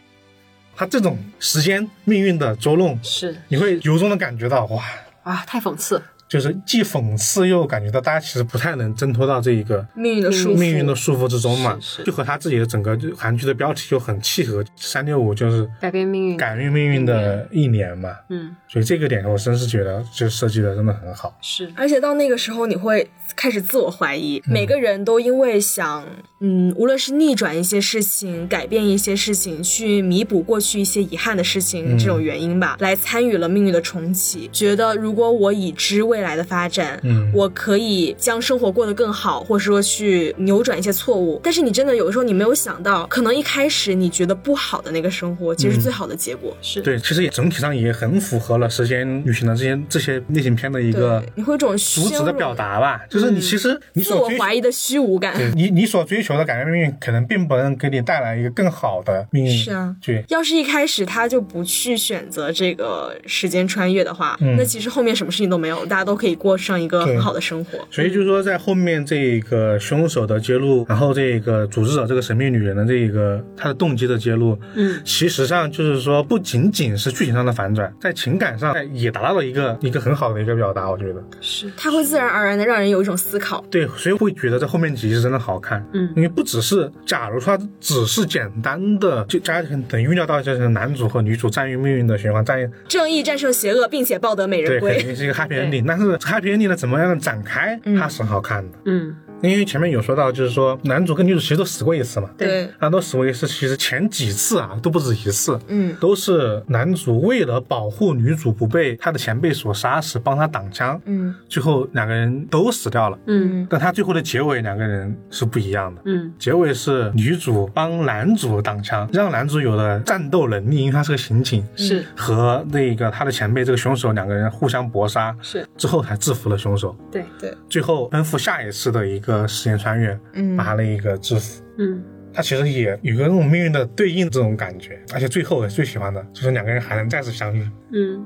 [SPEAKER 3] 他这种时间命运的捉弄，
[SPEAKER 4] 是
[SPEAKER 3] 你会由衷的感觉到哇，
[SPEAKER 4] 啊，太讽刺了。
[SPEAKER 3] 就是既讽刺又感觉到大家其实不太能挣脱到这一个
[SPEAKER 2] 命运的束缚，
[SPEAKER 3] 命运的束缚之中嘛，
[SPEAKER 4] 是是
[SPEAKER 3] 就和他自己的整个就韩剧的标题就很契合，三六五就是
[SPEAKER 4] 改变命运
[SPEAKER 3] 改变命运的一年嘛，
[SPEAKER 4] 嗯，
[SPEAKER 3] 所以这个点我真是觉得就设计的真的很好，
[SPEAKER 4] 是
[SPEAKER 2] 而且到那个时候，你会开始自我怀疑。
[SPEAKER 3] 嗯
[SPEAKER 2] 每个人都因为想，嗯，无论是逆转一些事情、改变一些事情、去弥补过去一些遗憾的事
[SPEAKER 3] 嗯
[SPEAKER 2] 情、这种原因吧，来参与了命运的重启。觉得如果我已知未来的发展，
[SPEAKER 3] 嗯
[SPEAKER 2] 我可以将生活过得更好，或者说去扭转一些错误。但是你真的有时候你没有想到，可能一开始你觉得不好的那个生活，
[SPEAKER 3] 嗯
[SPEAKER 2] 其实是最好的结果。
[SPEAKER 4] 是，
[SPEAKER 3] 对，其实也整体上也很符合了时间旅行的这些这些类型片的一个
[SPEAKER 2] 对，你会有一种
[SPEAKER 3] 主旨的
[SPEAKER 2] 羞辱嗯
[SPEAKER 3] 表达吧，就是你其实你
[SPEAKER 2] 自
[SPEAKER 3] 所
[SPEAKER 2] 我
[SPEAKER 3] 追
[SPEAKER 2] 怀疑的虚无感。
[SPEAKER 3] 对你你所追求的改变命运，可能并不能给你带来一个更好的命运，
[SPEAKER 2] 是啊
[SPEAKER 3] 对，
[SPEAKER 2] 要是一开始他就不去选择这个时间穿越的话，
[SPEAKER 3] 嗯
[SPEAKER 2] 那其实后面什么事情都没有，大家都都可以过上一个
[SPEAKER 3] 对
[SPEAKER 2] 很好的生活。
[SPEAKER 3] 所以就是说，在后面这个凶手的揭露，然后这个组织者这个神秘女人的这个她的动机的揭露，
[SPEAKER 4] 嗯，
[SPEAKER 3] 其实上就是说，不仅仅是剧情上的反转，在情感上也达到了一个一个很好的一个表达，我觉得。
[SPEAKER 4] 是
[SPEAKER 2] 它会自然而然的让人有一种思考。
[SPEAKER 3] 对，所以会觉得这后面几集是真的好看，
[SPEAKER 4] 嗯
[SPEAKER 3] 因为不只是，假如说它只是简单的就大家可能预料到就是男主和女主战于命运的循环，战于
[SPEAKER 2] 正义战胜邪恶，并且抱得美人
[SPEAKER 3] 对，肯
[SPEAKER 2] 归。
[SPEAKER 3] 定是一个 happy ending，但是 happy ending 的怎么样的展开，它是很好看的，
[SPEAKER 4] 嗯
[SPEAKER 3] 因为前面有说到，就是说男主跟女主其实都死过一次嘛，
[SPEAKER 4] 对
[SPEAKER 3] 啊，都死过一次，其实前几次啊都不止一次，
[SPEAKER 2] 嗯，
[SPEAKER 3] 都是男主为了保护女主不被他的前辈所杀死，帮他挡枪，
[SPEAKER 2] 嗯，
[SPEAKER 3] 最后两个人都死掉了，
[SPEAKER 4] 嗯
[SPEAKER 3] 但他最后的结尾两个人是不一样的。
[SPEAKER 4] 嗯
[SPEAKER 3] 结尾是女主帮男主挡枪，让男主有了战斗能力，因为他是个刑警，
[SPEAKER 4] 嗯是
[SPEAKER 3] 和那个他的前辈这个凶手两个人互相搏杀，
[SPEAKER 4] 是
[SPEAKER 3] 之后才制服了凶手，
[SPEAKER 4] 对
[SPEAKER 2] 对，
[SPEAKER 3] 最后奔赴下一次的一个时间穿越，
[SPEAKER 2] 嗯
[SPEAKER 3] 把他那个制服。
[SPEAKER 4] 嗯
[SPEAKER 3] 他其实也有个那种命运的对应这种感觉，而且最后我最喜欢的就是两个人还能再次相遇。
[SPEAKER 4] 嗯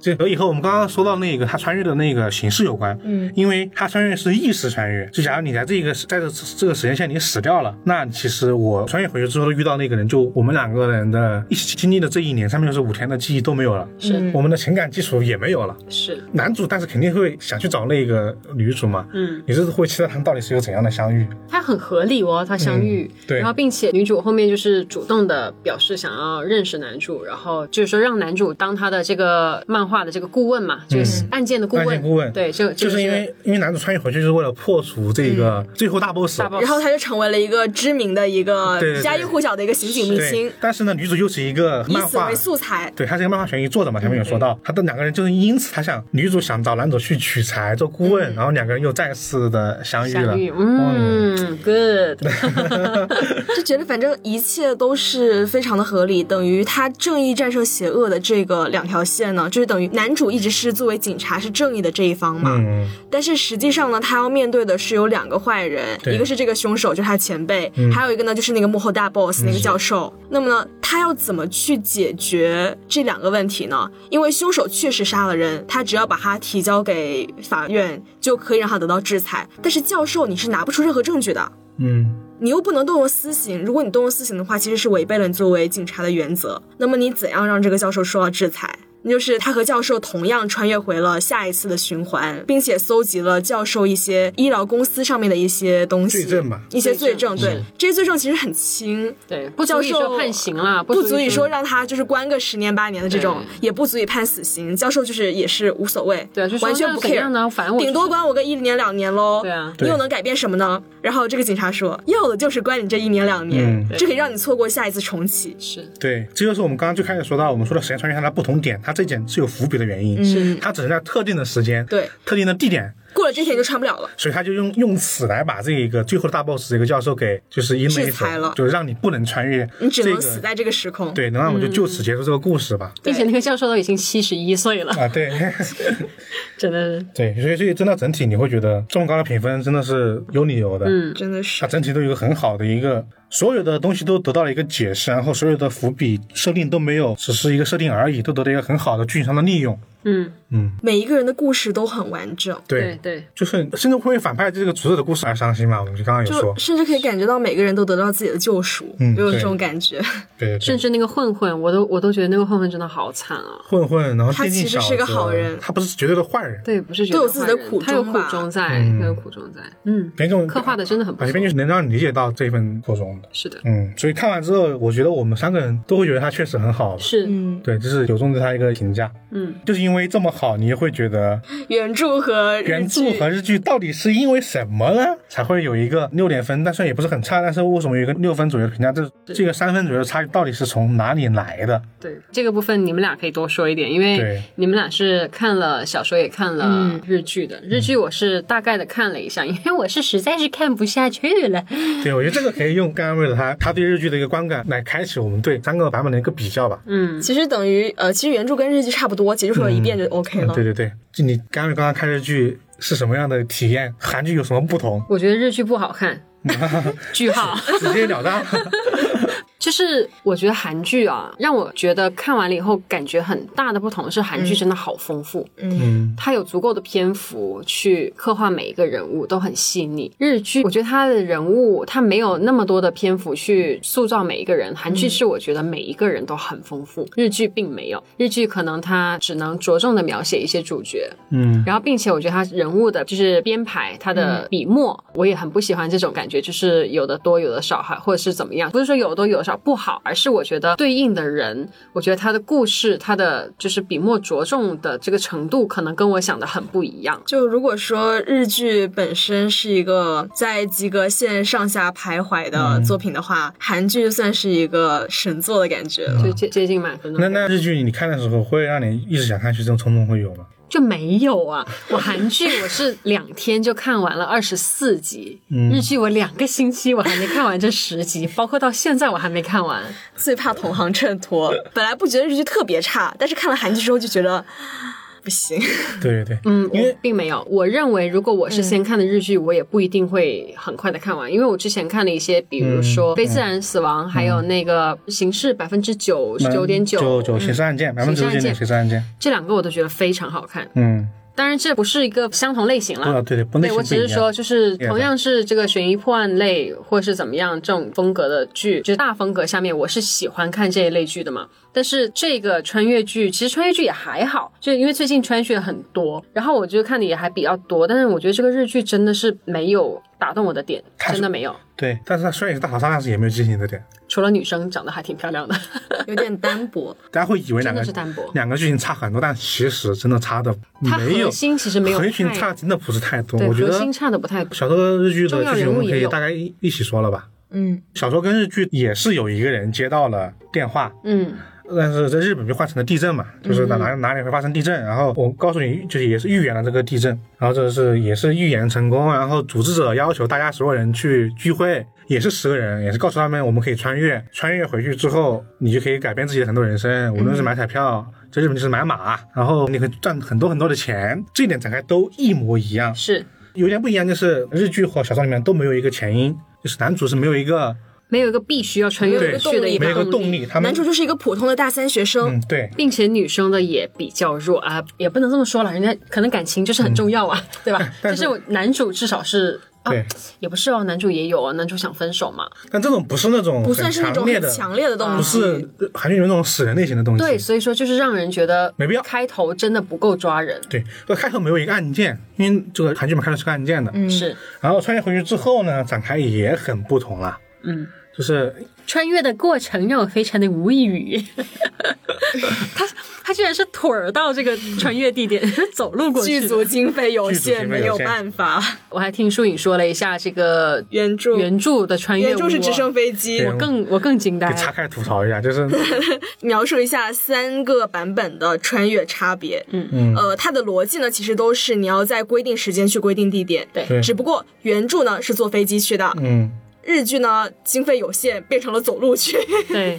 [SPEAKER 3] 这和以后我们刚刚说到那个他穿越的那个形式有关，
[SPEAKER 2] 嗯，
[SPEAKER 3] 因为他穿越是意识穿越，就假如你在这个在这这个时间线里死掉了，那其实我穿越回去之后遇到那个人，就我们两个人的一起经历的这一年，上面就是五天的记忆都没有了，
[SPEAKER 2] 嗯
[SPEAKER 4] 是
[SPEAKER 3] 嗯我们的情感基础也没有了。
[SPEAKER 4] 是
[SPEAKER 3] 男主但是肯定会想去找那个女主嘛，
[SPEAKER 4] 嗯，
[SPEAKER 3] 你是会期待他们到底是一个怎样的相遇？
[SPEAKER 4] 它很合理哦，它相遇
[SPEAKER 3] 嗯，对
[SPEAKER 4] 然后并且女主后面就是主动的表示想要认识男主，然后就是说让男主当他的这个漫画的这个顾问嘛，就是案件的顾
[SPEAKER 3] 案
[SPEAKER 4] 问，
[SPEAKER 3] 件顾问
[SPEAKER 4] 对，就
[SPEAKER 3] 就是因为因为男主穿越回去就是为了破除这个
[SPEAKER 2] 嗯
[SPEAKER 3] 最后大 boss，
[SPEAKER 4] 大 boss
[SPEAKER 2] 然后他就成为了一个知名的一个
[SPEAKER 3] 对对对
[SPEAKER 2] 家喻户晓的一个刑警明
[SPEAKER 3] 对
[SPEAKER 2] 星，，
[SPEAKER 3] 但是呢，女主又是一个
[SPEAKER 2] 以
[SPEAKER 3] 漫
[SPEAKER 2] 此
[SPEAKER 3] 画
[SPEAKER 2] 为。素嗯材。
[SPEAKER 3] 对，她是一个漫画悬疑作者嘛，前面有说到，她的两个人就是因此，她想女主想找男主去取材做顾
[SPEAKER 2] 嗯
[SPEAKER 3] 问，然后两个人又再次的相遇了
[SPEAKER 4] 相。遇，嗯，good，
[SPEAKER 2] 就觉得反正一切都是非常的合理，等于他正义战胜邪恶的这个两条线呢，就是等于男主一直是作为警察是正义的这一方嘛，
[SPEAKER 3] 嗯，
[SPEAKER 2] 但是实际上呢，他要面对的是有两个坏人，
[SPEAKER 3] 对嗯
[SPEAKER 2] 一个是这个凶手，就是他前辈，还有一个呢就是那个幕后大 boss 那个教授。那么呢，他要怎么去解决这两个问题呢？因为凶手确实杀了人，他只要把他提交给法院，就可以让他得到制裁。但是教授，你是拿不出任何证据的。
[SPEAKER 3] 嗯，
[SPEAKER 2] 你又不能动用私刑，如果你动用私刑的话，其实是违背了你作为警察的原则。那么你怎样让这个教授受到制裁？那就是他和教授同样穿越回了下一次的循环，并且搜集了教授一些医疗公司上面的一些东西，
[SPEAKER 3] 罪证吧
[SPEAKER 2] 一些罪证。
[SPEAKER 4] 罪证嗯
[SPEAKER 2] 对，这些罪证其实很轻，
[SPEAKER 4] 对，不足以
[SPEAKER 2] 教授
[SPEAKER 4] 说判刑啦，
[SPEAKER 2] 不足以说
[SPEAKER 4] 让。
[SPEAKER 2] 让他就是关个十年八年的这种，也不足以判死刑。教授就是也是无所谓，
[SPEAKER 4] 对啊就说
[SPEAKER 2] 完全
[SPEAKER 4] 那
[SPEAKER 2] 不
[SPEAKER 4] 怎
[SPEAKER 2] care
[SPEAKER 4] 样呢反啊正我
[SPEAKER 2] 顶
[SPEAKER 4] 就
[SPEAKER 2] 多
[SPEAKER 4] 是
[SPEAKER 2] 关我个一年两年喽。
[SPEAKER 4] 对啊
[SPEAKER 2] 你又能改变什么呢？然后这个警察说，要的就是关你这一年两年
[SPEAKER 3] 嗯，
[SPEAKER 2] 这可以让你错过下一次重启。
[SPEAKER 4] 是
[SPEAKER 3] 对，这就是我们刚刚最开始说到，我们说的时间穿越它的不同点，它这一点是有伏笔的原因，
[SPEAKER 2] 嗯是
[SPEAKER 3] 它只能在特定的时间、
[SPEAKER 2] 对
[SPEAKER 3] 特定的地点，
[SPEAKER 2] 过了这天就穿不了了。
[SPEAKER 3] 所以他就用用此来把这个最后的大 boss 这个教授给就是阴了一
[SPEAKER 2] 制裁
[SPEAKER 3] 手
[SPEAKER 2] 了，
[SPEAKER 3] 就是让你不能穿越，
[SPEAKER 2] 你只能
[SPEAKER 3] 这个
[SPEAKER 2] 死在这个时空。
[SPEAKER 3] 对，能让我们就就此结束这个故事吧。
[SPEAKER 4] 并且那个教授都已经七十一岁了，
[SPEAKER 3] 啊，对，
[SPEAKER 4] 真的是
[SPEAKER 3] 对，所以所以真的整体你会觉得这么高的评分真的是有理由的，嗯，
[SPEAKER 2] 真的是
[SPEAKER 3] 它。整体都有一个很好的一个，所有的东西都得到了一个解释，然后所有的伏笔设定都没有，只是一个设定而已，都得到一个很好的剧情上的利用，
[SPEAKER 4] 嗯，
[SPEAKER 3] 嗯，
[SPEAKER 2] 每一个人的故事都很完整，
[SPEAKER 4] 对对，
[SPEAKER 3] 就是甚至会为反派这个主角的故事而伤心嘛，我们就刚刚有说
[SPEAKER 2] 就，甚至可以感觉到每个人都得到自己的救赎，
[SPEAKER 3] 嗯
[SPEAKER 2] 就有这
[SPEAKER 3] 对
[SPEAKER 2] 种感觉。
[SPEAKER 3] 对对
[SPEAKER 4] 甚
[SPEAKER 3] 对。
[SPEAKER 4] 至那个混混，我都我都觉得那个混混真的好惨啊。
[SPEAKER 3] 混混，然后
[SPEAKER 2] 他
[SPEAKER 3] 电竞
[SPEAKER 2] 其实
[SPEAKER 3] 小
[SPEAKER 2] 是个
[SPEAKER 3] 子
[SPEAKER 2] 好人
[SPEAKER 3] 他不是绝对的坏人。
[SPEAKER 4] 对，不是觉得
[SPEAKER 2] 都有自己的
[SPEAKER 4] 坏人
[SPEAKER 2] 苦
[SPEAKER 4] 他有
[SPEAKER 2] 衷
[SPEAKER 4] 苦
[SPEAKER 2] 吧
[SPEAKER 4] 衷在，
[SPEAKER 3] 嗯
[SPEAKER 4] 他有苦衷在，嗯，
[SPEAKER 3] 编剧
[SPEAKER 4] 刻画的真的很不
[SPEAKER 3] 而且
[SPEAKER 4] 错
[SPEAKER 3] 编，剧能让你理解到这份苦衷的，
[SPEAKER 4] 是的，
[SPEAKER 3] 嗯，所以看完之后，我觉得我们三个人都会觉得他确实很好，
[SPEAKER 4] 是，
[SPEAKER 2] 嗯，
[SPEAKER 3] 对，这是有中对他一个评价。
[SPEAKER 4] 嗯，
[SPEAKER 3] 就是因为这么好，你会觉得
[SPEAKER 2] 原著和日
[SPEAKER 3] 原著
[SPEAKER 2] 剧
[SPEAKER 3] 和日剧到底是因为什么呢，才会有一个六点分？但是也不是很差，但是为什么有一个六分左右的评价？这这个三分左右的差距到底是从哪里来的？
[SPEAKER 4] 对这个部分你们俩可以多说一点，因
[SPEAKER 3] 对
[SPEAKER 4] 为你们俩是看了小说也看了
[SPEAKER 2] 嗯
[SPEAKER 4] 日剧的，日剧我是大概的看了一下，因为我是实在是看不下 去了，
[SPEAKER 3] 对，我觉得这个可以用刚刚为了他他对日剧的一个观感来开启我们对三个版本的一个比较吧。
[SPEAKER 4] 嗯，
[SPEAKER 2] 其实等于呃，其实原著跟日剧差不多，其实说了一遍就 OK 了。
[SPEAKER 3] 嗯对对对，就你刚刚刚刚看日剧是什么样的体验？韩剧有什么不同？
[SPEAKER 4] 我觉得日剧不好看，句号。
[SPEAKER 3] 直截了当。
[SPEAKER 4] 就是 我觉得韩剧啊，让我觉得看完了以后感觉很大的不同是，韩剧真的好丰富，
[SPEAKER 3] 嗯，
[SPEAKER 4] 它有足够的篇幅去刻画每一个人物，都很细腻。日剧我觉得它的人物它没有那么多的篇幅去塑造每一个人，韩剧是我觉得每一个人都很丰富，日剧并没有，日剧可能它只能着重的描写一些主角，
[SPEAKER 3] 嗯，
[SPEAKER 4] 然后，并且我觉得他人物的就是编排，他的笔墨，我也很不喜欢这种感觉，就是有的多，有的少，还或者是怎么样？不是说有的多有的少不好，而是我觉得对应的人，我觉得他的故事，他的就是笔墨着重的这个程度，可能跟我想的很不一样。
[SPEAKER 2] 就如果说日剧本身是一个在及格线上下徘徊的
[SPEAKER 3] 嗯
[SPEAKER 2] 作品的话，韩剧就算是一个神作的感觉了。
[SPEAKER 4] 就接接近满分的
[SPEAKER 3] 嗯那
[SPEAKER 4] 话，
[SPEAKER 3] 那日剧你看的时候会让你一直想看去，这种冲动会有吗？
[SPEAKER 4] 就没有啊！我韩剧我是两天就看完了二十四集，
[SPEAKER 3] 嗯
[SPEAKER 4] 日剧我两个星期我还没看完这十集，包括到现在我还没看完。
[SPEAKER 2] 最怕同行衬 托，本来不觉得日剧特别差，但是看了韩剧之后就觉得啊不 行。
[SPEAKER 3] 对对，
[SPEAKER 4] 嗯，
[SPEAKER 3] 因
[SPEAKER 4] 我
[SPEAKER 3] 为
[SPEAKER 4] 并没有。我认为，如果我是
[SPEAKER 2] 嗯
[SPEAKER 4] 先看的日剧，我也不一定会很快的看完，因为我之前看了一些，比如说
[SPEAKER 3] 嗯
[SPEAKER 4] 《非自然死亡》，还有那个《刑事百分之九十九点
[SPEAKER 3] 九
[SPEAKER 4] 九》
[SPEAKER 3] 九刑事案件，百分之九
[SPEAKER 4] 刑
[SPEAKER 3] 十
[SPEAKER 4] 事
[SPEAKER 3] 九
[SPEAKER 4] 案件
[SPEAKER 3] 点刑事案件，
[SPEAKER 4] 这两个，我都觉得非常好看。
[SPEAKER 3] 嗯，
[SPEAKER 4] 当然，这不是一个相同类型
[SPEAKER 3] 啊
[SPEAKER 4] 了。
[SPEAKER 3] 对对，不类
[SPEAKER 4] 对，
[SPEAKER 3] 型
[SPEAKER 4] 我
[SPEAKER 3] 不
[SPEAKER 4] 只
[SPEAKER 3] 一
[SPEAKER 4] 是
[SPEAKER 3] 样
[SPEAKER 4] 说，就是
[SPEAKER 3] 对的
[SPEAKER 4] 同样是这个悬疑破案类，或是怎么样这种风格的剧，就是大风格下面，我是喜欢看这一类剧的嘛。但是这个穿越剧，其实穿越剧也还好，就因为最近穿越很多，然后我就看的也还比较多。但是我觉得这个日剧真的是没有打动我的点，
[SPEAKER 3] 它是
[SPEAKER 4] 真的没有。
[SPEAKER 3] 对，但是它虽然也是大逃杀，但是也没有激情的点，
[SPEAKER 4] 除了女生长得还挺漂亮的，
[SPEAKER 2] 有点单薄，
[SPEAKER 3] 大家会以为两
[SPEAKER 4] 真
[SPEAKER 3] 个
[SPEAKER 4] 的是单薄。
[SPEAKER 3] 两个剧情差很多，但其实真的差的
[SPEAKER 4] 它
[SPEAKER 3] 没有
[SPEAKER 4] 核，心其实没有
[SPEAKER 3] 核心
[SPEAKER 4] 太
[SPEAKER 3] 差真的不是太多。
[SPEAKER 4] 对
[SPEAKER 3] 我觉
[SPEAKER 4] 核
[SPEAKER 3] 得
[SPEAKER 4] 心差的不太多。
[SPEAKER 3] 小说日剧
[SPEAKER 4] 重
[SPEAKER 3] 的
[SPEAKER 4] 要
[SPEAKER 3] 剧
[SPEAKER 4] 人
[SPEAKER 3] 情
[SPEAKER 4] 物
[SPEAKER 3] 我们
[SPEAKER 4] 也
[SPEAKER 3] 可以
[SPEAKER 4] 有
[SPEAKER 3] 大概一一起说了吧。
[SPEAKER 2] 嗯，
[SPEAKER 3] 小说跟日剧也是有一个人接到了电话，
[SPEAKER 4] 嗯，
[SPEAKER 3] 但是在日本就换成了地震嘛，就是哪哪哪里会发生地震，然后我告诉你，就是也是预言了这个地震，然后这是也是预言成功，然后组织者要求大家所有人去聚会，也是十个人，也是告诉他们我们可以穿越，穿越回去之后，你就可以改变自己的很多人生，无论是买彩票。在日本就是买马，然后你可以赚很多很多的钱，这一点展开都一模一样。
[SPEAKER 4] 是
[SPEAKER 3] 有一点不一样就是日剧和小说里面都没有一个前因，就是男主是没有一个
[SPEAKER 4] 没有一个必须要穿越
[SPEAKER 3] 对
[SPEAKER 4] 过去的一
[SPEAKER 3] 没有一个
[SPEAKER 4] 个
[SPEAKER 3] 动
[SPEAKER 4] 动力。
[SPEAKER 3] 力，他们
[SPEAKER 2] 男主就是一个普通的大三学生，
[SPEAKER 3] 嗯对，
[SPEAKER 4] 并且女生的也比较弱啊，也不能这么说了，人家可能感情就是很重要啊，
[SPEAKER 2] 嗯
[SPEAKER 4] 对吧？
[SPEAKER 3] 但
[SPEAKER 4] 但
[SPEAKER 3] 是
[SPEAKER 4] 是我男主至少是。啊
[SPEAKER 3] 对，
[SPEAKER 4] 也不是哦，男主也有啊，男主想分手嘛，
[SPEAKER 2] 嗯
[SPEAKER 3] 但这种不是那种
[SPEAKER 2] 不算是那
[SPEAKER 3] 很
[SPEAKER 2] 种
[SPEAKER 3] 强烈
[SPEAKER 2] 很
[SPEAKER 3] 的，
[SPEAKER 2] 强烈的动
[SPEAKER 3] 不
[SPEAKER 2] 机，
[SPEAKER 3] 是呃韩剧里面那种死人类型的东西。
[SPEAKER 4] 对，所以说就是让人觉得
[SPEAKER 3] 没必要
[SPEAKER 4] 开头真的不够抓人，
[SPEAKER 3] 对，这开头没有一个案件，因为这个韩剧嘛开头是个案件的。嗯。
[SPEAKER 4] 是
[SPEAKER 3] 然后穿越回去之后呢，展开也很不同了。
[SPEAKER 4] 嗯，
[SPEAKER 3] 就是
[SPEAKER 4] 穿越的过程让我非常的无语， 他他居然是腿儿到这个穿越地点 走路过去
[SPEAKER 2] 剧
[SPEAKER 4] 的，
[SPEAKER 2] 组经费有
[SPEAKER 3] 剧组经
[SPEAKER 2] 限，
[SPEAKER 3] 费有
[SPEAKER 2] 没有
[SPEAKER 3] 限
[SPEAKER 2] 办法。
[SPEAKER 4] 我还听树影说了一下这个
[SPEAKER 2] 原著
[SPEAKER 4] 原著的穿越，哦
[SPEAKER 2] 原著是直升，飞机
[SPEAKER 3] 啊对，
[SPEAKER 4] 我更我更惊呆
[SPEAKER 3] 给
[SPEAKER 4] 了，
[SPEAKER 3] 岔开吐槽一 下，就是
[SPEAKER 2] 描述一下三个版本的穿越差别。嗯
[SPEAKER 3] 嗯
[SPEAKER 2] 呃，它的逻辑呢，其实都是你要在规定时间去规定地点。
[SPEAKER 4] 对
[SPEAKER 3] 对
[SPEAKER 2] 只不过原著呢是坐飞机去的，
[SPEAKER 3] 嗯，
[SPEAKER 2] 日剧呢经费有限变成了走路去，
[SPEAKER 4] 对。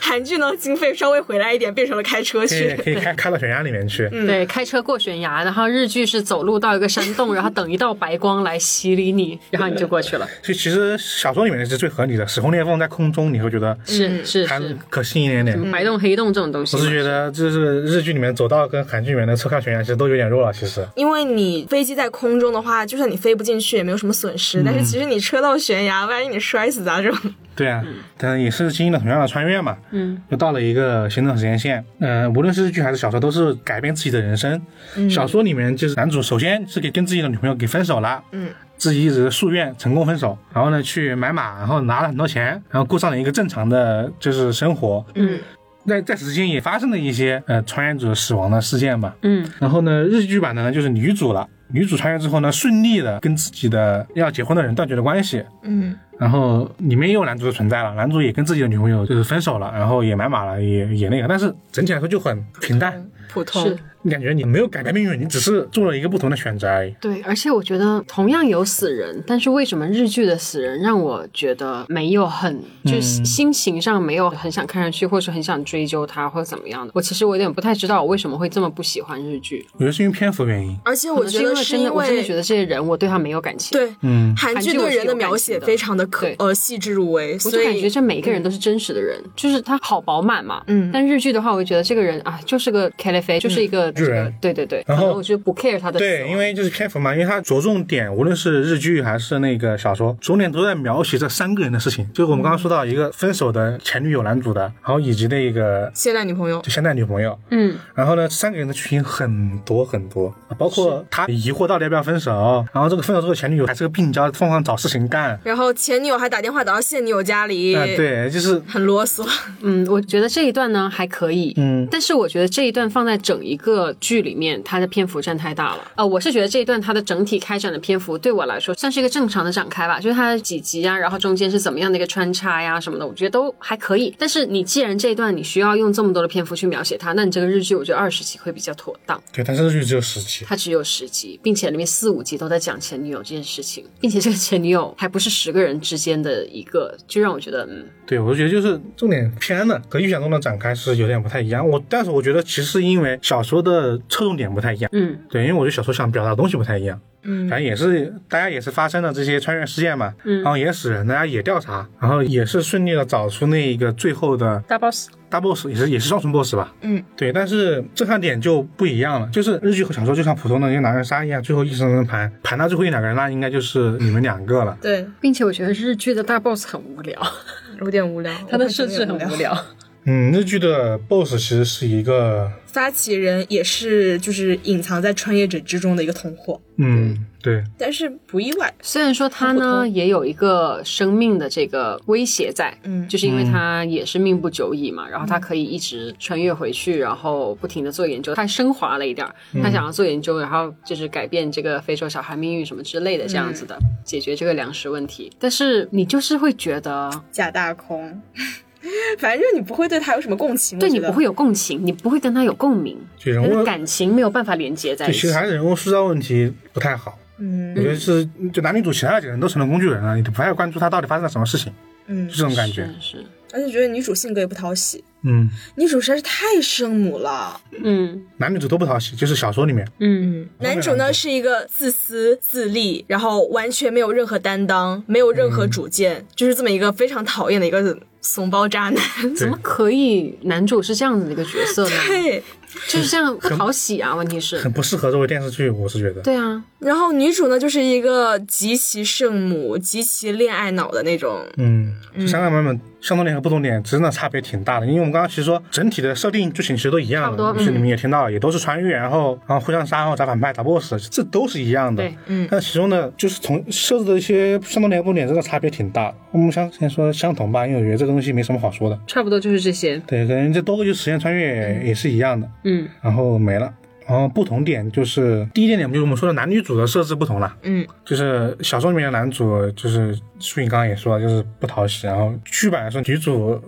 [SPEAKER 2] 韩剧呢经费稍微回来一点变成了开车
[SPEAKER 3] 可以
[SPEAKER 2] 去。
[SPEAKER 3] 可以开开到悬崖里面去。
[SPEAKER 2] 嗯
[SPEAKER 4] 对，开车过悬崖，然后日剧是走路到一个山 洞，然后等一道白光来洗礼你，然后你就过去了。
[SPEAKER 3] 所以其实小说里面是最合理的，时空裂缝在空中，你会觉得
[SPEAKER 2] 嗯
[SPEAKER 4] 是是
[SPEAKER 3] 还
[SPEAKER 4] 是，
[SPEAKER 3] 可信一点点。
[SPEAKER 4] 白洞黑洞这种东西
[SPEAKER 3] 我
[SPEAKER 4] 嘛。
[SPEAKER 3] 是觉得就是日剧里面走道跟韩剧里面的车靠悬崖其实都有点弱了，其实。
[SPEAKER 2] 因为你飞机在空中的话，就算你飞不进去也没有什么损
[SPEAKER 4] 嗯
[SPEAKER 2] 失，但是其实你车到悬崖，万一你摔死咋整？
[SPEAKER 3] 对啊，但也是经历了同样的穿越嘛，
[SPEAKER 4] 嗯，
[SPEAKER 3] 又到了一个新的时间线。嗯，无论是日剧还是小说，都是改变自己的人生。小说里面就是男主首先是给跟自己的女朋友给分手了，
[SPEAKER 2] 嗯，
[SPEAKER 3] 自己一直夙愿成功分手，然后呢去买马，然后拿了很多钱，然后过上了一个正常的就是生活。
[SPEAKER 2] 嗯，
[SPEAKER 3] 在在此之间也发生了一些呃穿越者死亡的事件吧。
[SPEAKER 4] 嗯，
[SPEAKER 3] 然后呢，日剧版的呢就是女主了，女主穿越之后呢，顺利的跟自己的要结婚的人断绝了关系，
[SPEAKER 2] 嗯，
[SPEAKER 3] 然后里面也有男主的存在了，男主也跟自己的女朋友就是分手了，然后也买马了，也也那个，但是整体来说就很平淡，
[SPEAKER 2] 普
[SPEAKER 4] 是
[SPEAKER 2] 通。
[SPEAKER 3] 你感觉你没有改变命运，你只是做了一个不同的选择而已。
[SPEAKER 4] 对，而且我觉得同样有死人，但是为什么日剧的死人让我觉得没有很，
[SPEAKER 3] 嗯
[SPEAKER 4] 就是心情上没有很想看上去，或是很想追究他，或者怎么样的？我其实我有点不太知道我为什么会这么不喜欢日剧。
[SPEAKER 3] 我觉得是因为篇幅原因，
[SPEAKER 2] 而且我觉得
[SPEAKER 4] 的
[SPEAKER 2] 是
[SPEAKER 4] 真的，
[SPEAKER 2] 因
[SPEAKER 4] 我真的
[SPEAKER 2] 为
[SPEAKER 4] 觉得这些人，我对他没有感情。，
[SPEAKER 2] 对。
[SPEAKER 3] 嗯，
[SPEAKER 2] 韩
[SPEAKER 4] 韩剧
[SPEAKER 2] 剧
[SPEAKER 4] 我
[SPEAKER 2] 对
[SPEAKER 4] 是
[SPEAKER 2] 人的
[SPEAKER 4] 有感
[SPEAKER 2] 描
[SPEAKER 4] 情
[SPEAKER 2] 写
[SPEAKER 4] 的
[SPEAKER 2] 非常的可
[SPEAKER 4] 对
[SPEAKER 2] 呃细致入微，
[SPEAKER 4] 我
[SPEAKER 2] 所
[SPEAKER 4] 就
[SPEAKER 2] 以
[SPEAKER 4] 感觉这每一个人都是真实的人，就是他好饱满嘛。
[SPEAKER 2] 嗯
[SPEAKER 4] 但日剧的话，我就觉得这个人啊，就是个 k l f 就是一个这
[SPEAKER 3] 巨
[SPEAKER 4] 个
[SPEAKER 3] 嗯人，
[SPEAKER 4] 对对对。
[SPEAKER 3] 然
[SPEAKER 4] 可能
[SPEAKER 3] 后
[SPEAKER 4] 我就不 care 他的死亡。
[SPEAKER 3] 对，因为就是篇幅嘛，因为它着重点，无论是日剧还是那个小说，重点都在描写这三个人的事情。就是我们刚刚说到一个分手的前女友男主的，然后以及那个
[SPEAKER 2] 现在女朋友
[SPEAKER 3] 就现在女朋友，
[SPEAKER 4] 嗯，
[SPEAKER 3] 然后呢，这三个人的剧情很多很多，包括他疑惑到底要不要分手，然后这个分手之后前女友还是个病娇，疯狂找事情干。
[SPEAKER 2] 然后前女友还打电话打到现女友家里，
[SPEAKER 3] 啊、对，就是
[SPEAKER 2] 很啰嗦。
[SPEAKER 4] 嗯，我觉得这一段呢还可以，
[SPEAKER 3] 嗯
[SPEAKER 4] 但是我觉得这一段放在整一个剧里面，它的篇幅占太大了。呃，我是觉得这一段它的整体开展的篇幅对我来说算是一个正常的展开吧，就是它的几集啊，然后中间是怎么样的一个穿插呀什么的，我觉得都还可以。但是你既然这一段你需要用这么多的篇幅去描写它，那你这个日剧我觉得二十集会比较妥当。
[SPEAKER 3] 对，但是日剧只有十集，
[SPEAKER 4] 它只有十集，并且里面四五集都在讲前女友这件事情，并且这个前女友还不是十个人之间的一个，就让我觉得嗯。
[SPEAKER 3] 对我就觉得就是重点偏了，和预想中的展开是有点不太一样。我但是我觉得其实是因为小说的侧重点不太一样，
[SPEAKER 4] 嗯，
[SPEAKER 3] 对，因为我觉得小说想表达的东西不太一样。
[SPEAKER 2] 嗯，
[SPEAKER 3] 反正也是大家也是发生了这些穿越事件嘛，嗯，然后也死人，大家也调查，然后也是顺利的找出那一个最后的
[SPEAKER 4] 大 boss，
[SPEAKER 3] 大 boss 也是也是双重 boss 吧？
[SPEAKER 2] 嗯，
[SPEAKER 3] 对，但是震撼点就不一样了，就是日剧和小说就像普通的那些狼人杀一样，最后一声声盘盘到最后一两个人，那应该就是你们两个了。
[SPEAKER 2] 对，
[SPEAKER 4] 并且我觉得日剧的大 boss 很无 聊，
[SPEAKER 2] 有点 无聊，
[SPEAKER 4] 它的
[SPEAKER 2] 我
[SPEAKER 4] 设
[SPEAKER 2] 看着
[SPEAKER 4] 置
[SPEAKER 2] 有
[SPEAKER 4] 很
[SPEAKER 2] 点
[SPEAKER 4] 无。聊。
[SPEAKER 3] 嗯，日剧的 boss 其实是一个，
[SPEAKER 2] 发起人也是就是隐藏在穿越者之中的一个同伙，
[SPEAKER 3] 嗯，对，
[SPEAKER 2] 但是不意外。
[SPEAKER 4] 虽然说他
[SPEAKER 2] 很普
[SPEAKER 4] 呢
[SPEAKER 2] 通
[SPEAKER 4] 也有一个生命的这个威胁在，
[SPEAKER 2] 嗯
[SPEAKER 4] 就是因为他也是命不久矣嘛，然后他可以一直穿越回去，然后不停的做研究，他升华了一点儿，他想要做研究，然后就是改变这个非洲小孩命运什么之类的这样子的，解决这个粮食问题。但是你就是会觉得，
[SPEAKER 2] 假大空， 反正就是你不会对他有什么共情，
[SPEAKER 4] 对
[SPEAKER 2] 我
[SPEAKER 4] 你
[SPEAKER 2] 觉得
[SPEAKER 4] 不会有共情，你不会跟他有共鸣，
[SPEAKER 3] 就人
[SPEAKER 4] 你的
[SPEAKER 3] 物，
[SPEAKER 4] 感情没有办法连接在
[SPEAKER 3] 对，
[SPEAKER 4] 一
[SPEAKER 3] 其实
[SPEAKER 4] 起。
[SPEAKER 3] 还是人物塑造问题不太好。
[SPEAKER 2] 嗯
[SPEAKER 3] 我觉得是，就男女主其他的几个人都成了工具人了，你不太关注他到底发生了什么事情，
[SPEAKER 2] 嗯
[SPEAKER 3] 就，这种感觉。
[SPEAKER 4] 是，
[SPEAKER 2] 而且觉得女主性格也不讨喜，
[SPEAKER 3] 嗯，
[SPEAKER 2] 女主实在是太圣母了。
[SPEAKER 4] 是嗯
[SPEAKER 3] 男女主都不讨喜，就是小说里面，
[SPEAKER 4] 嗯。
[SPEAKER 2] 嗯，男主呢是一个自私自利，然后完全没有任何担当，没有任何
[SPEAKER 3] 嗯
[SPEAKER 2] 主见，就是这么一个非常讨厌的一个怂包渣男。
[SPEAKER 4] 怎么可以男主是这样子的一个角色呢？
[SPEAKER 2] 对，
[SPEAKER 4] 就是这样不讨喜啊！问题是
[SPEAKER 3] 很，不适合作为电视剧，我是觉得。
[SPEAKER 4] 对啊，
[SPEAKER 2] 然后女主呢就是一个极其圣母、极其恋爱脑的那种。
[SPEAKER 3] 嗯，就香港版本相同点和不同点真的差别挺大的，因为我们刚刚其实说整体的设定剧情其实都一样
[SPEAKER 4] 差
[SPEAKER 3] 的，
[SPEAKER 4] 不多
[SPEAKER 3] 就是
[SPEAKER 4] 嗯
[SPEAKER 3] 你们也听到了，也都是穿越，然后然后互相杀，然后打反派、打 BOSS，这都是一样的。
[SPEAKER 4] 对
[SPEAKER 2] 嗯
[SPEAKER 3] 但其中呢，就是从设置的一些相同点和不同点真的差别挺大的。我们相先说相同吧，因为我觉得这个东西没什么好说的。
[SPEAKER 4] 差不多就是这些。
[SPEAKER 3] 对，可能这多个就时间穿越也是一样的，
[SPEAKER 4] 嗯，
[SPEAKER 3] 然后没了。然后不同点就是第一点点，就是我们说的男女主的设置不同了。
[SPEAKER 2] 嗯，
[SPEAKER 3] 就是小说里面的男主，就是舒颖刚刚也说了，就是不讨喜。然后剧版说女主，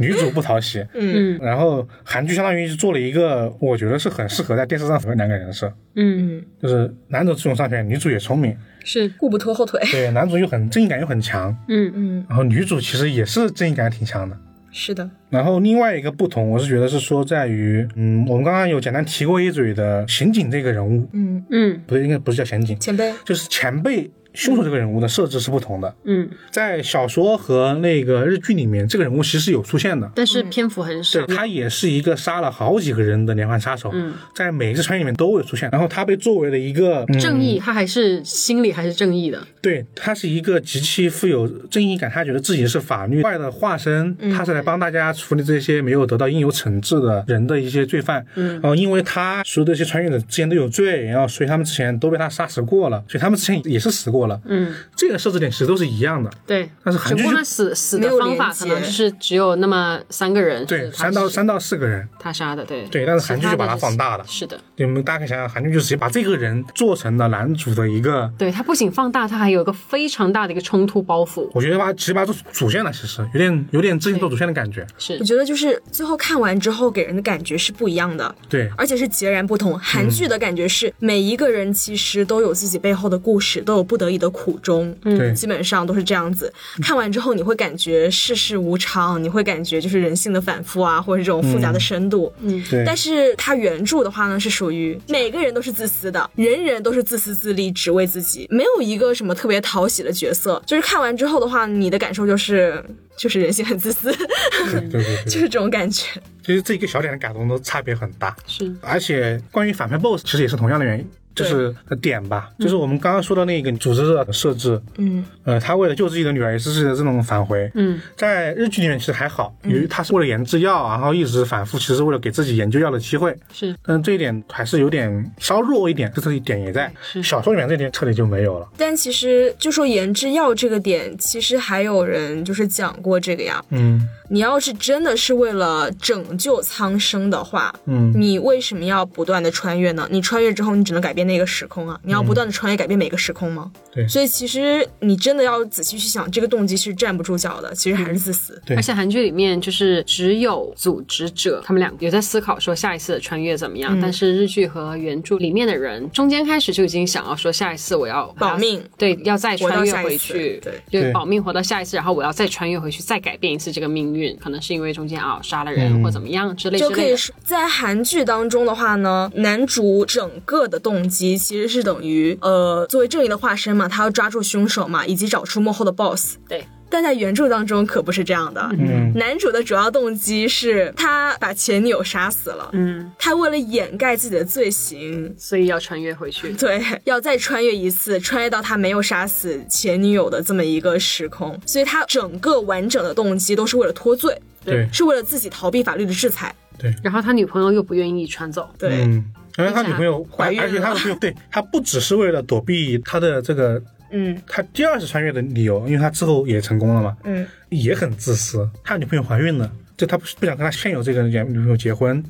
[SPEAKER 3] 女主不讨喜。
[SPEAKER 2] 嗯
[SPEAKER 3] 然后韩剧相当于是做了一个，我觉得是很适合在电视上和两个人的事，
[SPEAKER 4] 嗯，
[SPEAKER 3] 就是男主智勇双全，女主也聪明，
[SPEAKER 4] 是，
[SPEAKER 2] 互不拖后腿。
[SPEAKER 3] 对，男主又很正义感又很强，
[SPEAKER 4] 嗯
[SPEAKER 2] 嗯，
[SPEAKER 3] 然后女主其实也是正义感挺强的。
[SPEAKER 2] 是的，
[SPEAKER 3] 然后另外一个不同，我是觉得是说在于，嗯，我们刚刚有简单提过一嘴的刑警这个人物，
[SPEAKER 2] 嗯，
[SPEAKER 4] 嗯
[SPEAKER 3] 不对，应该不是叫刑警，
[SPEAKER 2] 前辈，
[SPEAKER 3] 就是前辈凶手这个人物的设置是不同的。
[SPEAKER 4] 嗯，
[SPEAKER 3] 在小说和那个日剧里面，这个人物其实是有出现的。
[SPEAKER 4] 但
[SPEAKER 2] 嗯
[SPEAKER 4] 是篇幅很少
[SPEAKER 3] 对，。他也是一个杀了好几个人的连环杀手，
[SPEAKER 4] 嗯
[SPEAKER 3] 在每一次穿越里面都有出现。然后他被作为了一个、嗯
[SPEAKER 4] 正义，他还是心里还是正义的。
[SPEAKER 3] 对他是一个极其富有正义感，他觉得自己是法律外的化身，他是来帮大家处理这些没有得到应有惩治的人的一些罪犯。嗯，然后因为他所有的一些穿越者之前都有罪，然后所以他们之前都被他杀死过了，所以他们之前也是死过了。
[SPEAKER 4] 嗯，
[SPEAKER 3] 这个设置点其实都是一样的。
[SPEAKER 4] 对。
[SPEAKER 3] 但是
[SPEAKER 4] 只
[SPEAKER 3] 韩
[SPEAKER 4] 不
[SPEAKER 3] 剧
[SPEAKER 4] 过
[SPEAKER 3] 就
[SPEAKER 4] 他死死
[SPEAKER 2] 没
[SPEAKER 4] 的
[SPEAKER 2] 有
[SPEAKER 4] 方法
[SPEAKER 2] 连
[SPEAKER 4] 可能
[SPEAKER 2] 接
[SPEAKER 4] 就是只有那么三个人，
[SPEAKER 3] 对
[SPEAKER 4] 他
[SPEAKER 3] 三到
[SPEAKER 4] 是
[SPEAKER 3] 三到四个人，
[SPEAKER 4] 他杀的，对
[SPEAKER 3] 对但是韩剧
[SPEAKER 4] 其他
[SPEAKER 3] 就把
[SPEAKER 4] 的
[SPEAKER 3] 它放大了
[SPEAKER 4] 是的，
[SPEAKER 3] 你们大家可以想想，韩剧就直接把这个人做成了男主的一个
[SPEAKER 4] 对他不仅放大，他还有一个非常大的一个冲突包袱。
[SPEAKER 3] 我觉得吧，其实把它做主线了，其实有点有点自己做主线的感觉。
[SPEAKER 4] 是
[SPEAKER 2] 我，觉得就是最后看完之后给人的感觉是不一样的，
[SPEAKER 3] 对，
[SPEAKER 2] 而且是截然不同。韩剧的感觉是每一个人其实都有自己背后的故事，都有不得意的苦衷，
[SPEAKER 3] 对
[SPEAKER 2] 基本上都是这样子。看完之后，你会感觉世事无常，你会感觉就是人性的反复啊，或者这种复杂的深度。嗯，
[SPEAKER 3] 对
[SPEAKER 2] 但是它原著的话呢，是属于每个人都是自私的，人人都是自私自利，只为自己，没有一个什么特别讨喜的角色。就是看完之后的话，你的感受就是。就是人性很自私，
[SPEAKER 3] 对对对，
[SPEAKER 2] 就是这种感觉。
[SPEAKER 3] 其实这一个小点的改动都差别很大。
[SPEAKER 4] 是
[SPEAKER 3] 而且关于反派 BOSS 其实也是同样的原因，就是呃点吧，就是我们刚刚说的那个组织者的设置，
[SPEAKER 2] 嗯，
[SPEAKER 3] 呃，他为了救自己的女儿，也是自己的这种返回，嗯，在日剧里面其实还好，由于他是为了研制药，然后一直反复，其实是为了给自己研究药的机会，
[SPEAKER 4] 是，
[SPEAKER 3] 但这一点还是有点稍弱一点，这这一点也在
[SPEAKER 4] 是
[SPEAKER 3] 小说里面这点彻底就没有了，
[SPEAKER 2] 但其实就说研制药这个点，其实还有人就是讲过这个呀。
[SPEAKER 3] 嗯
[SPEAKER 2] 你要是真的是为了拯救苍生的话，
[SPEAKER 3] 嗯，
[SPEAKER 2] 你为什么要不断的穿越呢？你穿越之后，你只能改变那个时空啊！你要不断的穿越，改变每个时空吗？
[SPEAKER 3] 嗯对
[SPEAKER 2] 所以其实你真的要仔细去想，这个动机是站不住脚的，其实还是自私。
[SPEAKER 3] 对
[SPEAKER 4] 而且韩剧里面就是只有组织者他们俩有在思考说下一次的穿越怎么
[SPEAKER 2] 嗯
[SPEAKER 4] 样，但是日剧和原著里面的人中间开始就已经想要说下一次我要
[SPEAKER 2] 保命，
[SPEAKER 4] 对，要再
[SPEAKER 2] 活到
[SPEAKER 4] 穿越
[SPEAKER 2] 下一
[SPEAKER 4] 回
[SPEAKER 2] 次
[SPEAKER 4] 去，
[SPEAKER 2] 对
[SPEAKER 4] 就是
[SPEAKER 3] 对
[SPEAKER 4] 保命活到下一次，然后我要再穿越回去，再改变一次这个命运，可能是因为中间啊杀了人
[SPEAKER 3] 嗯
[SPEAKER 4] 或怎么样之类之
[SPEAKER 2] 就可
[SPEAKER 4] 类
[SPEAKER 2] 以
[SPEAKER 4] 的。
[SPEAKER 2] 说，在韩剧当中的话呢，男主整个的动机其实是等于呃，作为正义的化身嘛，他要抓住凶手嘛，以及找出幕后的 boss。
[SPEAKER 4] 对，
[SPEAKER 2] 但在原著当中可不是这样的。
[SPEAKER 3] 嗯
[SPEAKER 2] 男主的主要动机是他把前女友杀死了，
[SPEAKER 4] 嗯，
[SPEAKER 2] 他为了掩盖自己的罪行，
[SPEAKER 4] 所以要穿越回去。
[SPEAKER 2] 对，要再穿越一次，穿越到他没有杀死前女友的这么一个时空，所以他整个完整的动机都是为了脱罪，
[SPEAKER 3] 对
[SPEAKER 2] 是为了自己逃避法律的制裁。
[SPEAKER 4] 然后他女朋友又不愿意穿走，
[SPEAKER 2] 对，
[SPEAKER 3] 嗯。而且他
[SPEAKER 4] 而且
[SPEAKER 3] 女朋友
[SPEAKER 2] 怀孕
[SPEAKER 3] 而且他
[SPEAKER 2] 了
[SPEAKER 3] 女朋友对他不只是为了躲避他的这个
[SPEAKER 2] 嗯
[SPEAKER 3] 他第二次穿越的理由，因为他之后也成功了嘛，
[SPEAKER 2] 嗯，
[SPEAKER 3] 也很自私。他女朋友怀孕了，就他不不想跟他现有这个女朋友结婚，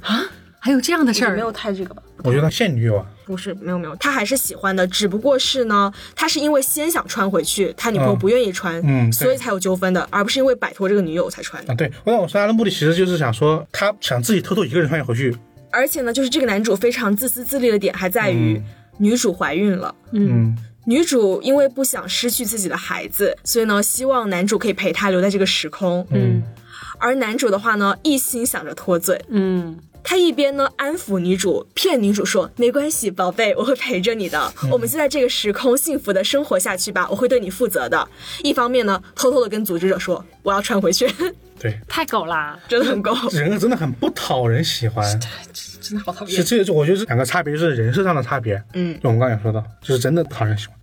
[SPEAKER 4] 还有这样的事
[SPEAKER 2] 没
[SPEAKER 4] 儿，
[SPEAKER 2] 有太这个吧？
[SPEAKER 3] 我觉得他现女友啊，
[SPEAKER 2] 不是，没有没有，他还是喜欢的，只不过是呢，他是因为先想穿回去，他女朋友
[SPEAKER 3] 嗯
[SPEAKER 2] 不愿意穿，
[SPEAKER 3] 嗯对
[SPEAKER 2] 所以才有纠纷的，而不是因为摆脱这个女友才穿的
[SPEAKER 3] 啊，。对，我想我说他的目的其实就是想说，他想自己偷偷一个人穿越回去，
[SPEAKER 2] 而且呢，就是这个男主非常自私自利的点还在于，女主怀孕了。
[SPEAKER 3] 嗯，
[SPEAKER 2] 女主因为不想失去自己的孩子，所以呢，希望男主可以陪她留在这个时空。
[SPEAKER 4] 嗯
[SPEAKER 2] 而男主的话呢，一心想着脱罪，
[SPEAKER 4] 嗯，
[SPEAKER 2] 他一边呢安抚女主，骗女主说没关系，宝贝，我会陪着你的，
[SPEAKER 3] 嗯
[SPEAKER 2] 我们就在这个时空幸福的生活下去吧，我会对你负责的。一方面呢，偷偷的跟组织者说我要穿回去，
[SPEAKER 3] 对，
[SPEAKER 4] 太狗啦，
[SPEAKER 2] 真的很 够。
[SPEAKER 3] 这人真的很不讨人喜欢。
[SPEAKER 4] 真的好讨
[SPEAKER 3] 是。这，我觉得这两个差别就是人设上的差别。
[SPEAKER 2] 嗯，
[SPEAKER 3] 就我们刚才也说到，就是真的不讨人喜欢。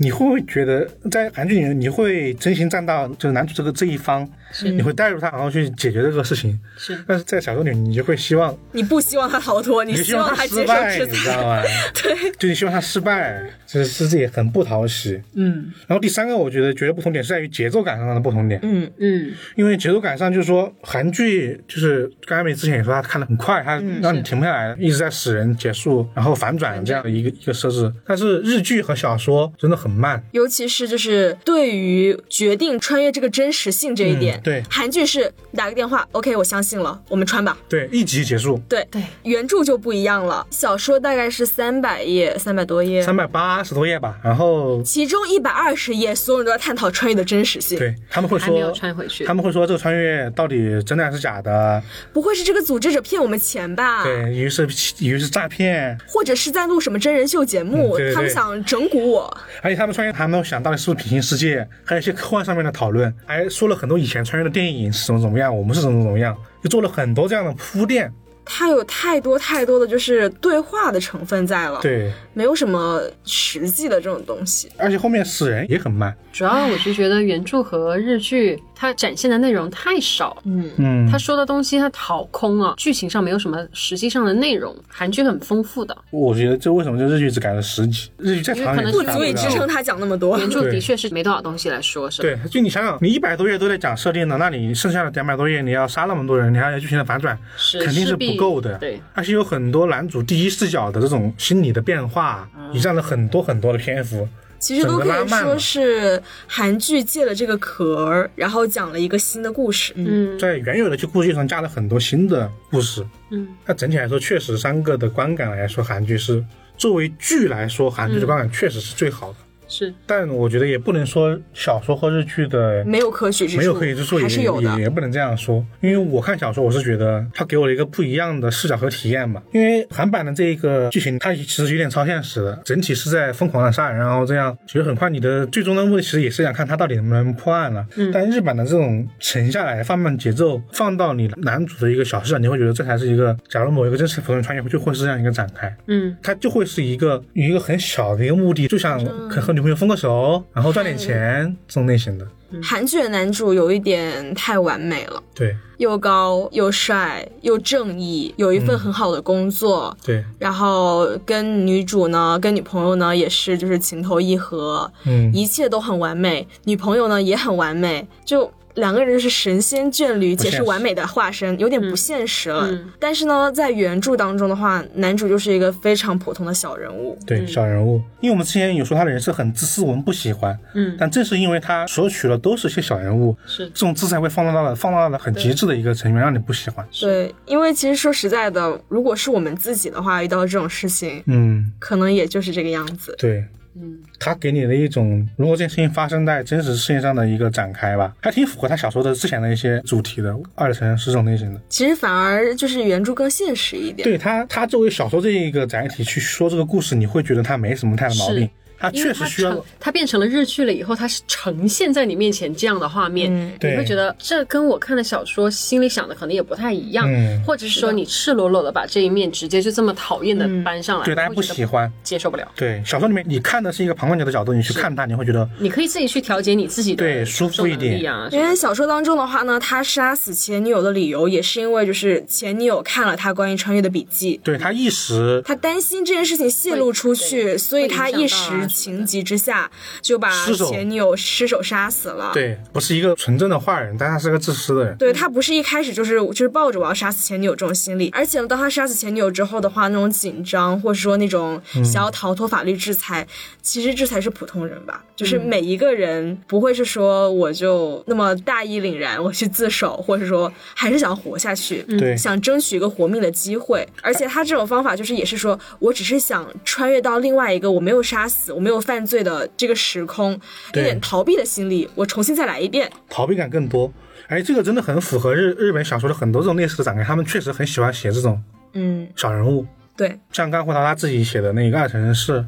[SPEAKER 3] 你会不会觉得在韩剧里面，你会真心站到就是男主这个这一方，你会带入他，然后去解决这个事情？
[SPEAKER 4] 是
[SPEAKER 3] 但是在小说里，你就会希望，
[SPEAKER 2] 你不希望他逃脱，你
[SPEAKER 3] 你就
[SPEAKER 2] 希
[SPEAKER 3] 希
[SPEAKER 2] 望
[SPEAKER 3] 望他
[SPEAKER 2] 接
[SPEAKER 3] 失
[SPEAKER 2] 受
[SPEAKER 3] 败，
[SPEAKER 2] 制
[SPEAKER 3] 你知 道
[SPEAKER 2] 裁。
[SPEAKER 3] 吗？对，就你希望他失败，这是这也很不讨喜。
[SPEAKER 4] 嗯
[SPEAKER 3] 然后第三个，我觉得觉得不同点是在于节奏感上的不同点，
[SPEAKER 2] 嗯
[SPEAKER 4] 嗯，
[SPEAKER 3] 因为节奏感上就是说韩剧就是刚才美之前也说他看的很快，他
[SPEAKER 4] 嗯
[SPEAKER 3] 让你停不下来，一直在使人结束，然后反转这样的一个一个设置。但是日剧和小说真的很慢，
[SPEAKER 2] 尤其是就是对于决定穿越这个真实性这一点，
[SPEAKER 3] 嗯对
[SPEAKER 2] 韩剧是打个电话，OK，我相信了，我们穿吧。
[SPEAKER 3] 对，一集结束，
[SPEAKER 2] 对
[SPEAKER 4] 对，
[SPEAKER 2] 原著就不一样了，小说大概是三百页，三百多页，
[SPEAKER 3] 三百八十多页吧，然后
[SPEAKER 2] 其中一百二十页，所有人都在探讨穿越的真实性。
[SPEAKER 3] 对他们会
[SPEAKER 4] 还没有
[SPEAKER 3] 说。
[SPEAKER 4] 穿回去
[SPEAKER 3] 他。们会说这个穿越到底真的还是假的？
[SPEAKER 2] 不会是这个组织者骗我们钱
[SPEAKER 4] 啊
[SPEAKER 2] 吧？
[SPEAKER 3] 对，以为是以为是诈骗，
[SPEAKER 2] 或者是在录什么真人秀节目，
[SPEAKER 3] 嗯对对对
[SPEAKER 2] 他们想整蛊我。
[SPEAKER 3] 而且他们穿越，他们想到底是不是平行世界，还有一些科幻上面的讨论，还说了很多以前穿越的电影是怎么怎么样，我们是怎么怎么样，就做了很多这样的铺垫。
[SPEAKER 2] 它有太多太多的就是对话的成分在了，
[SPEAKER 3] 对，
[SPEAKER 2] 没有什么实际的这种东西。
[SPEAKER 3] 而且后面死人也很慢。
[SPEAKER 4] 主要我就觉得原著和日剧它展现的内容太少，
[SPEAKER 3] 嗯
[SPEAKER 4] 他说的东西它好空啊，剧情上没有什么实际上的内容。韩剧很丰富的，
[SPEAKER 3] 我觉得这为什么这日剧只改了十集，日剧再长
[SPEAKER 4] 因为可
[SPEAKER 3] 也
[SPEAKER 4] 能
[SPEAKER 2] 不
[SPEAKER 4] 是
[SPEAKER 2] 足以支撑
[SPEAKER 3] 它。
[SPEAKER 2] 他讲那么多。
[SPEAKER 4] 原著
[SPEAKER 3] 对
[SPEAKER 4] 的确是没多少东西来说，是吧？
[SPEAKER 3] 对，就你想想，你一百多页都在讲设定的，那你剩下的两百多页，你要杀那么多人，你还要剧情的反转，
[SPEAKER 4] 是
[SPEAKER 3] 肯定是
[SPEAKER 4] 势
[SPEAKER 3] 不
[SPEAKER 4] 必
[SPEAKER 3] 够的。
[SPEAKER 4] 对，
[SPEAKER 3] 而且有很多男主第一视角的这种心理的变化，
[SPEAKER 4] 嗯
[SPEAKER 3] 你占了很多很多的篇幅。
[SPEAKER 2] 其实都可以说是韩剧借了这个壳儿，然后讲了一个新的故事。嗯，
[SPEAKER 4] 嗯
[SPEAKER 3] 在原有的这故事上加了很多新的故事。
[SPEAKER 4] 嗯，
[SPEAKER 3] 那整体来说，确实三个的观感来说，韩剧是作为剧来说，韩剧的观感确实是最好的。
[SPEAKER 4] 是
[SPEAKER 3] 但我觉得也不能说小说和日剧的
[SPEAKER 2] 没有可取之处，
[SPEAKER 3] 没有可以之处，
[SPEAKER 2] 还是有
[SPEAKER 3] 也
[SPEAKER 2] 的
[SPEAKER 3] 也。也不能这样说，因为我看小说，我是觉得它给我了一个不一样的视角和体验吧。因为韩版的这个剧情，它其实有点超现实的，整体是在疯狂的杀人，然后这样，其实很快你的最终的目的其实也是想看他到底能不能破案了。
[SPEAKER 2] 嗯
[SPEAKER 3] 但日版的这种沉下来、放慢节奏，放到你男主的一个小视角，你会觉得这才是一个，假如某一个真实普通人穿越就会是这样一个展开。
[SPEAKER 4] 嗯，
[SPEAKER 3] 它就会是一个有一个很小的一个目的，就想可和女朋友分个手，然后赚点钱这种类型的。
[SPEAKER 2] 韩剧的男主有一点太完美了。
[SPEAKER 3] 对
[SPEAKER 2] 又高又帅又正义，有一份很好的工作，
[SPEAKER 3] 对，
[SPEAKER 2] 然后跟女主呢，跟女朋友呢也是就是情投意合，
[SPEAKER 3] 嗯，
[SPEAKER 2] 一切都很完美，女朋友呢也很完美，就。两个人是神仙眷侣，且
[SPEAKER 3] 现
[SPEAKER 2] 是
[SPEAKER 3] 实
[SPEAKER 2] 完美的化身，有点不现实了。
[SPEAKER 4] 嗯
[SPEAKER 2] 但是呢，在原著当中的话，男主就是一个非常普通的小人物。
[SPEAKER 3] 对，小人物，因为我们之前有说他的人设很自私，我们不喜欢，
[SPEAKER 4] 嗯
[SPEAKER 3] 但正是因为他所取的都是些小人物，
[SPEAKER 4] 是
[SPEAKER 3] 这种姿态会放大到了放大到了很极致的一个层面，让你不喜欢。
[SPEAKER 2] 对，因为其实说实在的，如果是我们自己的话，遇到这种事情，
[SPEAKER 3] 嗯，
[SPEAKER 2] 可能也就是这个样子。
[SPEAKER 3] 对，
[SPEAKER 4] 嗯，
[SPEAKER 3] 他给你的一种，如果这件事情发生在真实世界上的一个展开吧，还挺符合他小说的之前的一些主题的，二层是这种类型的。
[SPEAKER 2] 其实反而就是原著更现实一点。
[SPEAKER 3] 对他，他作为小说这一个载体去说这个故事，你会觉得他没什么太大毛
[SPEAKER 4] 是
[SPEAKER 3] 病。他
[SPEAKER 4] 因为
[SPEAKER 3] 确
[SPEAKER 4] 它
[SPEAKER 3] 实需要
[SPEAKER 4] 成，它变成了日剧了以后，它是呈现在你面前这样的画面，
[SPEAKER 2] 嗯
[SPEAKER 3] 对
[SPEAKER 4] 你会觉得这跟我看的小说心里想的可能也不太一样，
[SPEAKER 3] 嗯
[SPEAKER 4] 或者是说你赤裸裸的把这一面直接就这么讨厌的搬上来，
[SPEAKER 3] 嗯对大家
[SPEAKER 4] 会
[SPEAKER 3] 不
[SPEAKER 4] 觉得
[SPEAKER 3] 喜欢。
[SPEAKER 4] 接受不了。
[SPEAKER 3] 对，小说里面你看的是一个旁观者的角度，你去看他，你会觉得
[SPEAKER 4] 你可以自己去调节你自己的
[SPEAKER 3] 对舒服
[SPEAKER 4] 承受
[SPEAKER 3] 一
[SPEAKER 4] 能
[SPEAKER 3] 点
[SPEAKER 4] 力啊，
[SPEAKER 2] 因为小说当中的话呢，他杀死前女友的理由也是因为就是前女友看了他关于穿越的笔记，
[SPEAKER 3] 对他一时
[SPEAKER 2] 他担心这件事情泄露出去，
[SPEAKER 4] 对
[SPEAKER 2] 所以他一
[SPEAKER 4] 会影响到
[SPEAKER 2] 时
[SPEAKER 4] 啊
[SPEAKER 2] 情急之下就把
[SPEAKER 3] 失手
[SPEAKER 2] 前女友失手杀死了。
[SPEAKER 3] 对不是一个纯正的坏人，但他是个自私的人。
[SPEAKER 2] 对他不是一开始就是就是抱着我要杀死前女友这种心理，而且呢，当他杀死前女友之后的话，那种紧张或者说那种想要逃脱法律制裁，其实这才是普通人吧。
[SPEAKER 3] 嗯
[SPEAKER 2] 就是每一个人不会是说我就那么大义凛然，我去自首，或者说还是想活下去，
[SPEAKER 3] 对
[SPEAKER 2] 想争取一个活命的机会。而且他这种方法就是也是说我只是想穿越到另外一个我没有杀死、我没有犯罪的这个时空，有
[SPEAKER 3] 对
[SPEAKER 2] 点逃避的心理，我重新再来一遍。
[SPEAKER 3] 逃避感更多。哎，这个真的很符合日日本小说的很多这种类似的展开，他们确实很喜欢写这种
[SPEAKER 2] 嗯，
[SPEAKER 3] 小人物，
[SPEAKER 2] 对。
[SPEAKER 3] 像干胡桃他自己写的那个《二层是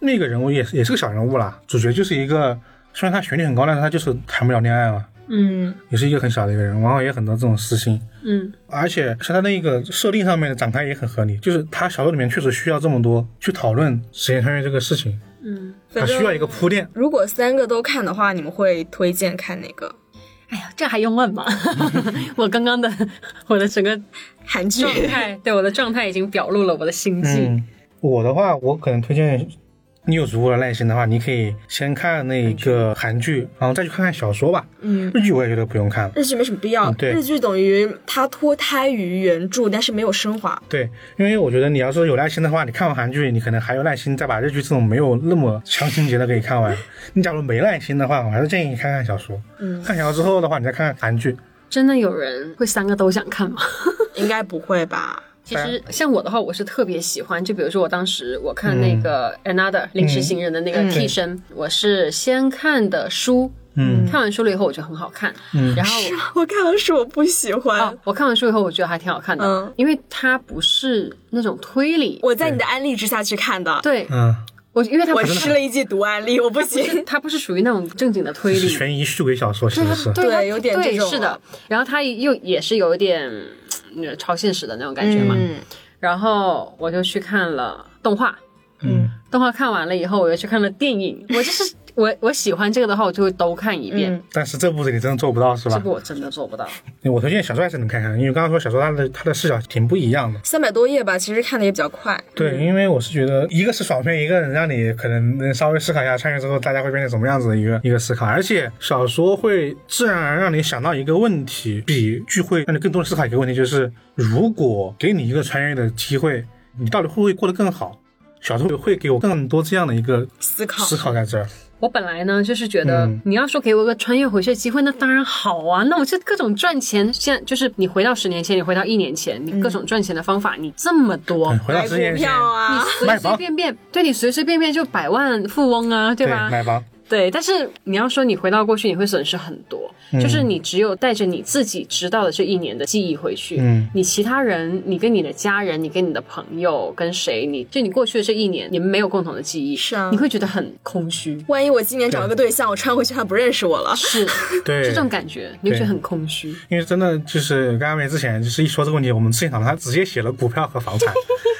[SPEAKER 3] 那个人物也是也是个小人物啦，主角就是一个虽然他学历很高，但是他就是谈不了恋爱嘛，
[SPEAKER 2] 嗯
[SPEAKER 3] 也是一个很小的一个人，然后也有很多这种私心。
[SPEAKER 4] 嗯，
[SPEAKER 3] 而且像他那个设定上面的展开也很合理，就是他小说里面确实需要这么多去讨论时间穿越这个事情，，
[SPEAKER 2] 反
[SPEAKER 4] 嗯
[SPEAKER 3] 他
[SPEAKER 2] 正
[SPEAKER 3] 需要一个铺垫。
[SPEAKER 2] 如果三个都看的话，你们会推荐看哪个
[SPEAKER 4] 哎呀，这还用问吗？我刚刚的我的整个
[SPEAKER 2] 韩剧？
[SPEAKER 4] 状态，对我的状态已经表露了我的心迹。
[SPEAKER 3] 嗯，我的话，我可能推荐你有足够的耐心的话，你可以先看那个韩剧，然后再去看看小说吧。
[SPEAKER 2] 嗯，
[SPEAKER 3] 日剧我也觉得不用看了。
[SPEAKER 2] 日剧没什么必要，
[SPEAKER 3] 嗯对
[SPEAKER 2] 日剧等于它脱胎于原著，但是没有升华。
[SPEAKER 3] 对，因为我觉得你要是有耐心的话，你看完韩剧，你可能还有耐心再把日剧这种没有那么强情节的给看完。你假如没耐心的话，我还是建议你看看小说。
[SPEAKER 2] 嗯
[SPEAKER 3] 看小说之后的话，你再看看韩剧。
[SPEAKER 4] 真的有人会三个都想看吗？
[SPEAKER 2] 应该不会吧？
[SPEAKER 4] 其实像我的话，我是特别喜欢，就比如说我当时我看那个
[SPEAKER 3] 嗯
[SPEAKER 4] Another、临时行人的那个
[SPEAKER 2] 嗯
[SPEAKER 4] 替身，我是先看的书，
[SPEAKER 3] 嗯
[SPEAKER 4] 看完书了以后我觉得很好看，
[SPEAKER 3] 嗯
[SPEAKER 4] 然后
[SPEAKER 2] 我看完是我不喜欢。
[SPEAKER 4] 我哦，我看完书以后我觉得还挺好看的，
[SPEAKER 2] 嗯
[SPEAKER 4] 因为它不是那种推理，
[SPEAKER 2] 我在你的安利之下去看的，
[SPEAKER 4] 对
[SPEAKER 3] 嗯，
[SPEAKER 4] 我因为它
[SPEAKER 2] 我
[SPEAKER 4] 不
[SPEAKER 2] 吃了一剂毒安利，我 不行。
[SPEAKER 4] 它不是属于那种正经的推
[SPEAKER 3] 是
[SPEAKER 4] 理，
[SPEAKER 3] 悬疑续鬼小说，其实是。
[SPEAKER 2] 对
[SPEAKER 4] 它
[SPEAKER 2] 有点这
[SPEAKER 4] 对
[SPEAKER 2] 种
[SPEAKER 4] 是的，然后它又也是有一点嗯超现实的那种感觉嘛，
[SPEAKER 2] 嗯
[SPEAKER 4] 然后我就去看了动画，
[SPEAKER 3] 嗯，
[SPEAKER 4] 动画看完了以后，我又去看了电影。我就是我我喜欢这个的话，我就会都看一遍。
[SPEAKER 2] 嗯
[SPEAKER 3] 但是这部分你真的做不到是吧
[SPEAKER 4] 这个？我真的 做不到。
[SPEAKER 3] 我推荐小说还是能看看，因为刚刚说小说它的它的视角挺不一样的。
[SPEAKER 2] 三百多页吧，其实看的也比较快。
[SPEAKER 3] 对，因为我是觉得，一个是爽片，一个能让你可能能稍微思考一下穿越之后大家会变成什么样子的一个一个思考，而且小说会自然而然让你想到一个问题，比剧会让你更多的思考一个问题，就是如果给你一个穿越的机会，你到底会不会过得更好？小说会给我更多这样的一个
[SPEAKER 2] 思考
[SPEAKER 3] 思考在这儿，
[SPEAKER 4] 我本来呢就是觉得
[SPEAKER 3] 嗯
[SPEAKER 4] 你要说给我个穿越回去的机会，那当然好啊，那我就各种赚钱。现在就是你回到十年前，你回到一年前，你
[SPEAKER 2] 嗯
[SPEAKER 4] 各种赚钱的方法，你这么多。
[SPEAKER 3] 嗯回到
[SPEAKER 2] 买
[SPEAKER 3] 十
[SPEAKER 2] 股
[SPEAKER 3] 年前，
[SPEAKER 2] 票啊，
[SPEAKER 4] 随随便便，对你随随便便就百万富翁啊，对
[SPEAKER 3] 对
[SPEAKER 4] 吧？
[SPEAKER 3] 买房，
[SPEAKER 4] 对，但是你要说你回到过去，你会损失很多。
[SPEAKER 3] 嗯
[SPEAKER 4] 就是你只有带着你自己知道的这一年的记忆回去，
[SPEAKER 3] 嗯
[SPEAKER 4] 你其他人，你跟你的家人，你跟你的朋友，跟谁，你就你过去的这一年，你们没有共同的记忆，
[SPEAKER 2] 是啊
[SPEAKER 4] 你会觉得很空虚，
[SPEAKER 2] 万一我今年找了个对象，我穿回去他不认识我了，
[SPEAKER 4] 是，
[SPEAKER 3] 对
[SPEAKER 4] 是这种感觉，你会觉得
[SPEAKER 3] 对
[SPEAKER 4] 很空虚。
[SPEAKER 3] 因为真的就是刚刚梅之前就是一说这个问题，我们现场他直接写了股票和房产，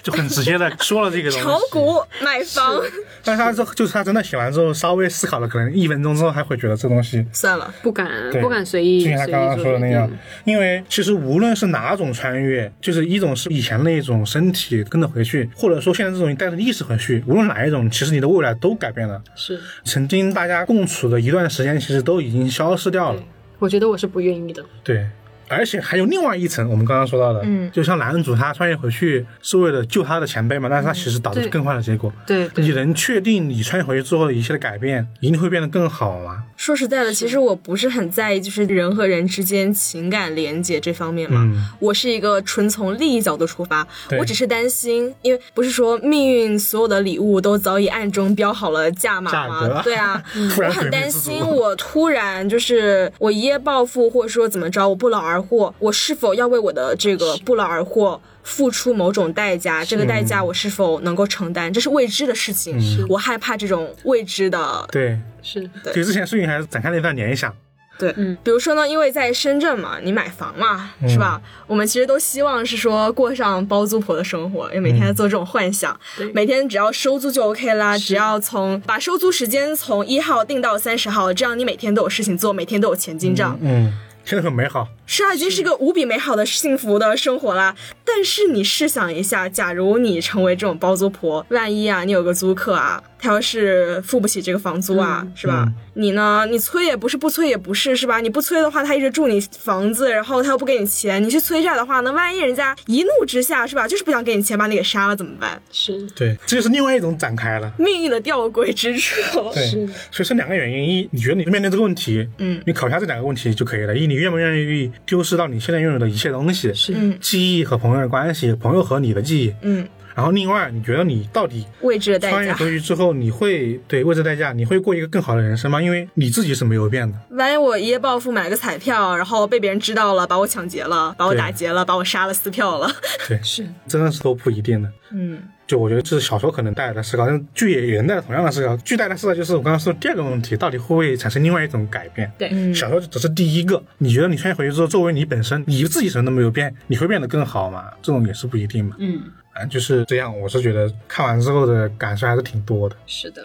[SPEAKER 3] 就很直接的说了这个东西。
[SPEAKER 2] 炒股买房
[SPEAKER 3] 但是他之后就是他真的写完之后，稍微思考了可能一分钟之后，他会觉得这东西
[SPEAKER 2] 算了，
[SPEAKER 4] 不敢，
[SPEAKER 3] 对
[SPEAKER 4] 不敢随意，
[SPEAKER 3] 就
[SPEAKER 4] 随
[SPEAKER 3] 像
[SPEAKER 4] 意
[SPEAKER 3] 他刚刚
[SPEAKER 4] 做
[SPEAKER 3] 说的那
[SPEAKER 4] 决
[SPEAKER 3] 样
[SPEAKER 4] 定，
[SPEAKER 3] 因为其实无论是哪种穿越，就是一种是以前那种身体跟着回去，或者说现在这种你带着意识回去，无论哪一种，其实你的未来都改变了。
[SPEAKER 4] 是，
[SPEAKER 3] 曾经大家共处的一段时间，其实都已经消失掉了。
[SPEAKER 4] 我觉得我是不愿意的。
[SPEAKER 3] 对，而且还有另外一层，我们刚刚说到的，嗯，就像男主他穿越回去是为了救他的前辈嘛，但是他其实导致
[SPEAKER 4] 对
[SPEAKER 3] 更坏的结果。
[SPEAKER 4] 对对
[SPEAKER 3] 你能确定你穿越回去之后的一切的改变一定会变得更好吗？
[SPEAKER 2] 说实在的，其实我不是很在意，就是人和人之间情感连接这方面嘛。
[SPEAKER 3] 嗯
[SPEAKER 2] 我是一个纯从利益角度出发，
[SPEAKER 3] 对
[SPEAKER 2] 我只是担心，因为不是说命运所有的礼物都早已暗中标好了价码
[SPEAKER 3] 价格
[SPEAKER 2] 吗
[SPEAKER 3] 啊？
[SPEAKER 2] 对啊，
[SPEAKER 3] 突然
[SPEAKER 2] 我很
[SPEAKER 3] 鬼
[SPEAKER 2] 担
[SPEAKER 3] 灭之主
[SPEAKER 2] 心我突然就是我一夜暴富，或者说怎么着，我不劳而获，我是否要为我的这个不劳而获？付出某种代价，这个代价我是否能够承担，这是未知的事情。
[SPEAKER 3] 嗯
[SPEAKER 2] 我害怕这种未知的
[SPEAKER 3] 对，
[SPEAKER 4] 是
[SPEAKER 2] 对
[SPEAKER 3] 对之前孙云还展开了一段联想，
[SPEAKER 2] 对，
[SPEAKER 4] 嗯
[SPEAKER 2] 比如说呢，因为在深圳嘛，你买房嘛，是吧？我们其实都希望是说过上包租婆的生活，也每天在做这种幻想，
[SPEAKER 4] 嗯对
[SPEAKER 2] 每天只要收租就 OK 啦，只要从把收租时间从一号定到三十号，这样你每天都有事情做，每天都有钱进账，
[SPEAKER 3] 嗯，现在很美好，
[SPEAKER 2] 是啊，已经是一个无比美好的幸福的生活啦。但是你试想一下，假如你成为这种包租婆，万一啊，你有个租客啊，他要是付不起这个房租啊，是吧？
[SPEAKER 3] 嗯
[SPEAKER 2] 你呢，你催也不是，不催也不是，是吧？你不催的话，他一直住你房子，然后他又不给你钱，你去催债的话呢，万一人家一怒之下，是吧，就是不想给你钱，把你给杀了怎么 办？
[SPEAKER 4] 是，
[SPEAKER 3] 对，这就是另外一种展开了。
[SPEAKER 2] 命运的吊诡之处。
[SPEAKER 3] 对，所以是两个原因：一，你觉得你面对这个问题，
[SPEAKER 2] 嗯，
[SPEAKER 3] 你考察这两个问题就可以了；一，你愿不愿意丢失到你现在拥有的一切东西，
[SPEAKER 4] 是
[SPEAKER 2] 嗯
[SPEAKER 3] 记忆和朋友的关系，朋友和你的记忆。
[SPEAKER 2] 嗯，
[SPEAKER 3] 然后另外，你觉得你到底
[SPEAKER 2] 未知的代
[SPEAKER 3] 穿越
[SPEAKER 2] 价
[SPEAKER 3] 回。去之后，你会对为这代价，你会过一个更好的人生吗？因为你自己是没有变的。
[SPEAKER 2] 万一我一夜暴富买了个彩票，然后被别人知道了，把我抢劫了，把我打劫了，把我杀了撕票了。
[SPEAKER 3] 对，
[SPEAKER 4] 是，
[SPEAKER 3] 真的是都不一定的。
[SPEAKER 2] 嗯，
[SPEAKER 3] 就我觉得这是小说可能带来的思考，但是剧也也能带来同样的思考。剧带来思考就是我刚刚说的第二个问题，到底会不会产生另外一种改变？
[SPEAKER 4] 对
[SPEAKER 2] 嗯
[SPEAKER 3] 小说只是第一个。你觉得你穿越回去之后，作为你本身，你自己什么都没有变，你会变得更好吗？这种也是不一定嘛。
[SPEAKER 4] 嗯，
[SPEAKER 3] 反正就是这样，我是觉得看完之后的感受还是挺多的。
[SPEAKER 4] 是的，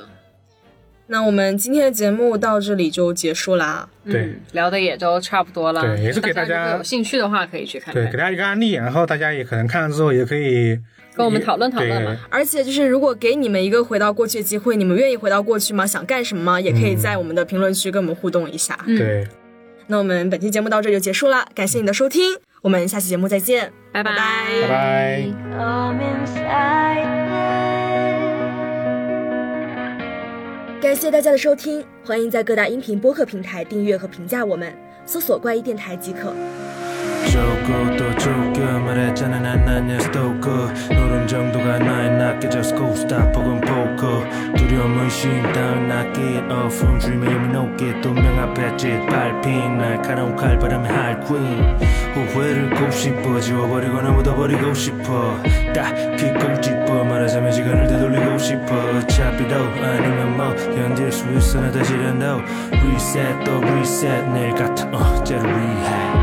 [SPEAKER 2] 那我们今天的节目到这里就结束啦。
[SPEAKER 3] 对
[SPEAKER 4] 嗯，聊的也都差不多了。
[SPEAKER 3] 对也是给
[SPEAKER 4] 大
[SPEAKER 3] 大家
[SPEAKER 4] 如果有兴趣的话，可以去看
[SPEAKER 3] 对，
[SPEAKER 4] 看
[SPEAKER 3] 给，大家一个案例，然后大家也可能看了之后也可以
[SPEAKER 4] 跟我们讨论讨论
[SPEAKER 3] 对
[SPEAKER 4] 嘛。
[SPEAKER 2] 而且就是，如果给你们一个回到过去的机会，你们愿意回到过去吗？想干什么吗？也可以在我们的评论区跟我们互动一下。
[SPEAKER 4] 嗯
[SPEAKER 3] 对，
[SPEAKER 2] 那我们本期节目到这里就结束了，感谢你的收听，我们下期节目再见，
[SPEAKER 4] 拜
[SPEAKER 2] 拜拜
[SPEAKER 3] 拜拜。
[SPEAKER 5] Come inside.
[SPEAKER 2] 感谢大家的收听，欢迎在各大音频播客平台订阅和评价我们，搜索“怪异电台”即可。
[SPEAKER 6] 적고 또 조금 말했잖아 난난 녀석도 그 노름 정도가 나의 낚여져서 고스탑 혹은 포커 두려움 의심 따윈 I get off from dreaming 이미 녹게 또명 앞에 짓밟힌 날카로운 칼바람의 할 queen 후회를 곱씹어 지워버리거나 묻어버리고 싶어 딱히 곱씹어 말하자면 시간을 되돌리고 싶어 차피도 아니면 뭐 견딜 어, 수 있어 나다 지른다 reset 또 reset 내일 같은 어제를 rehat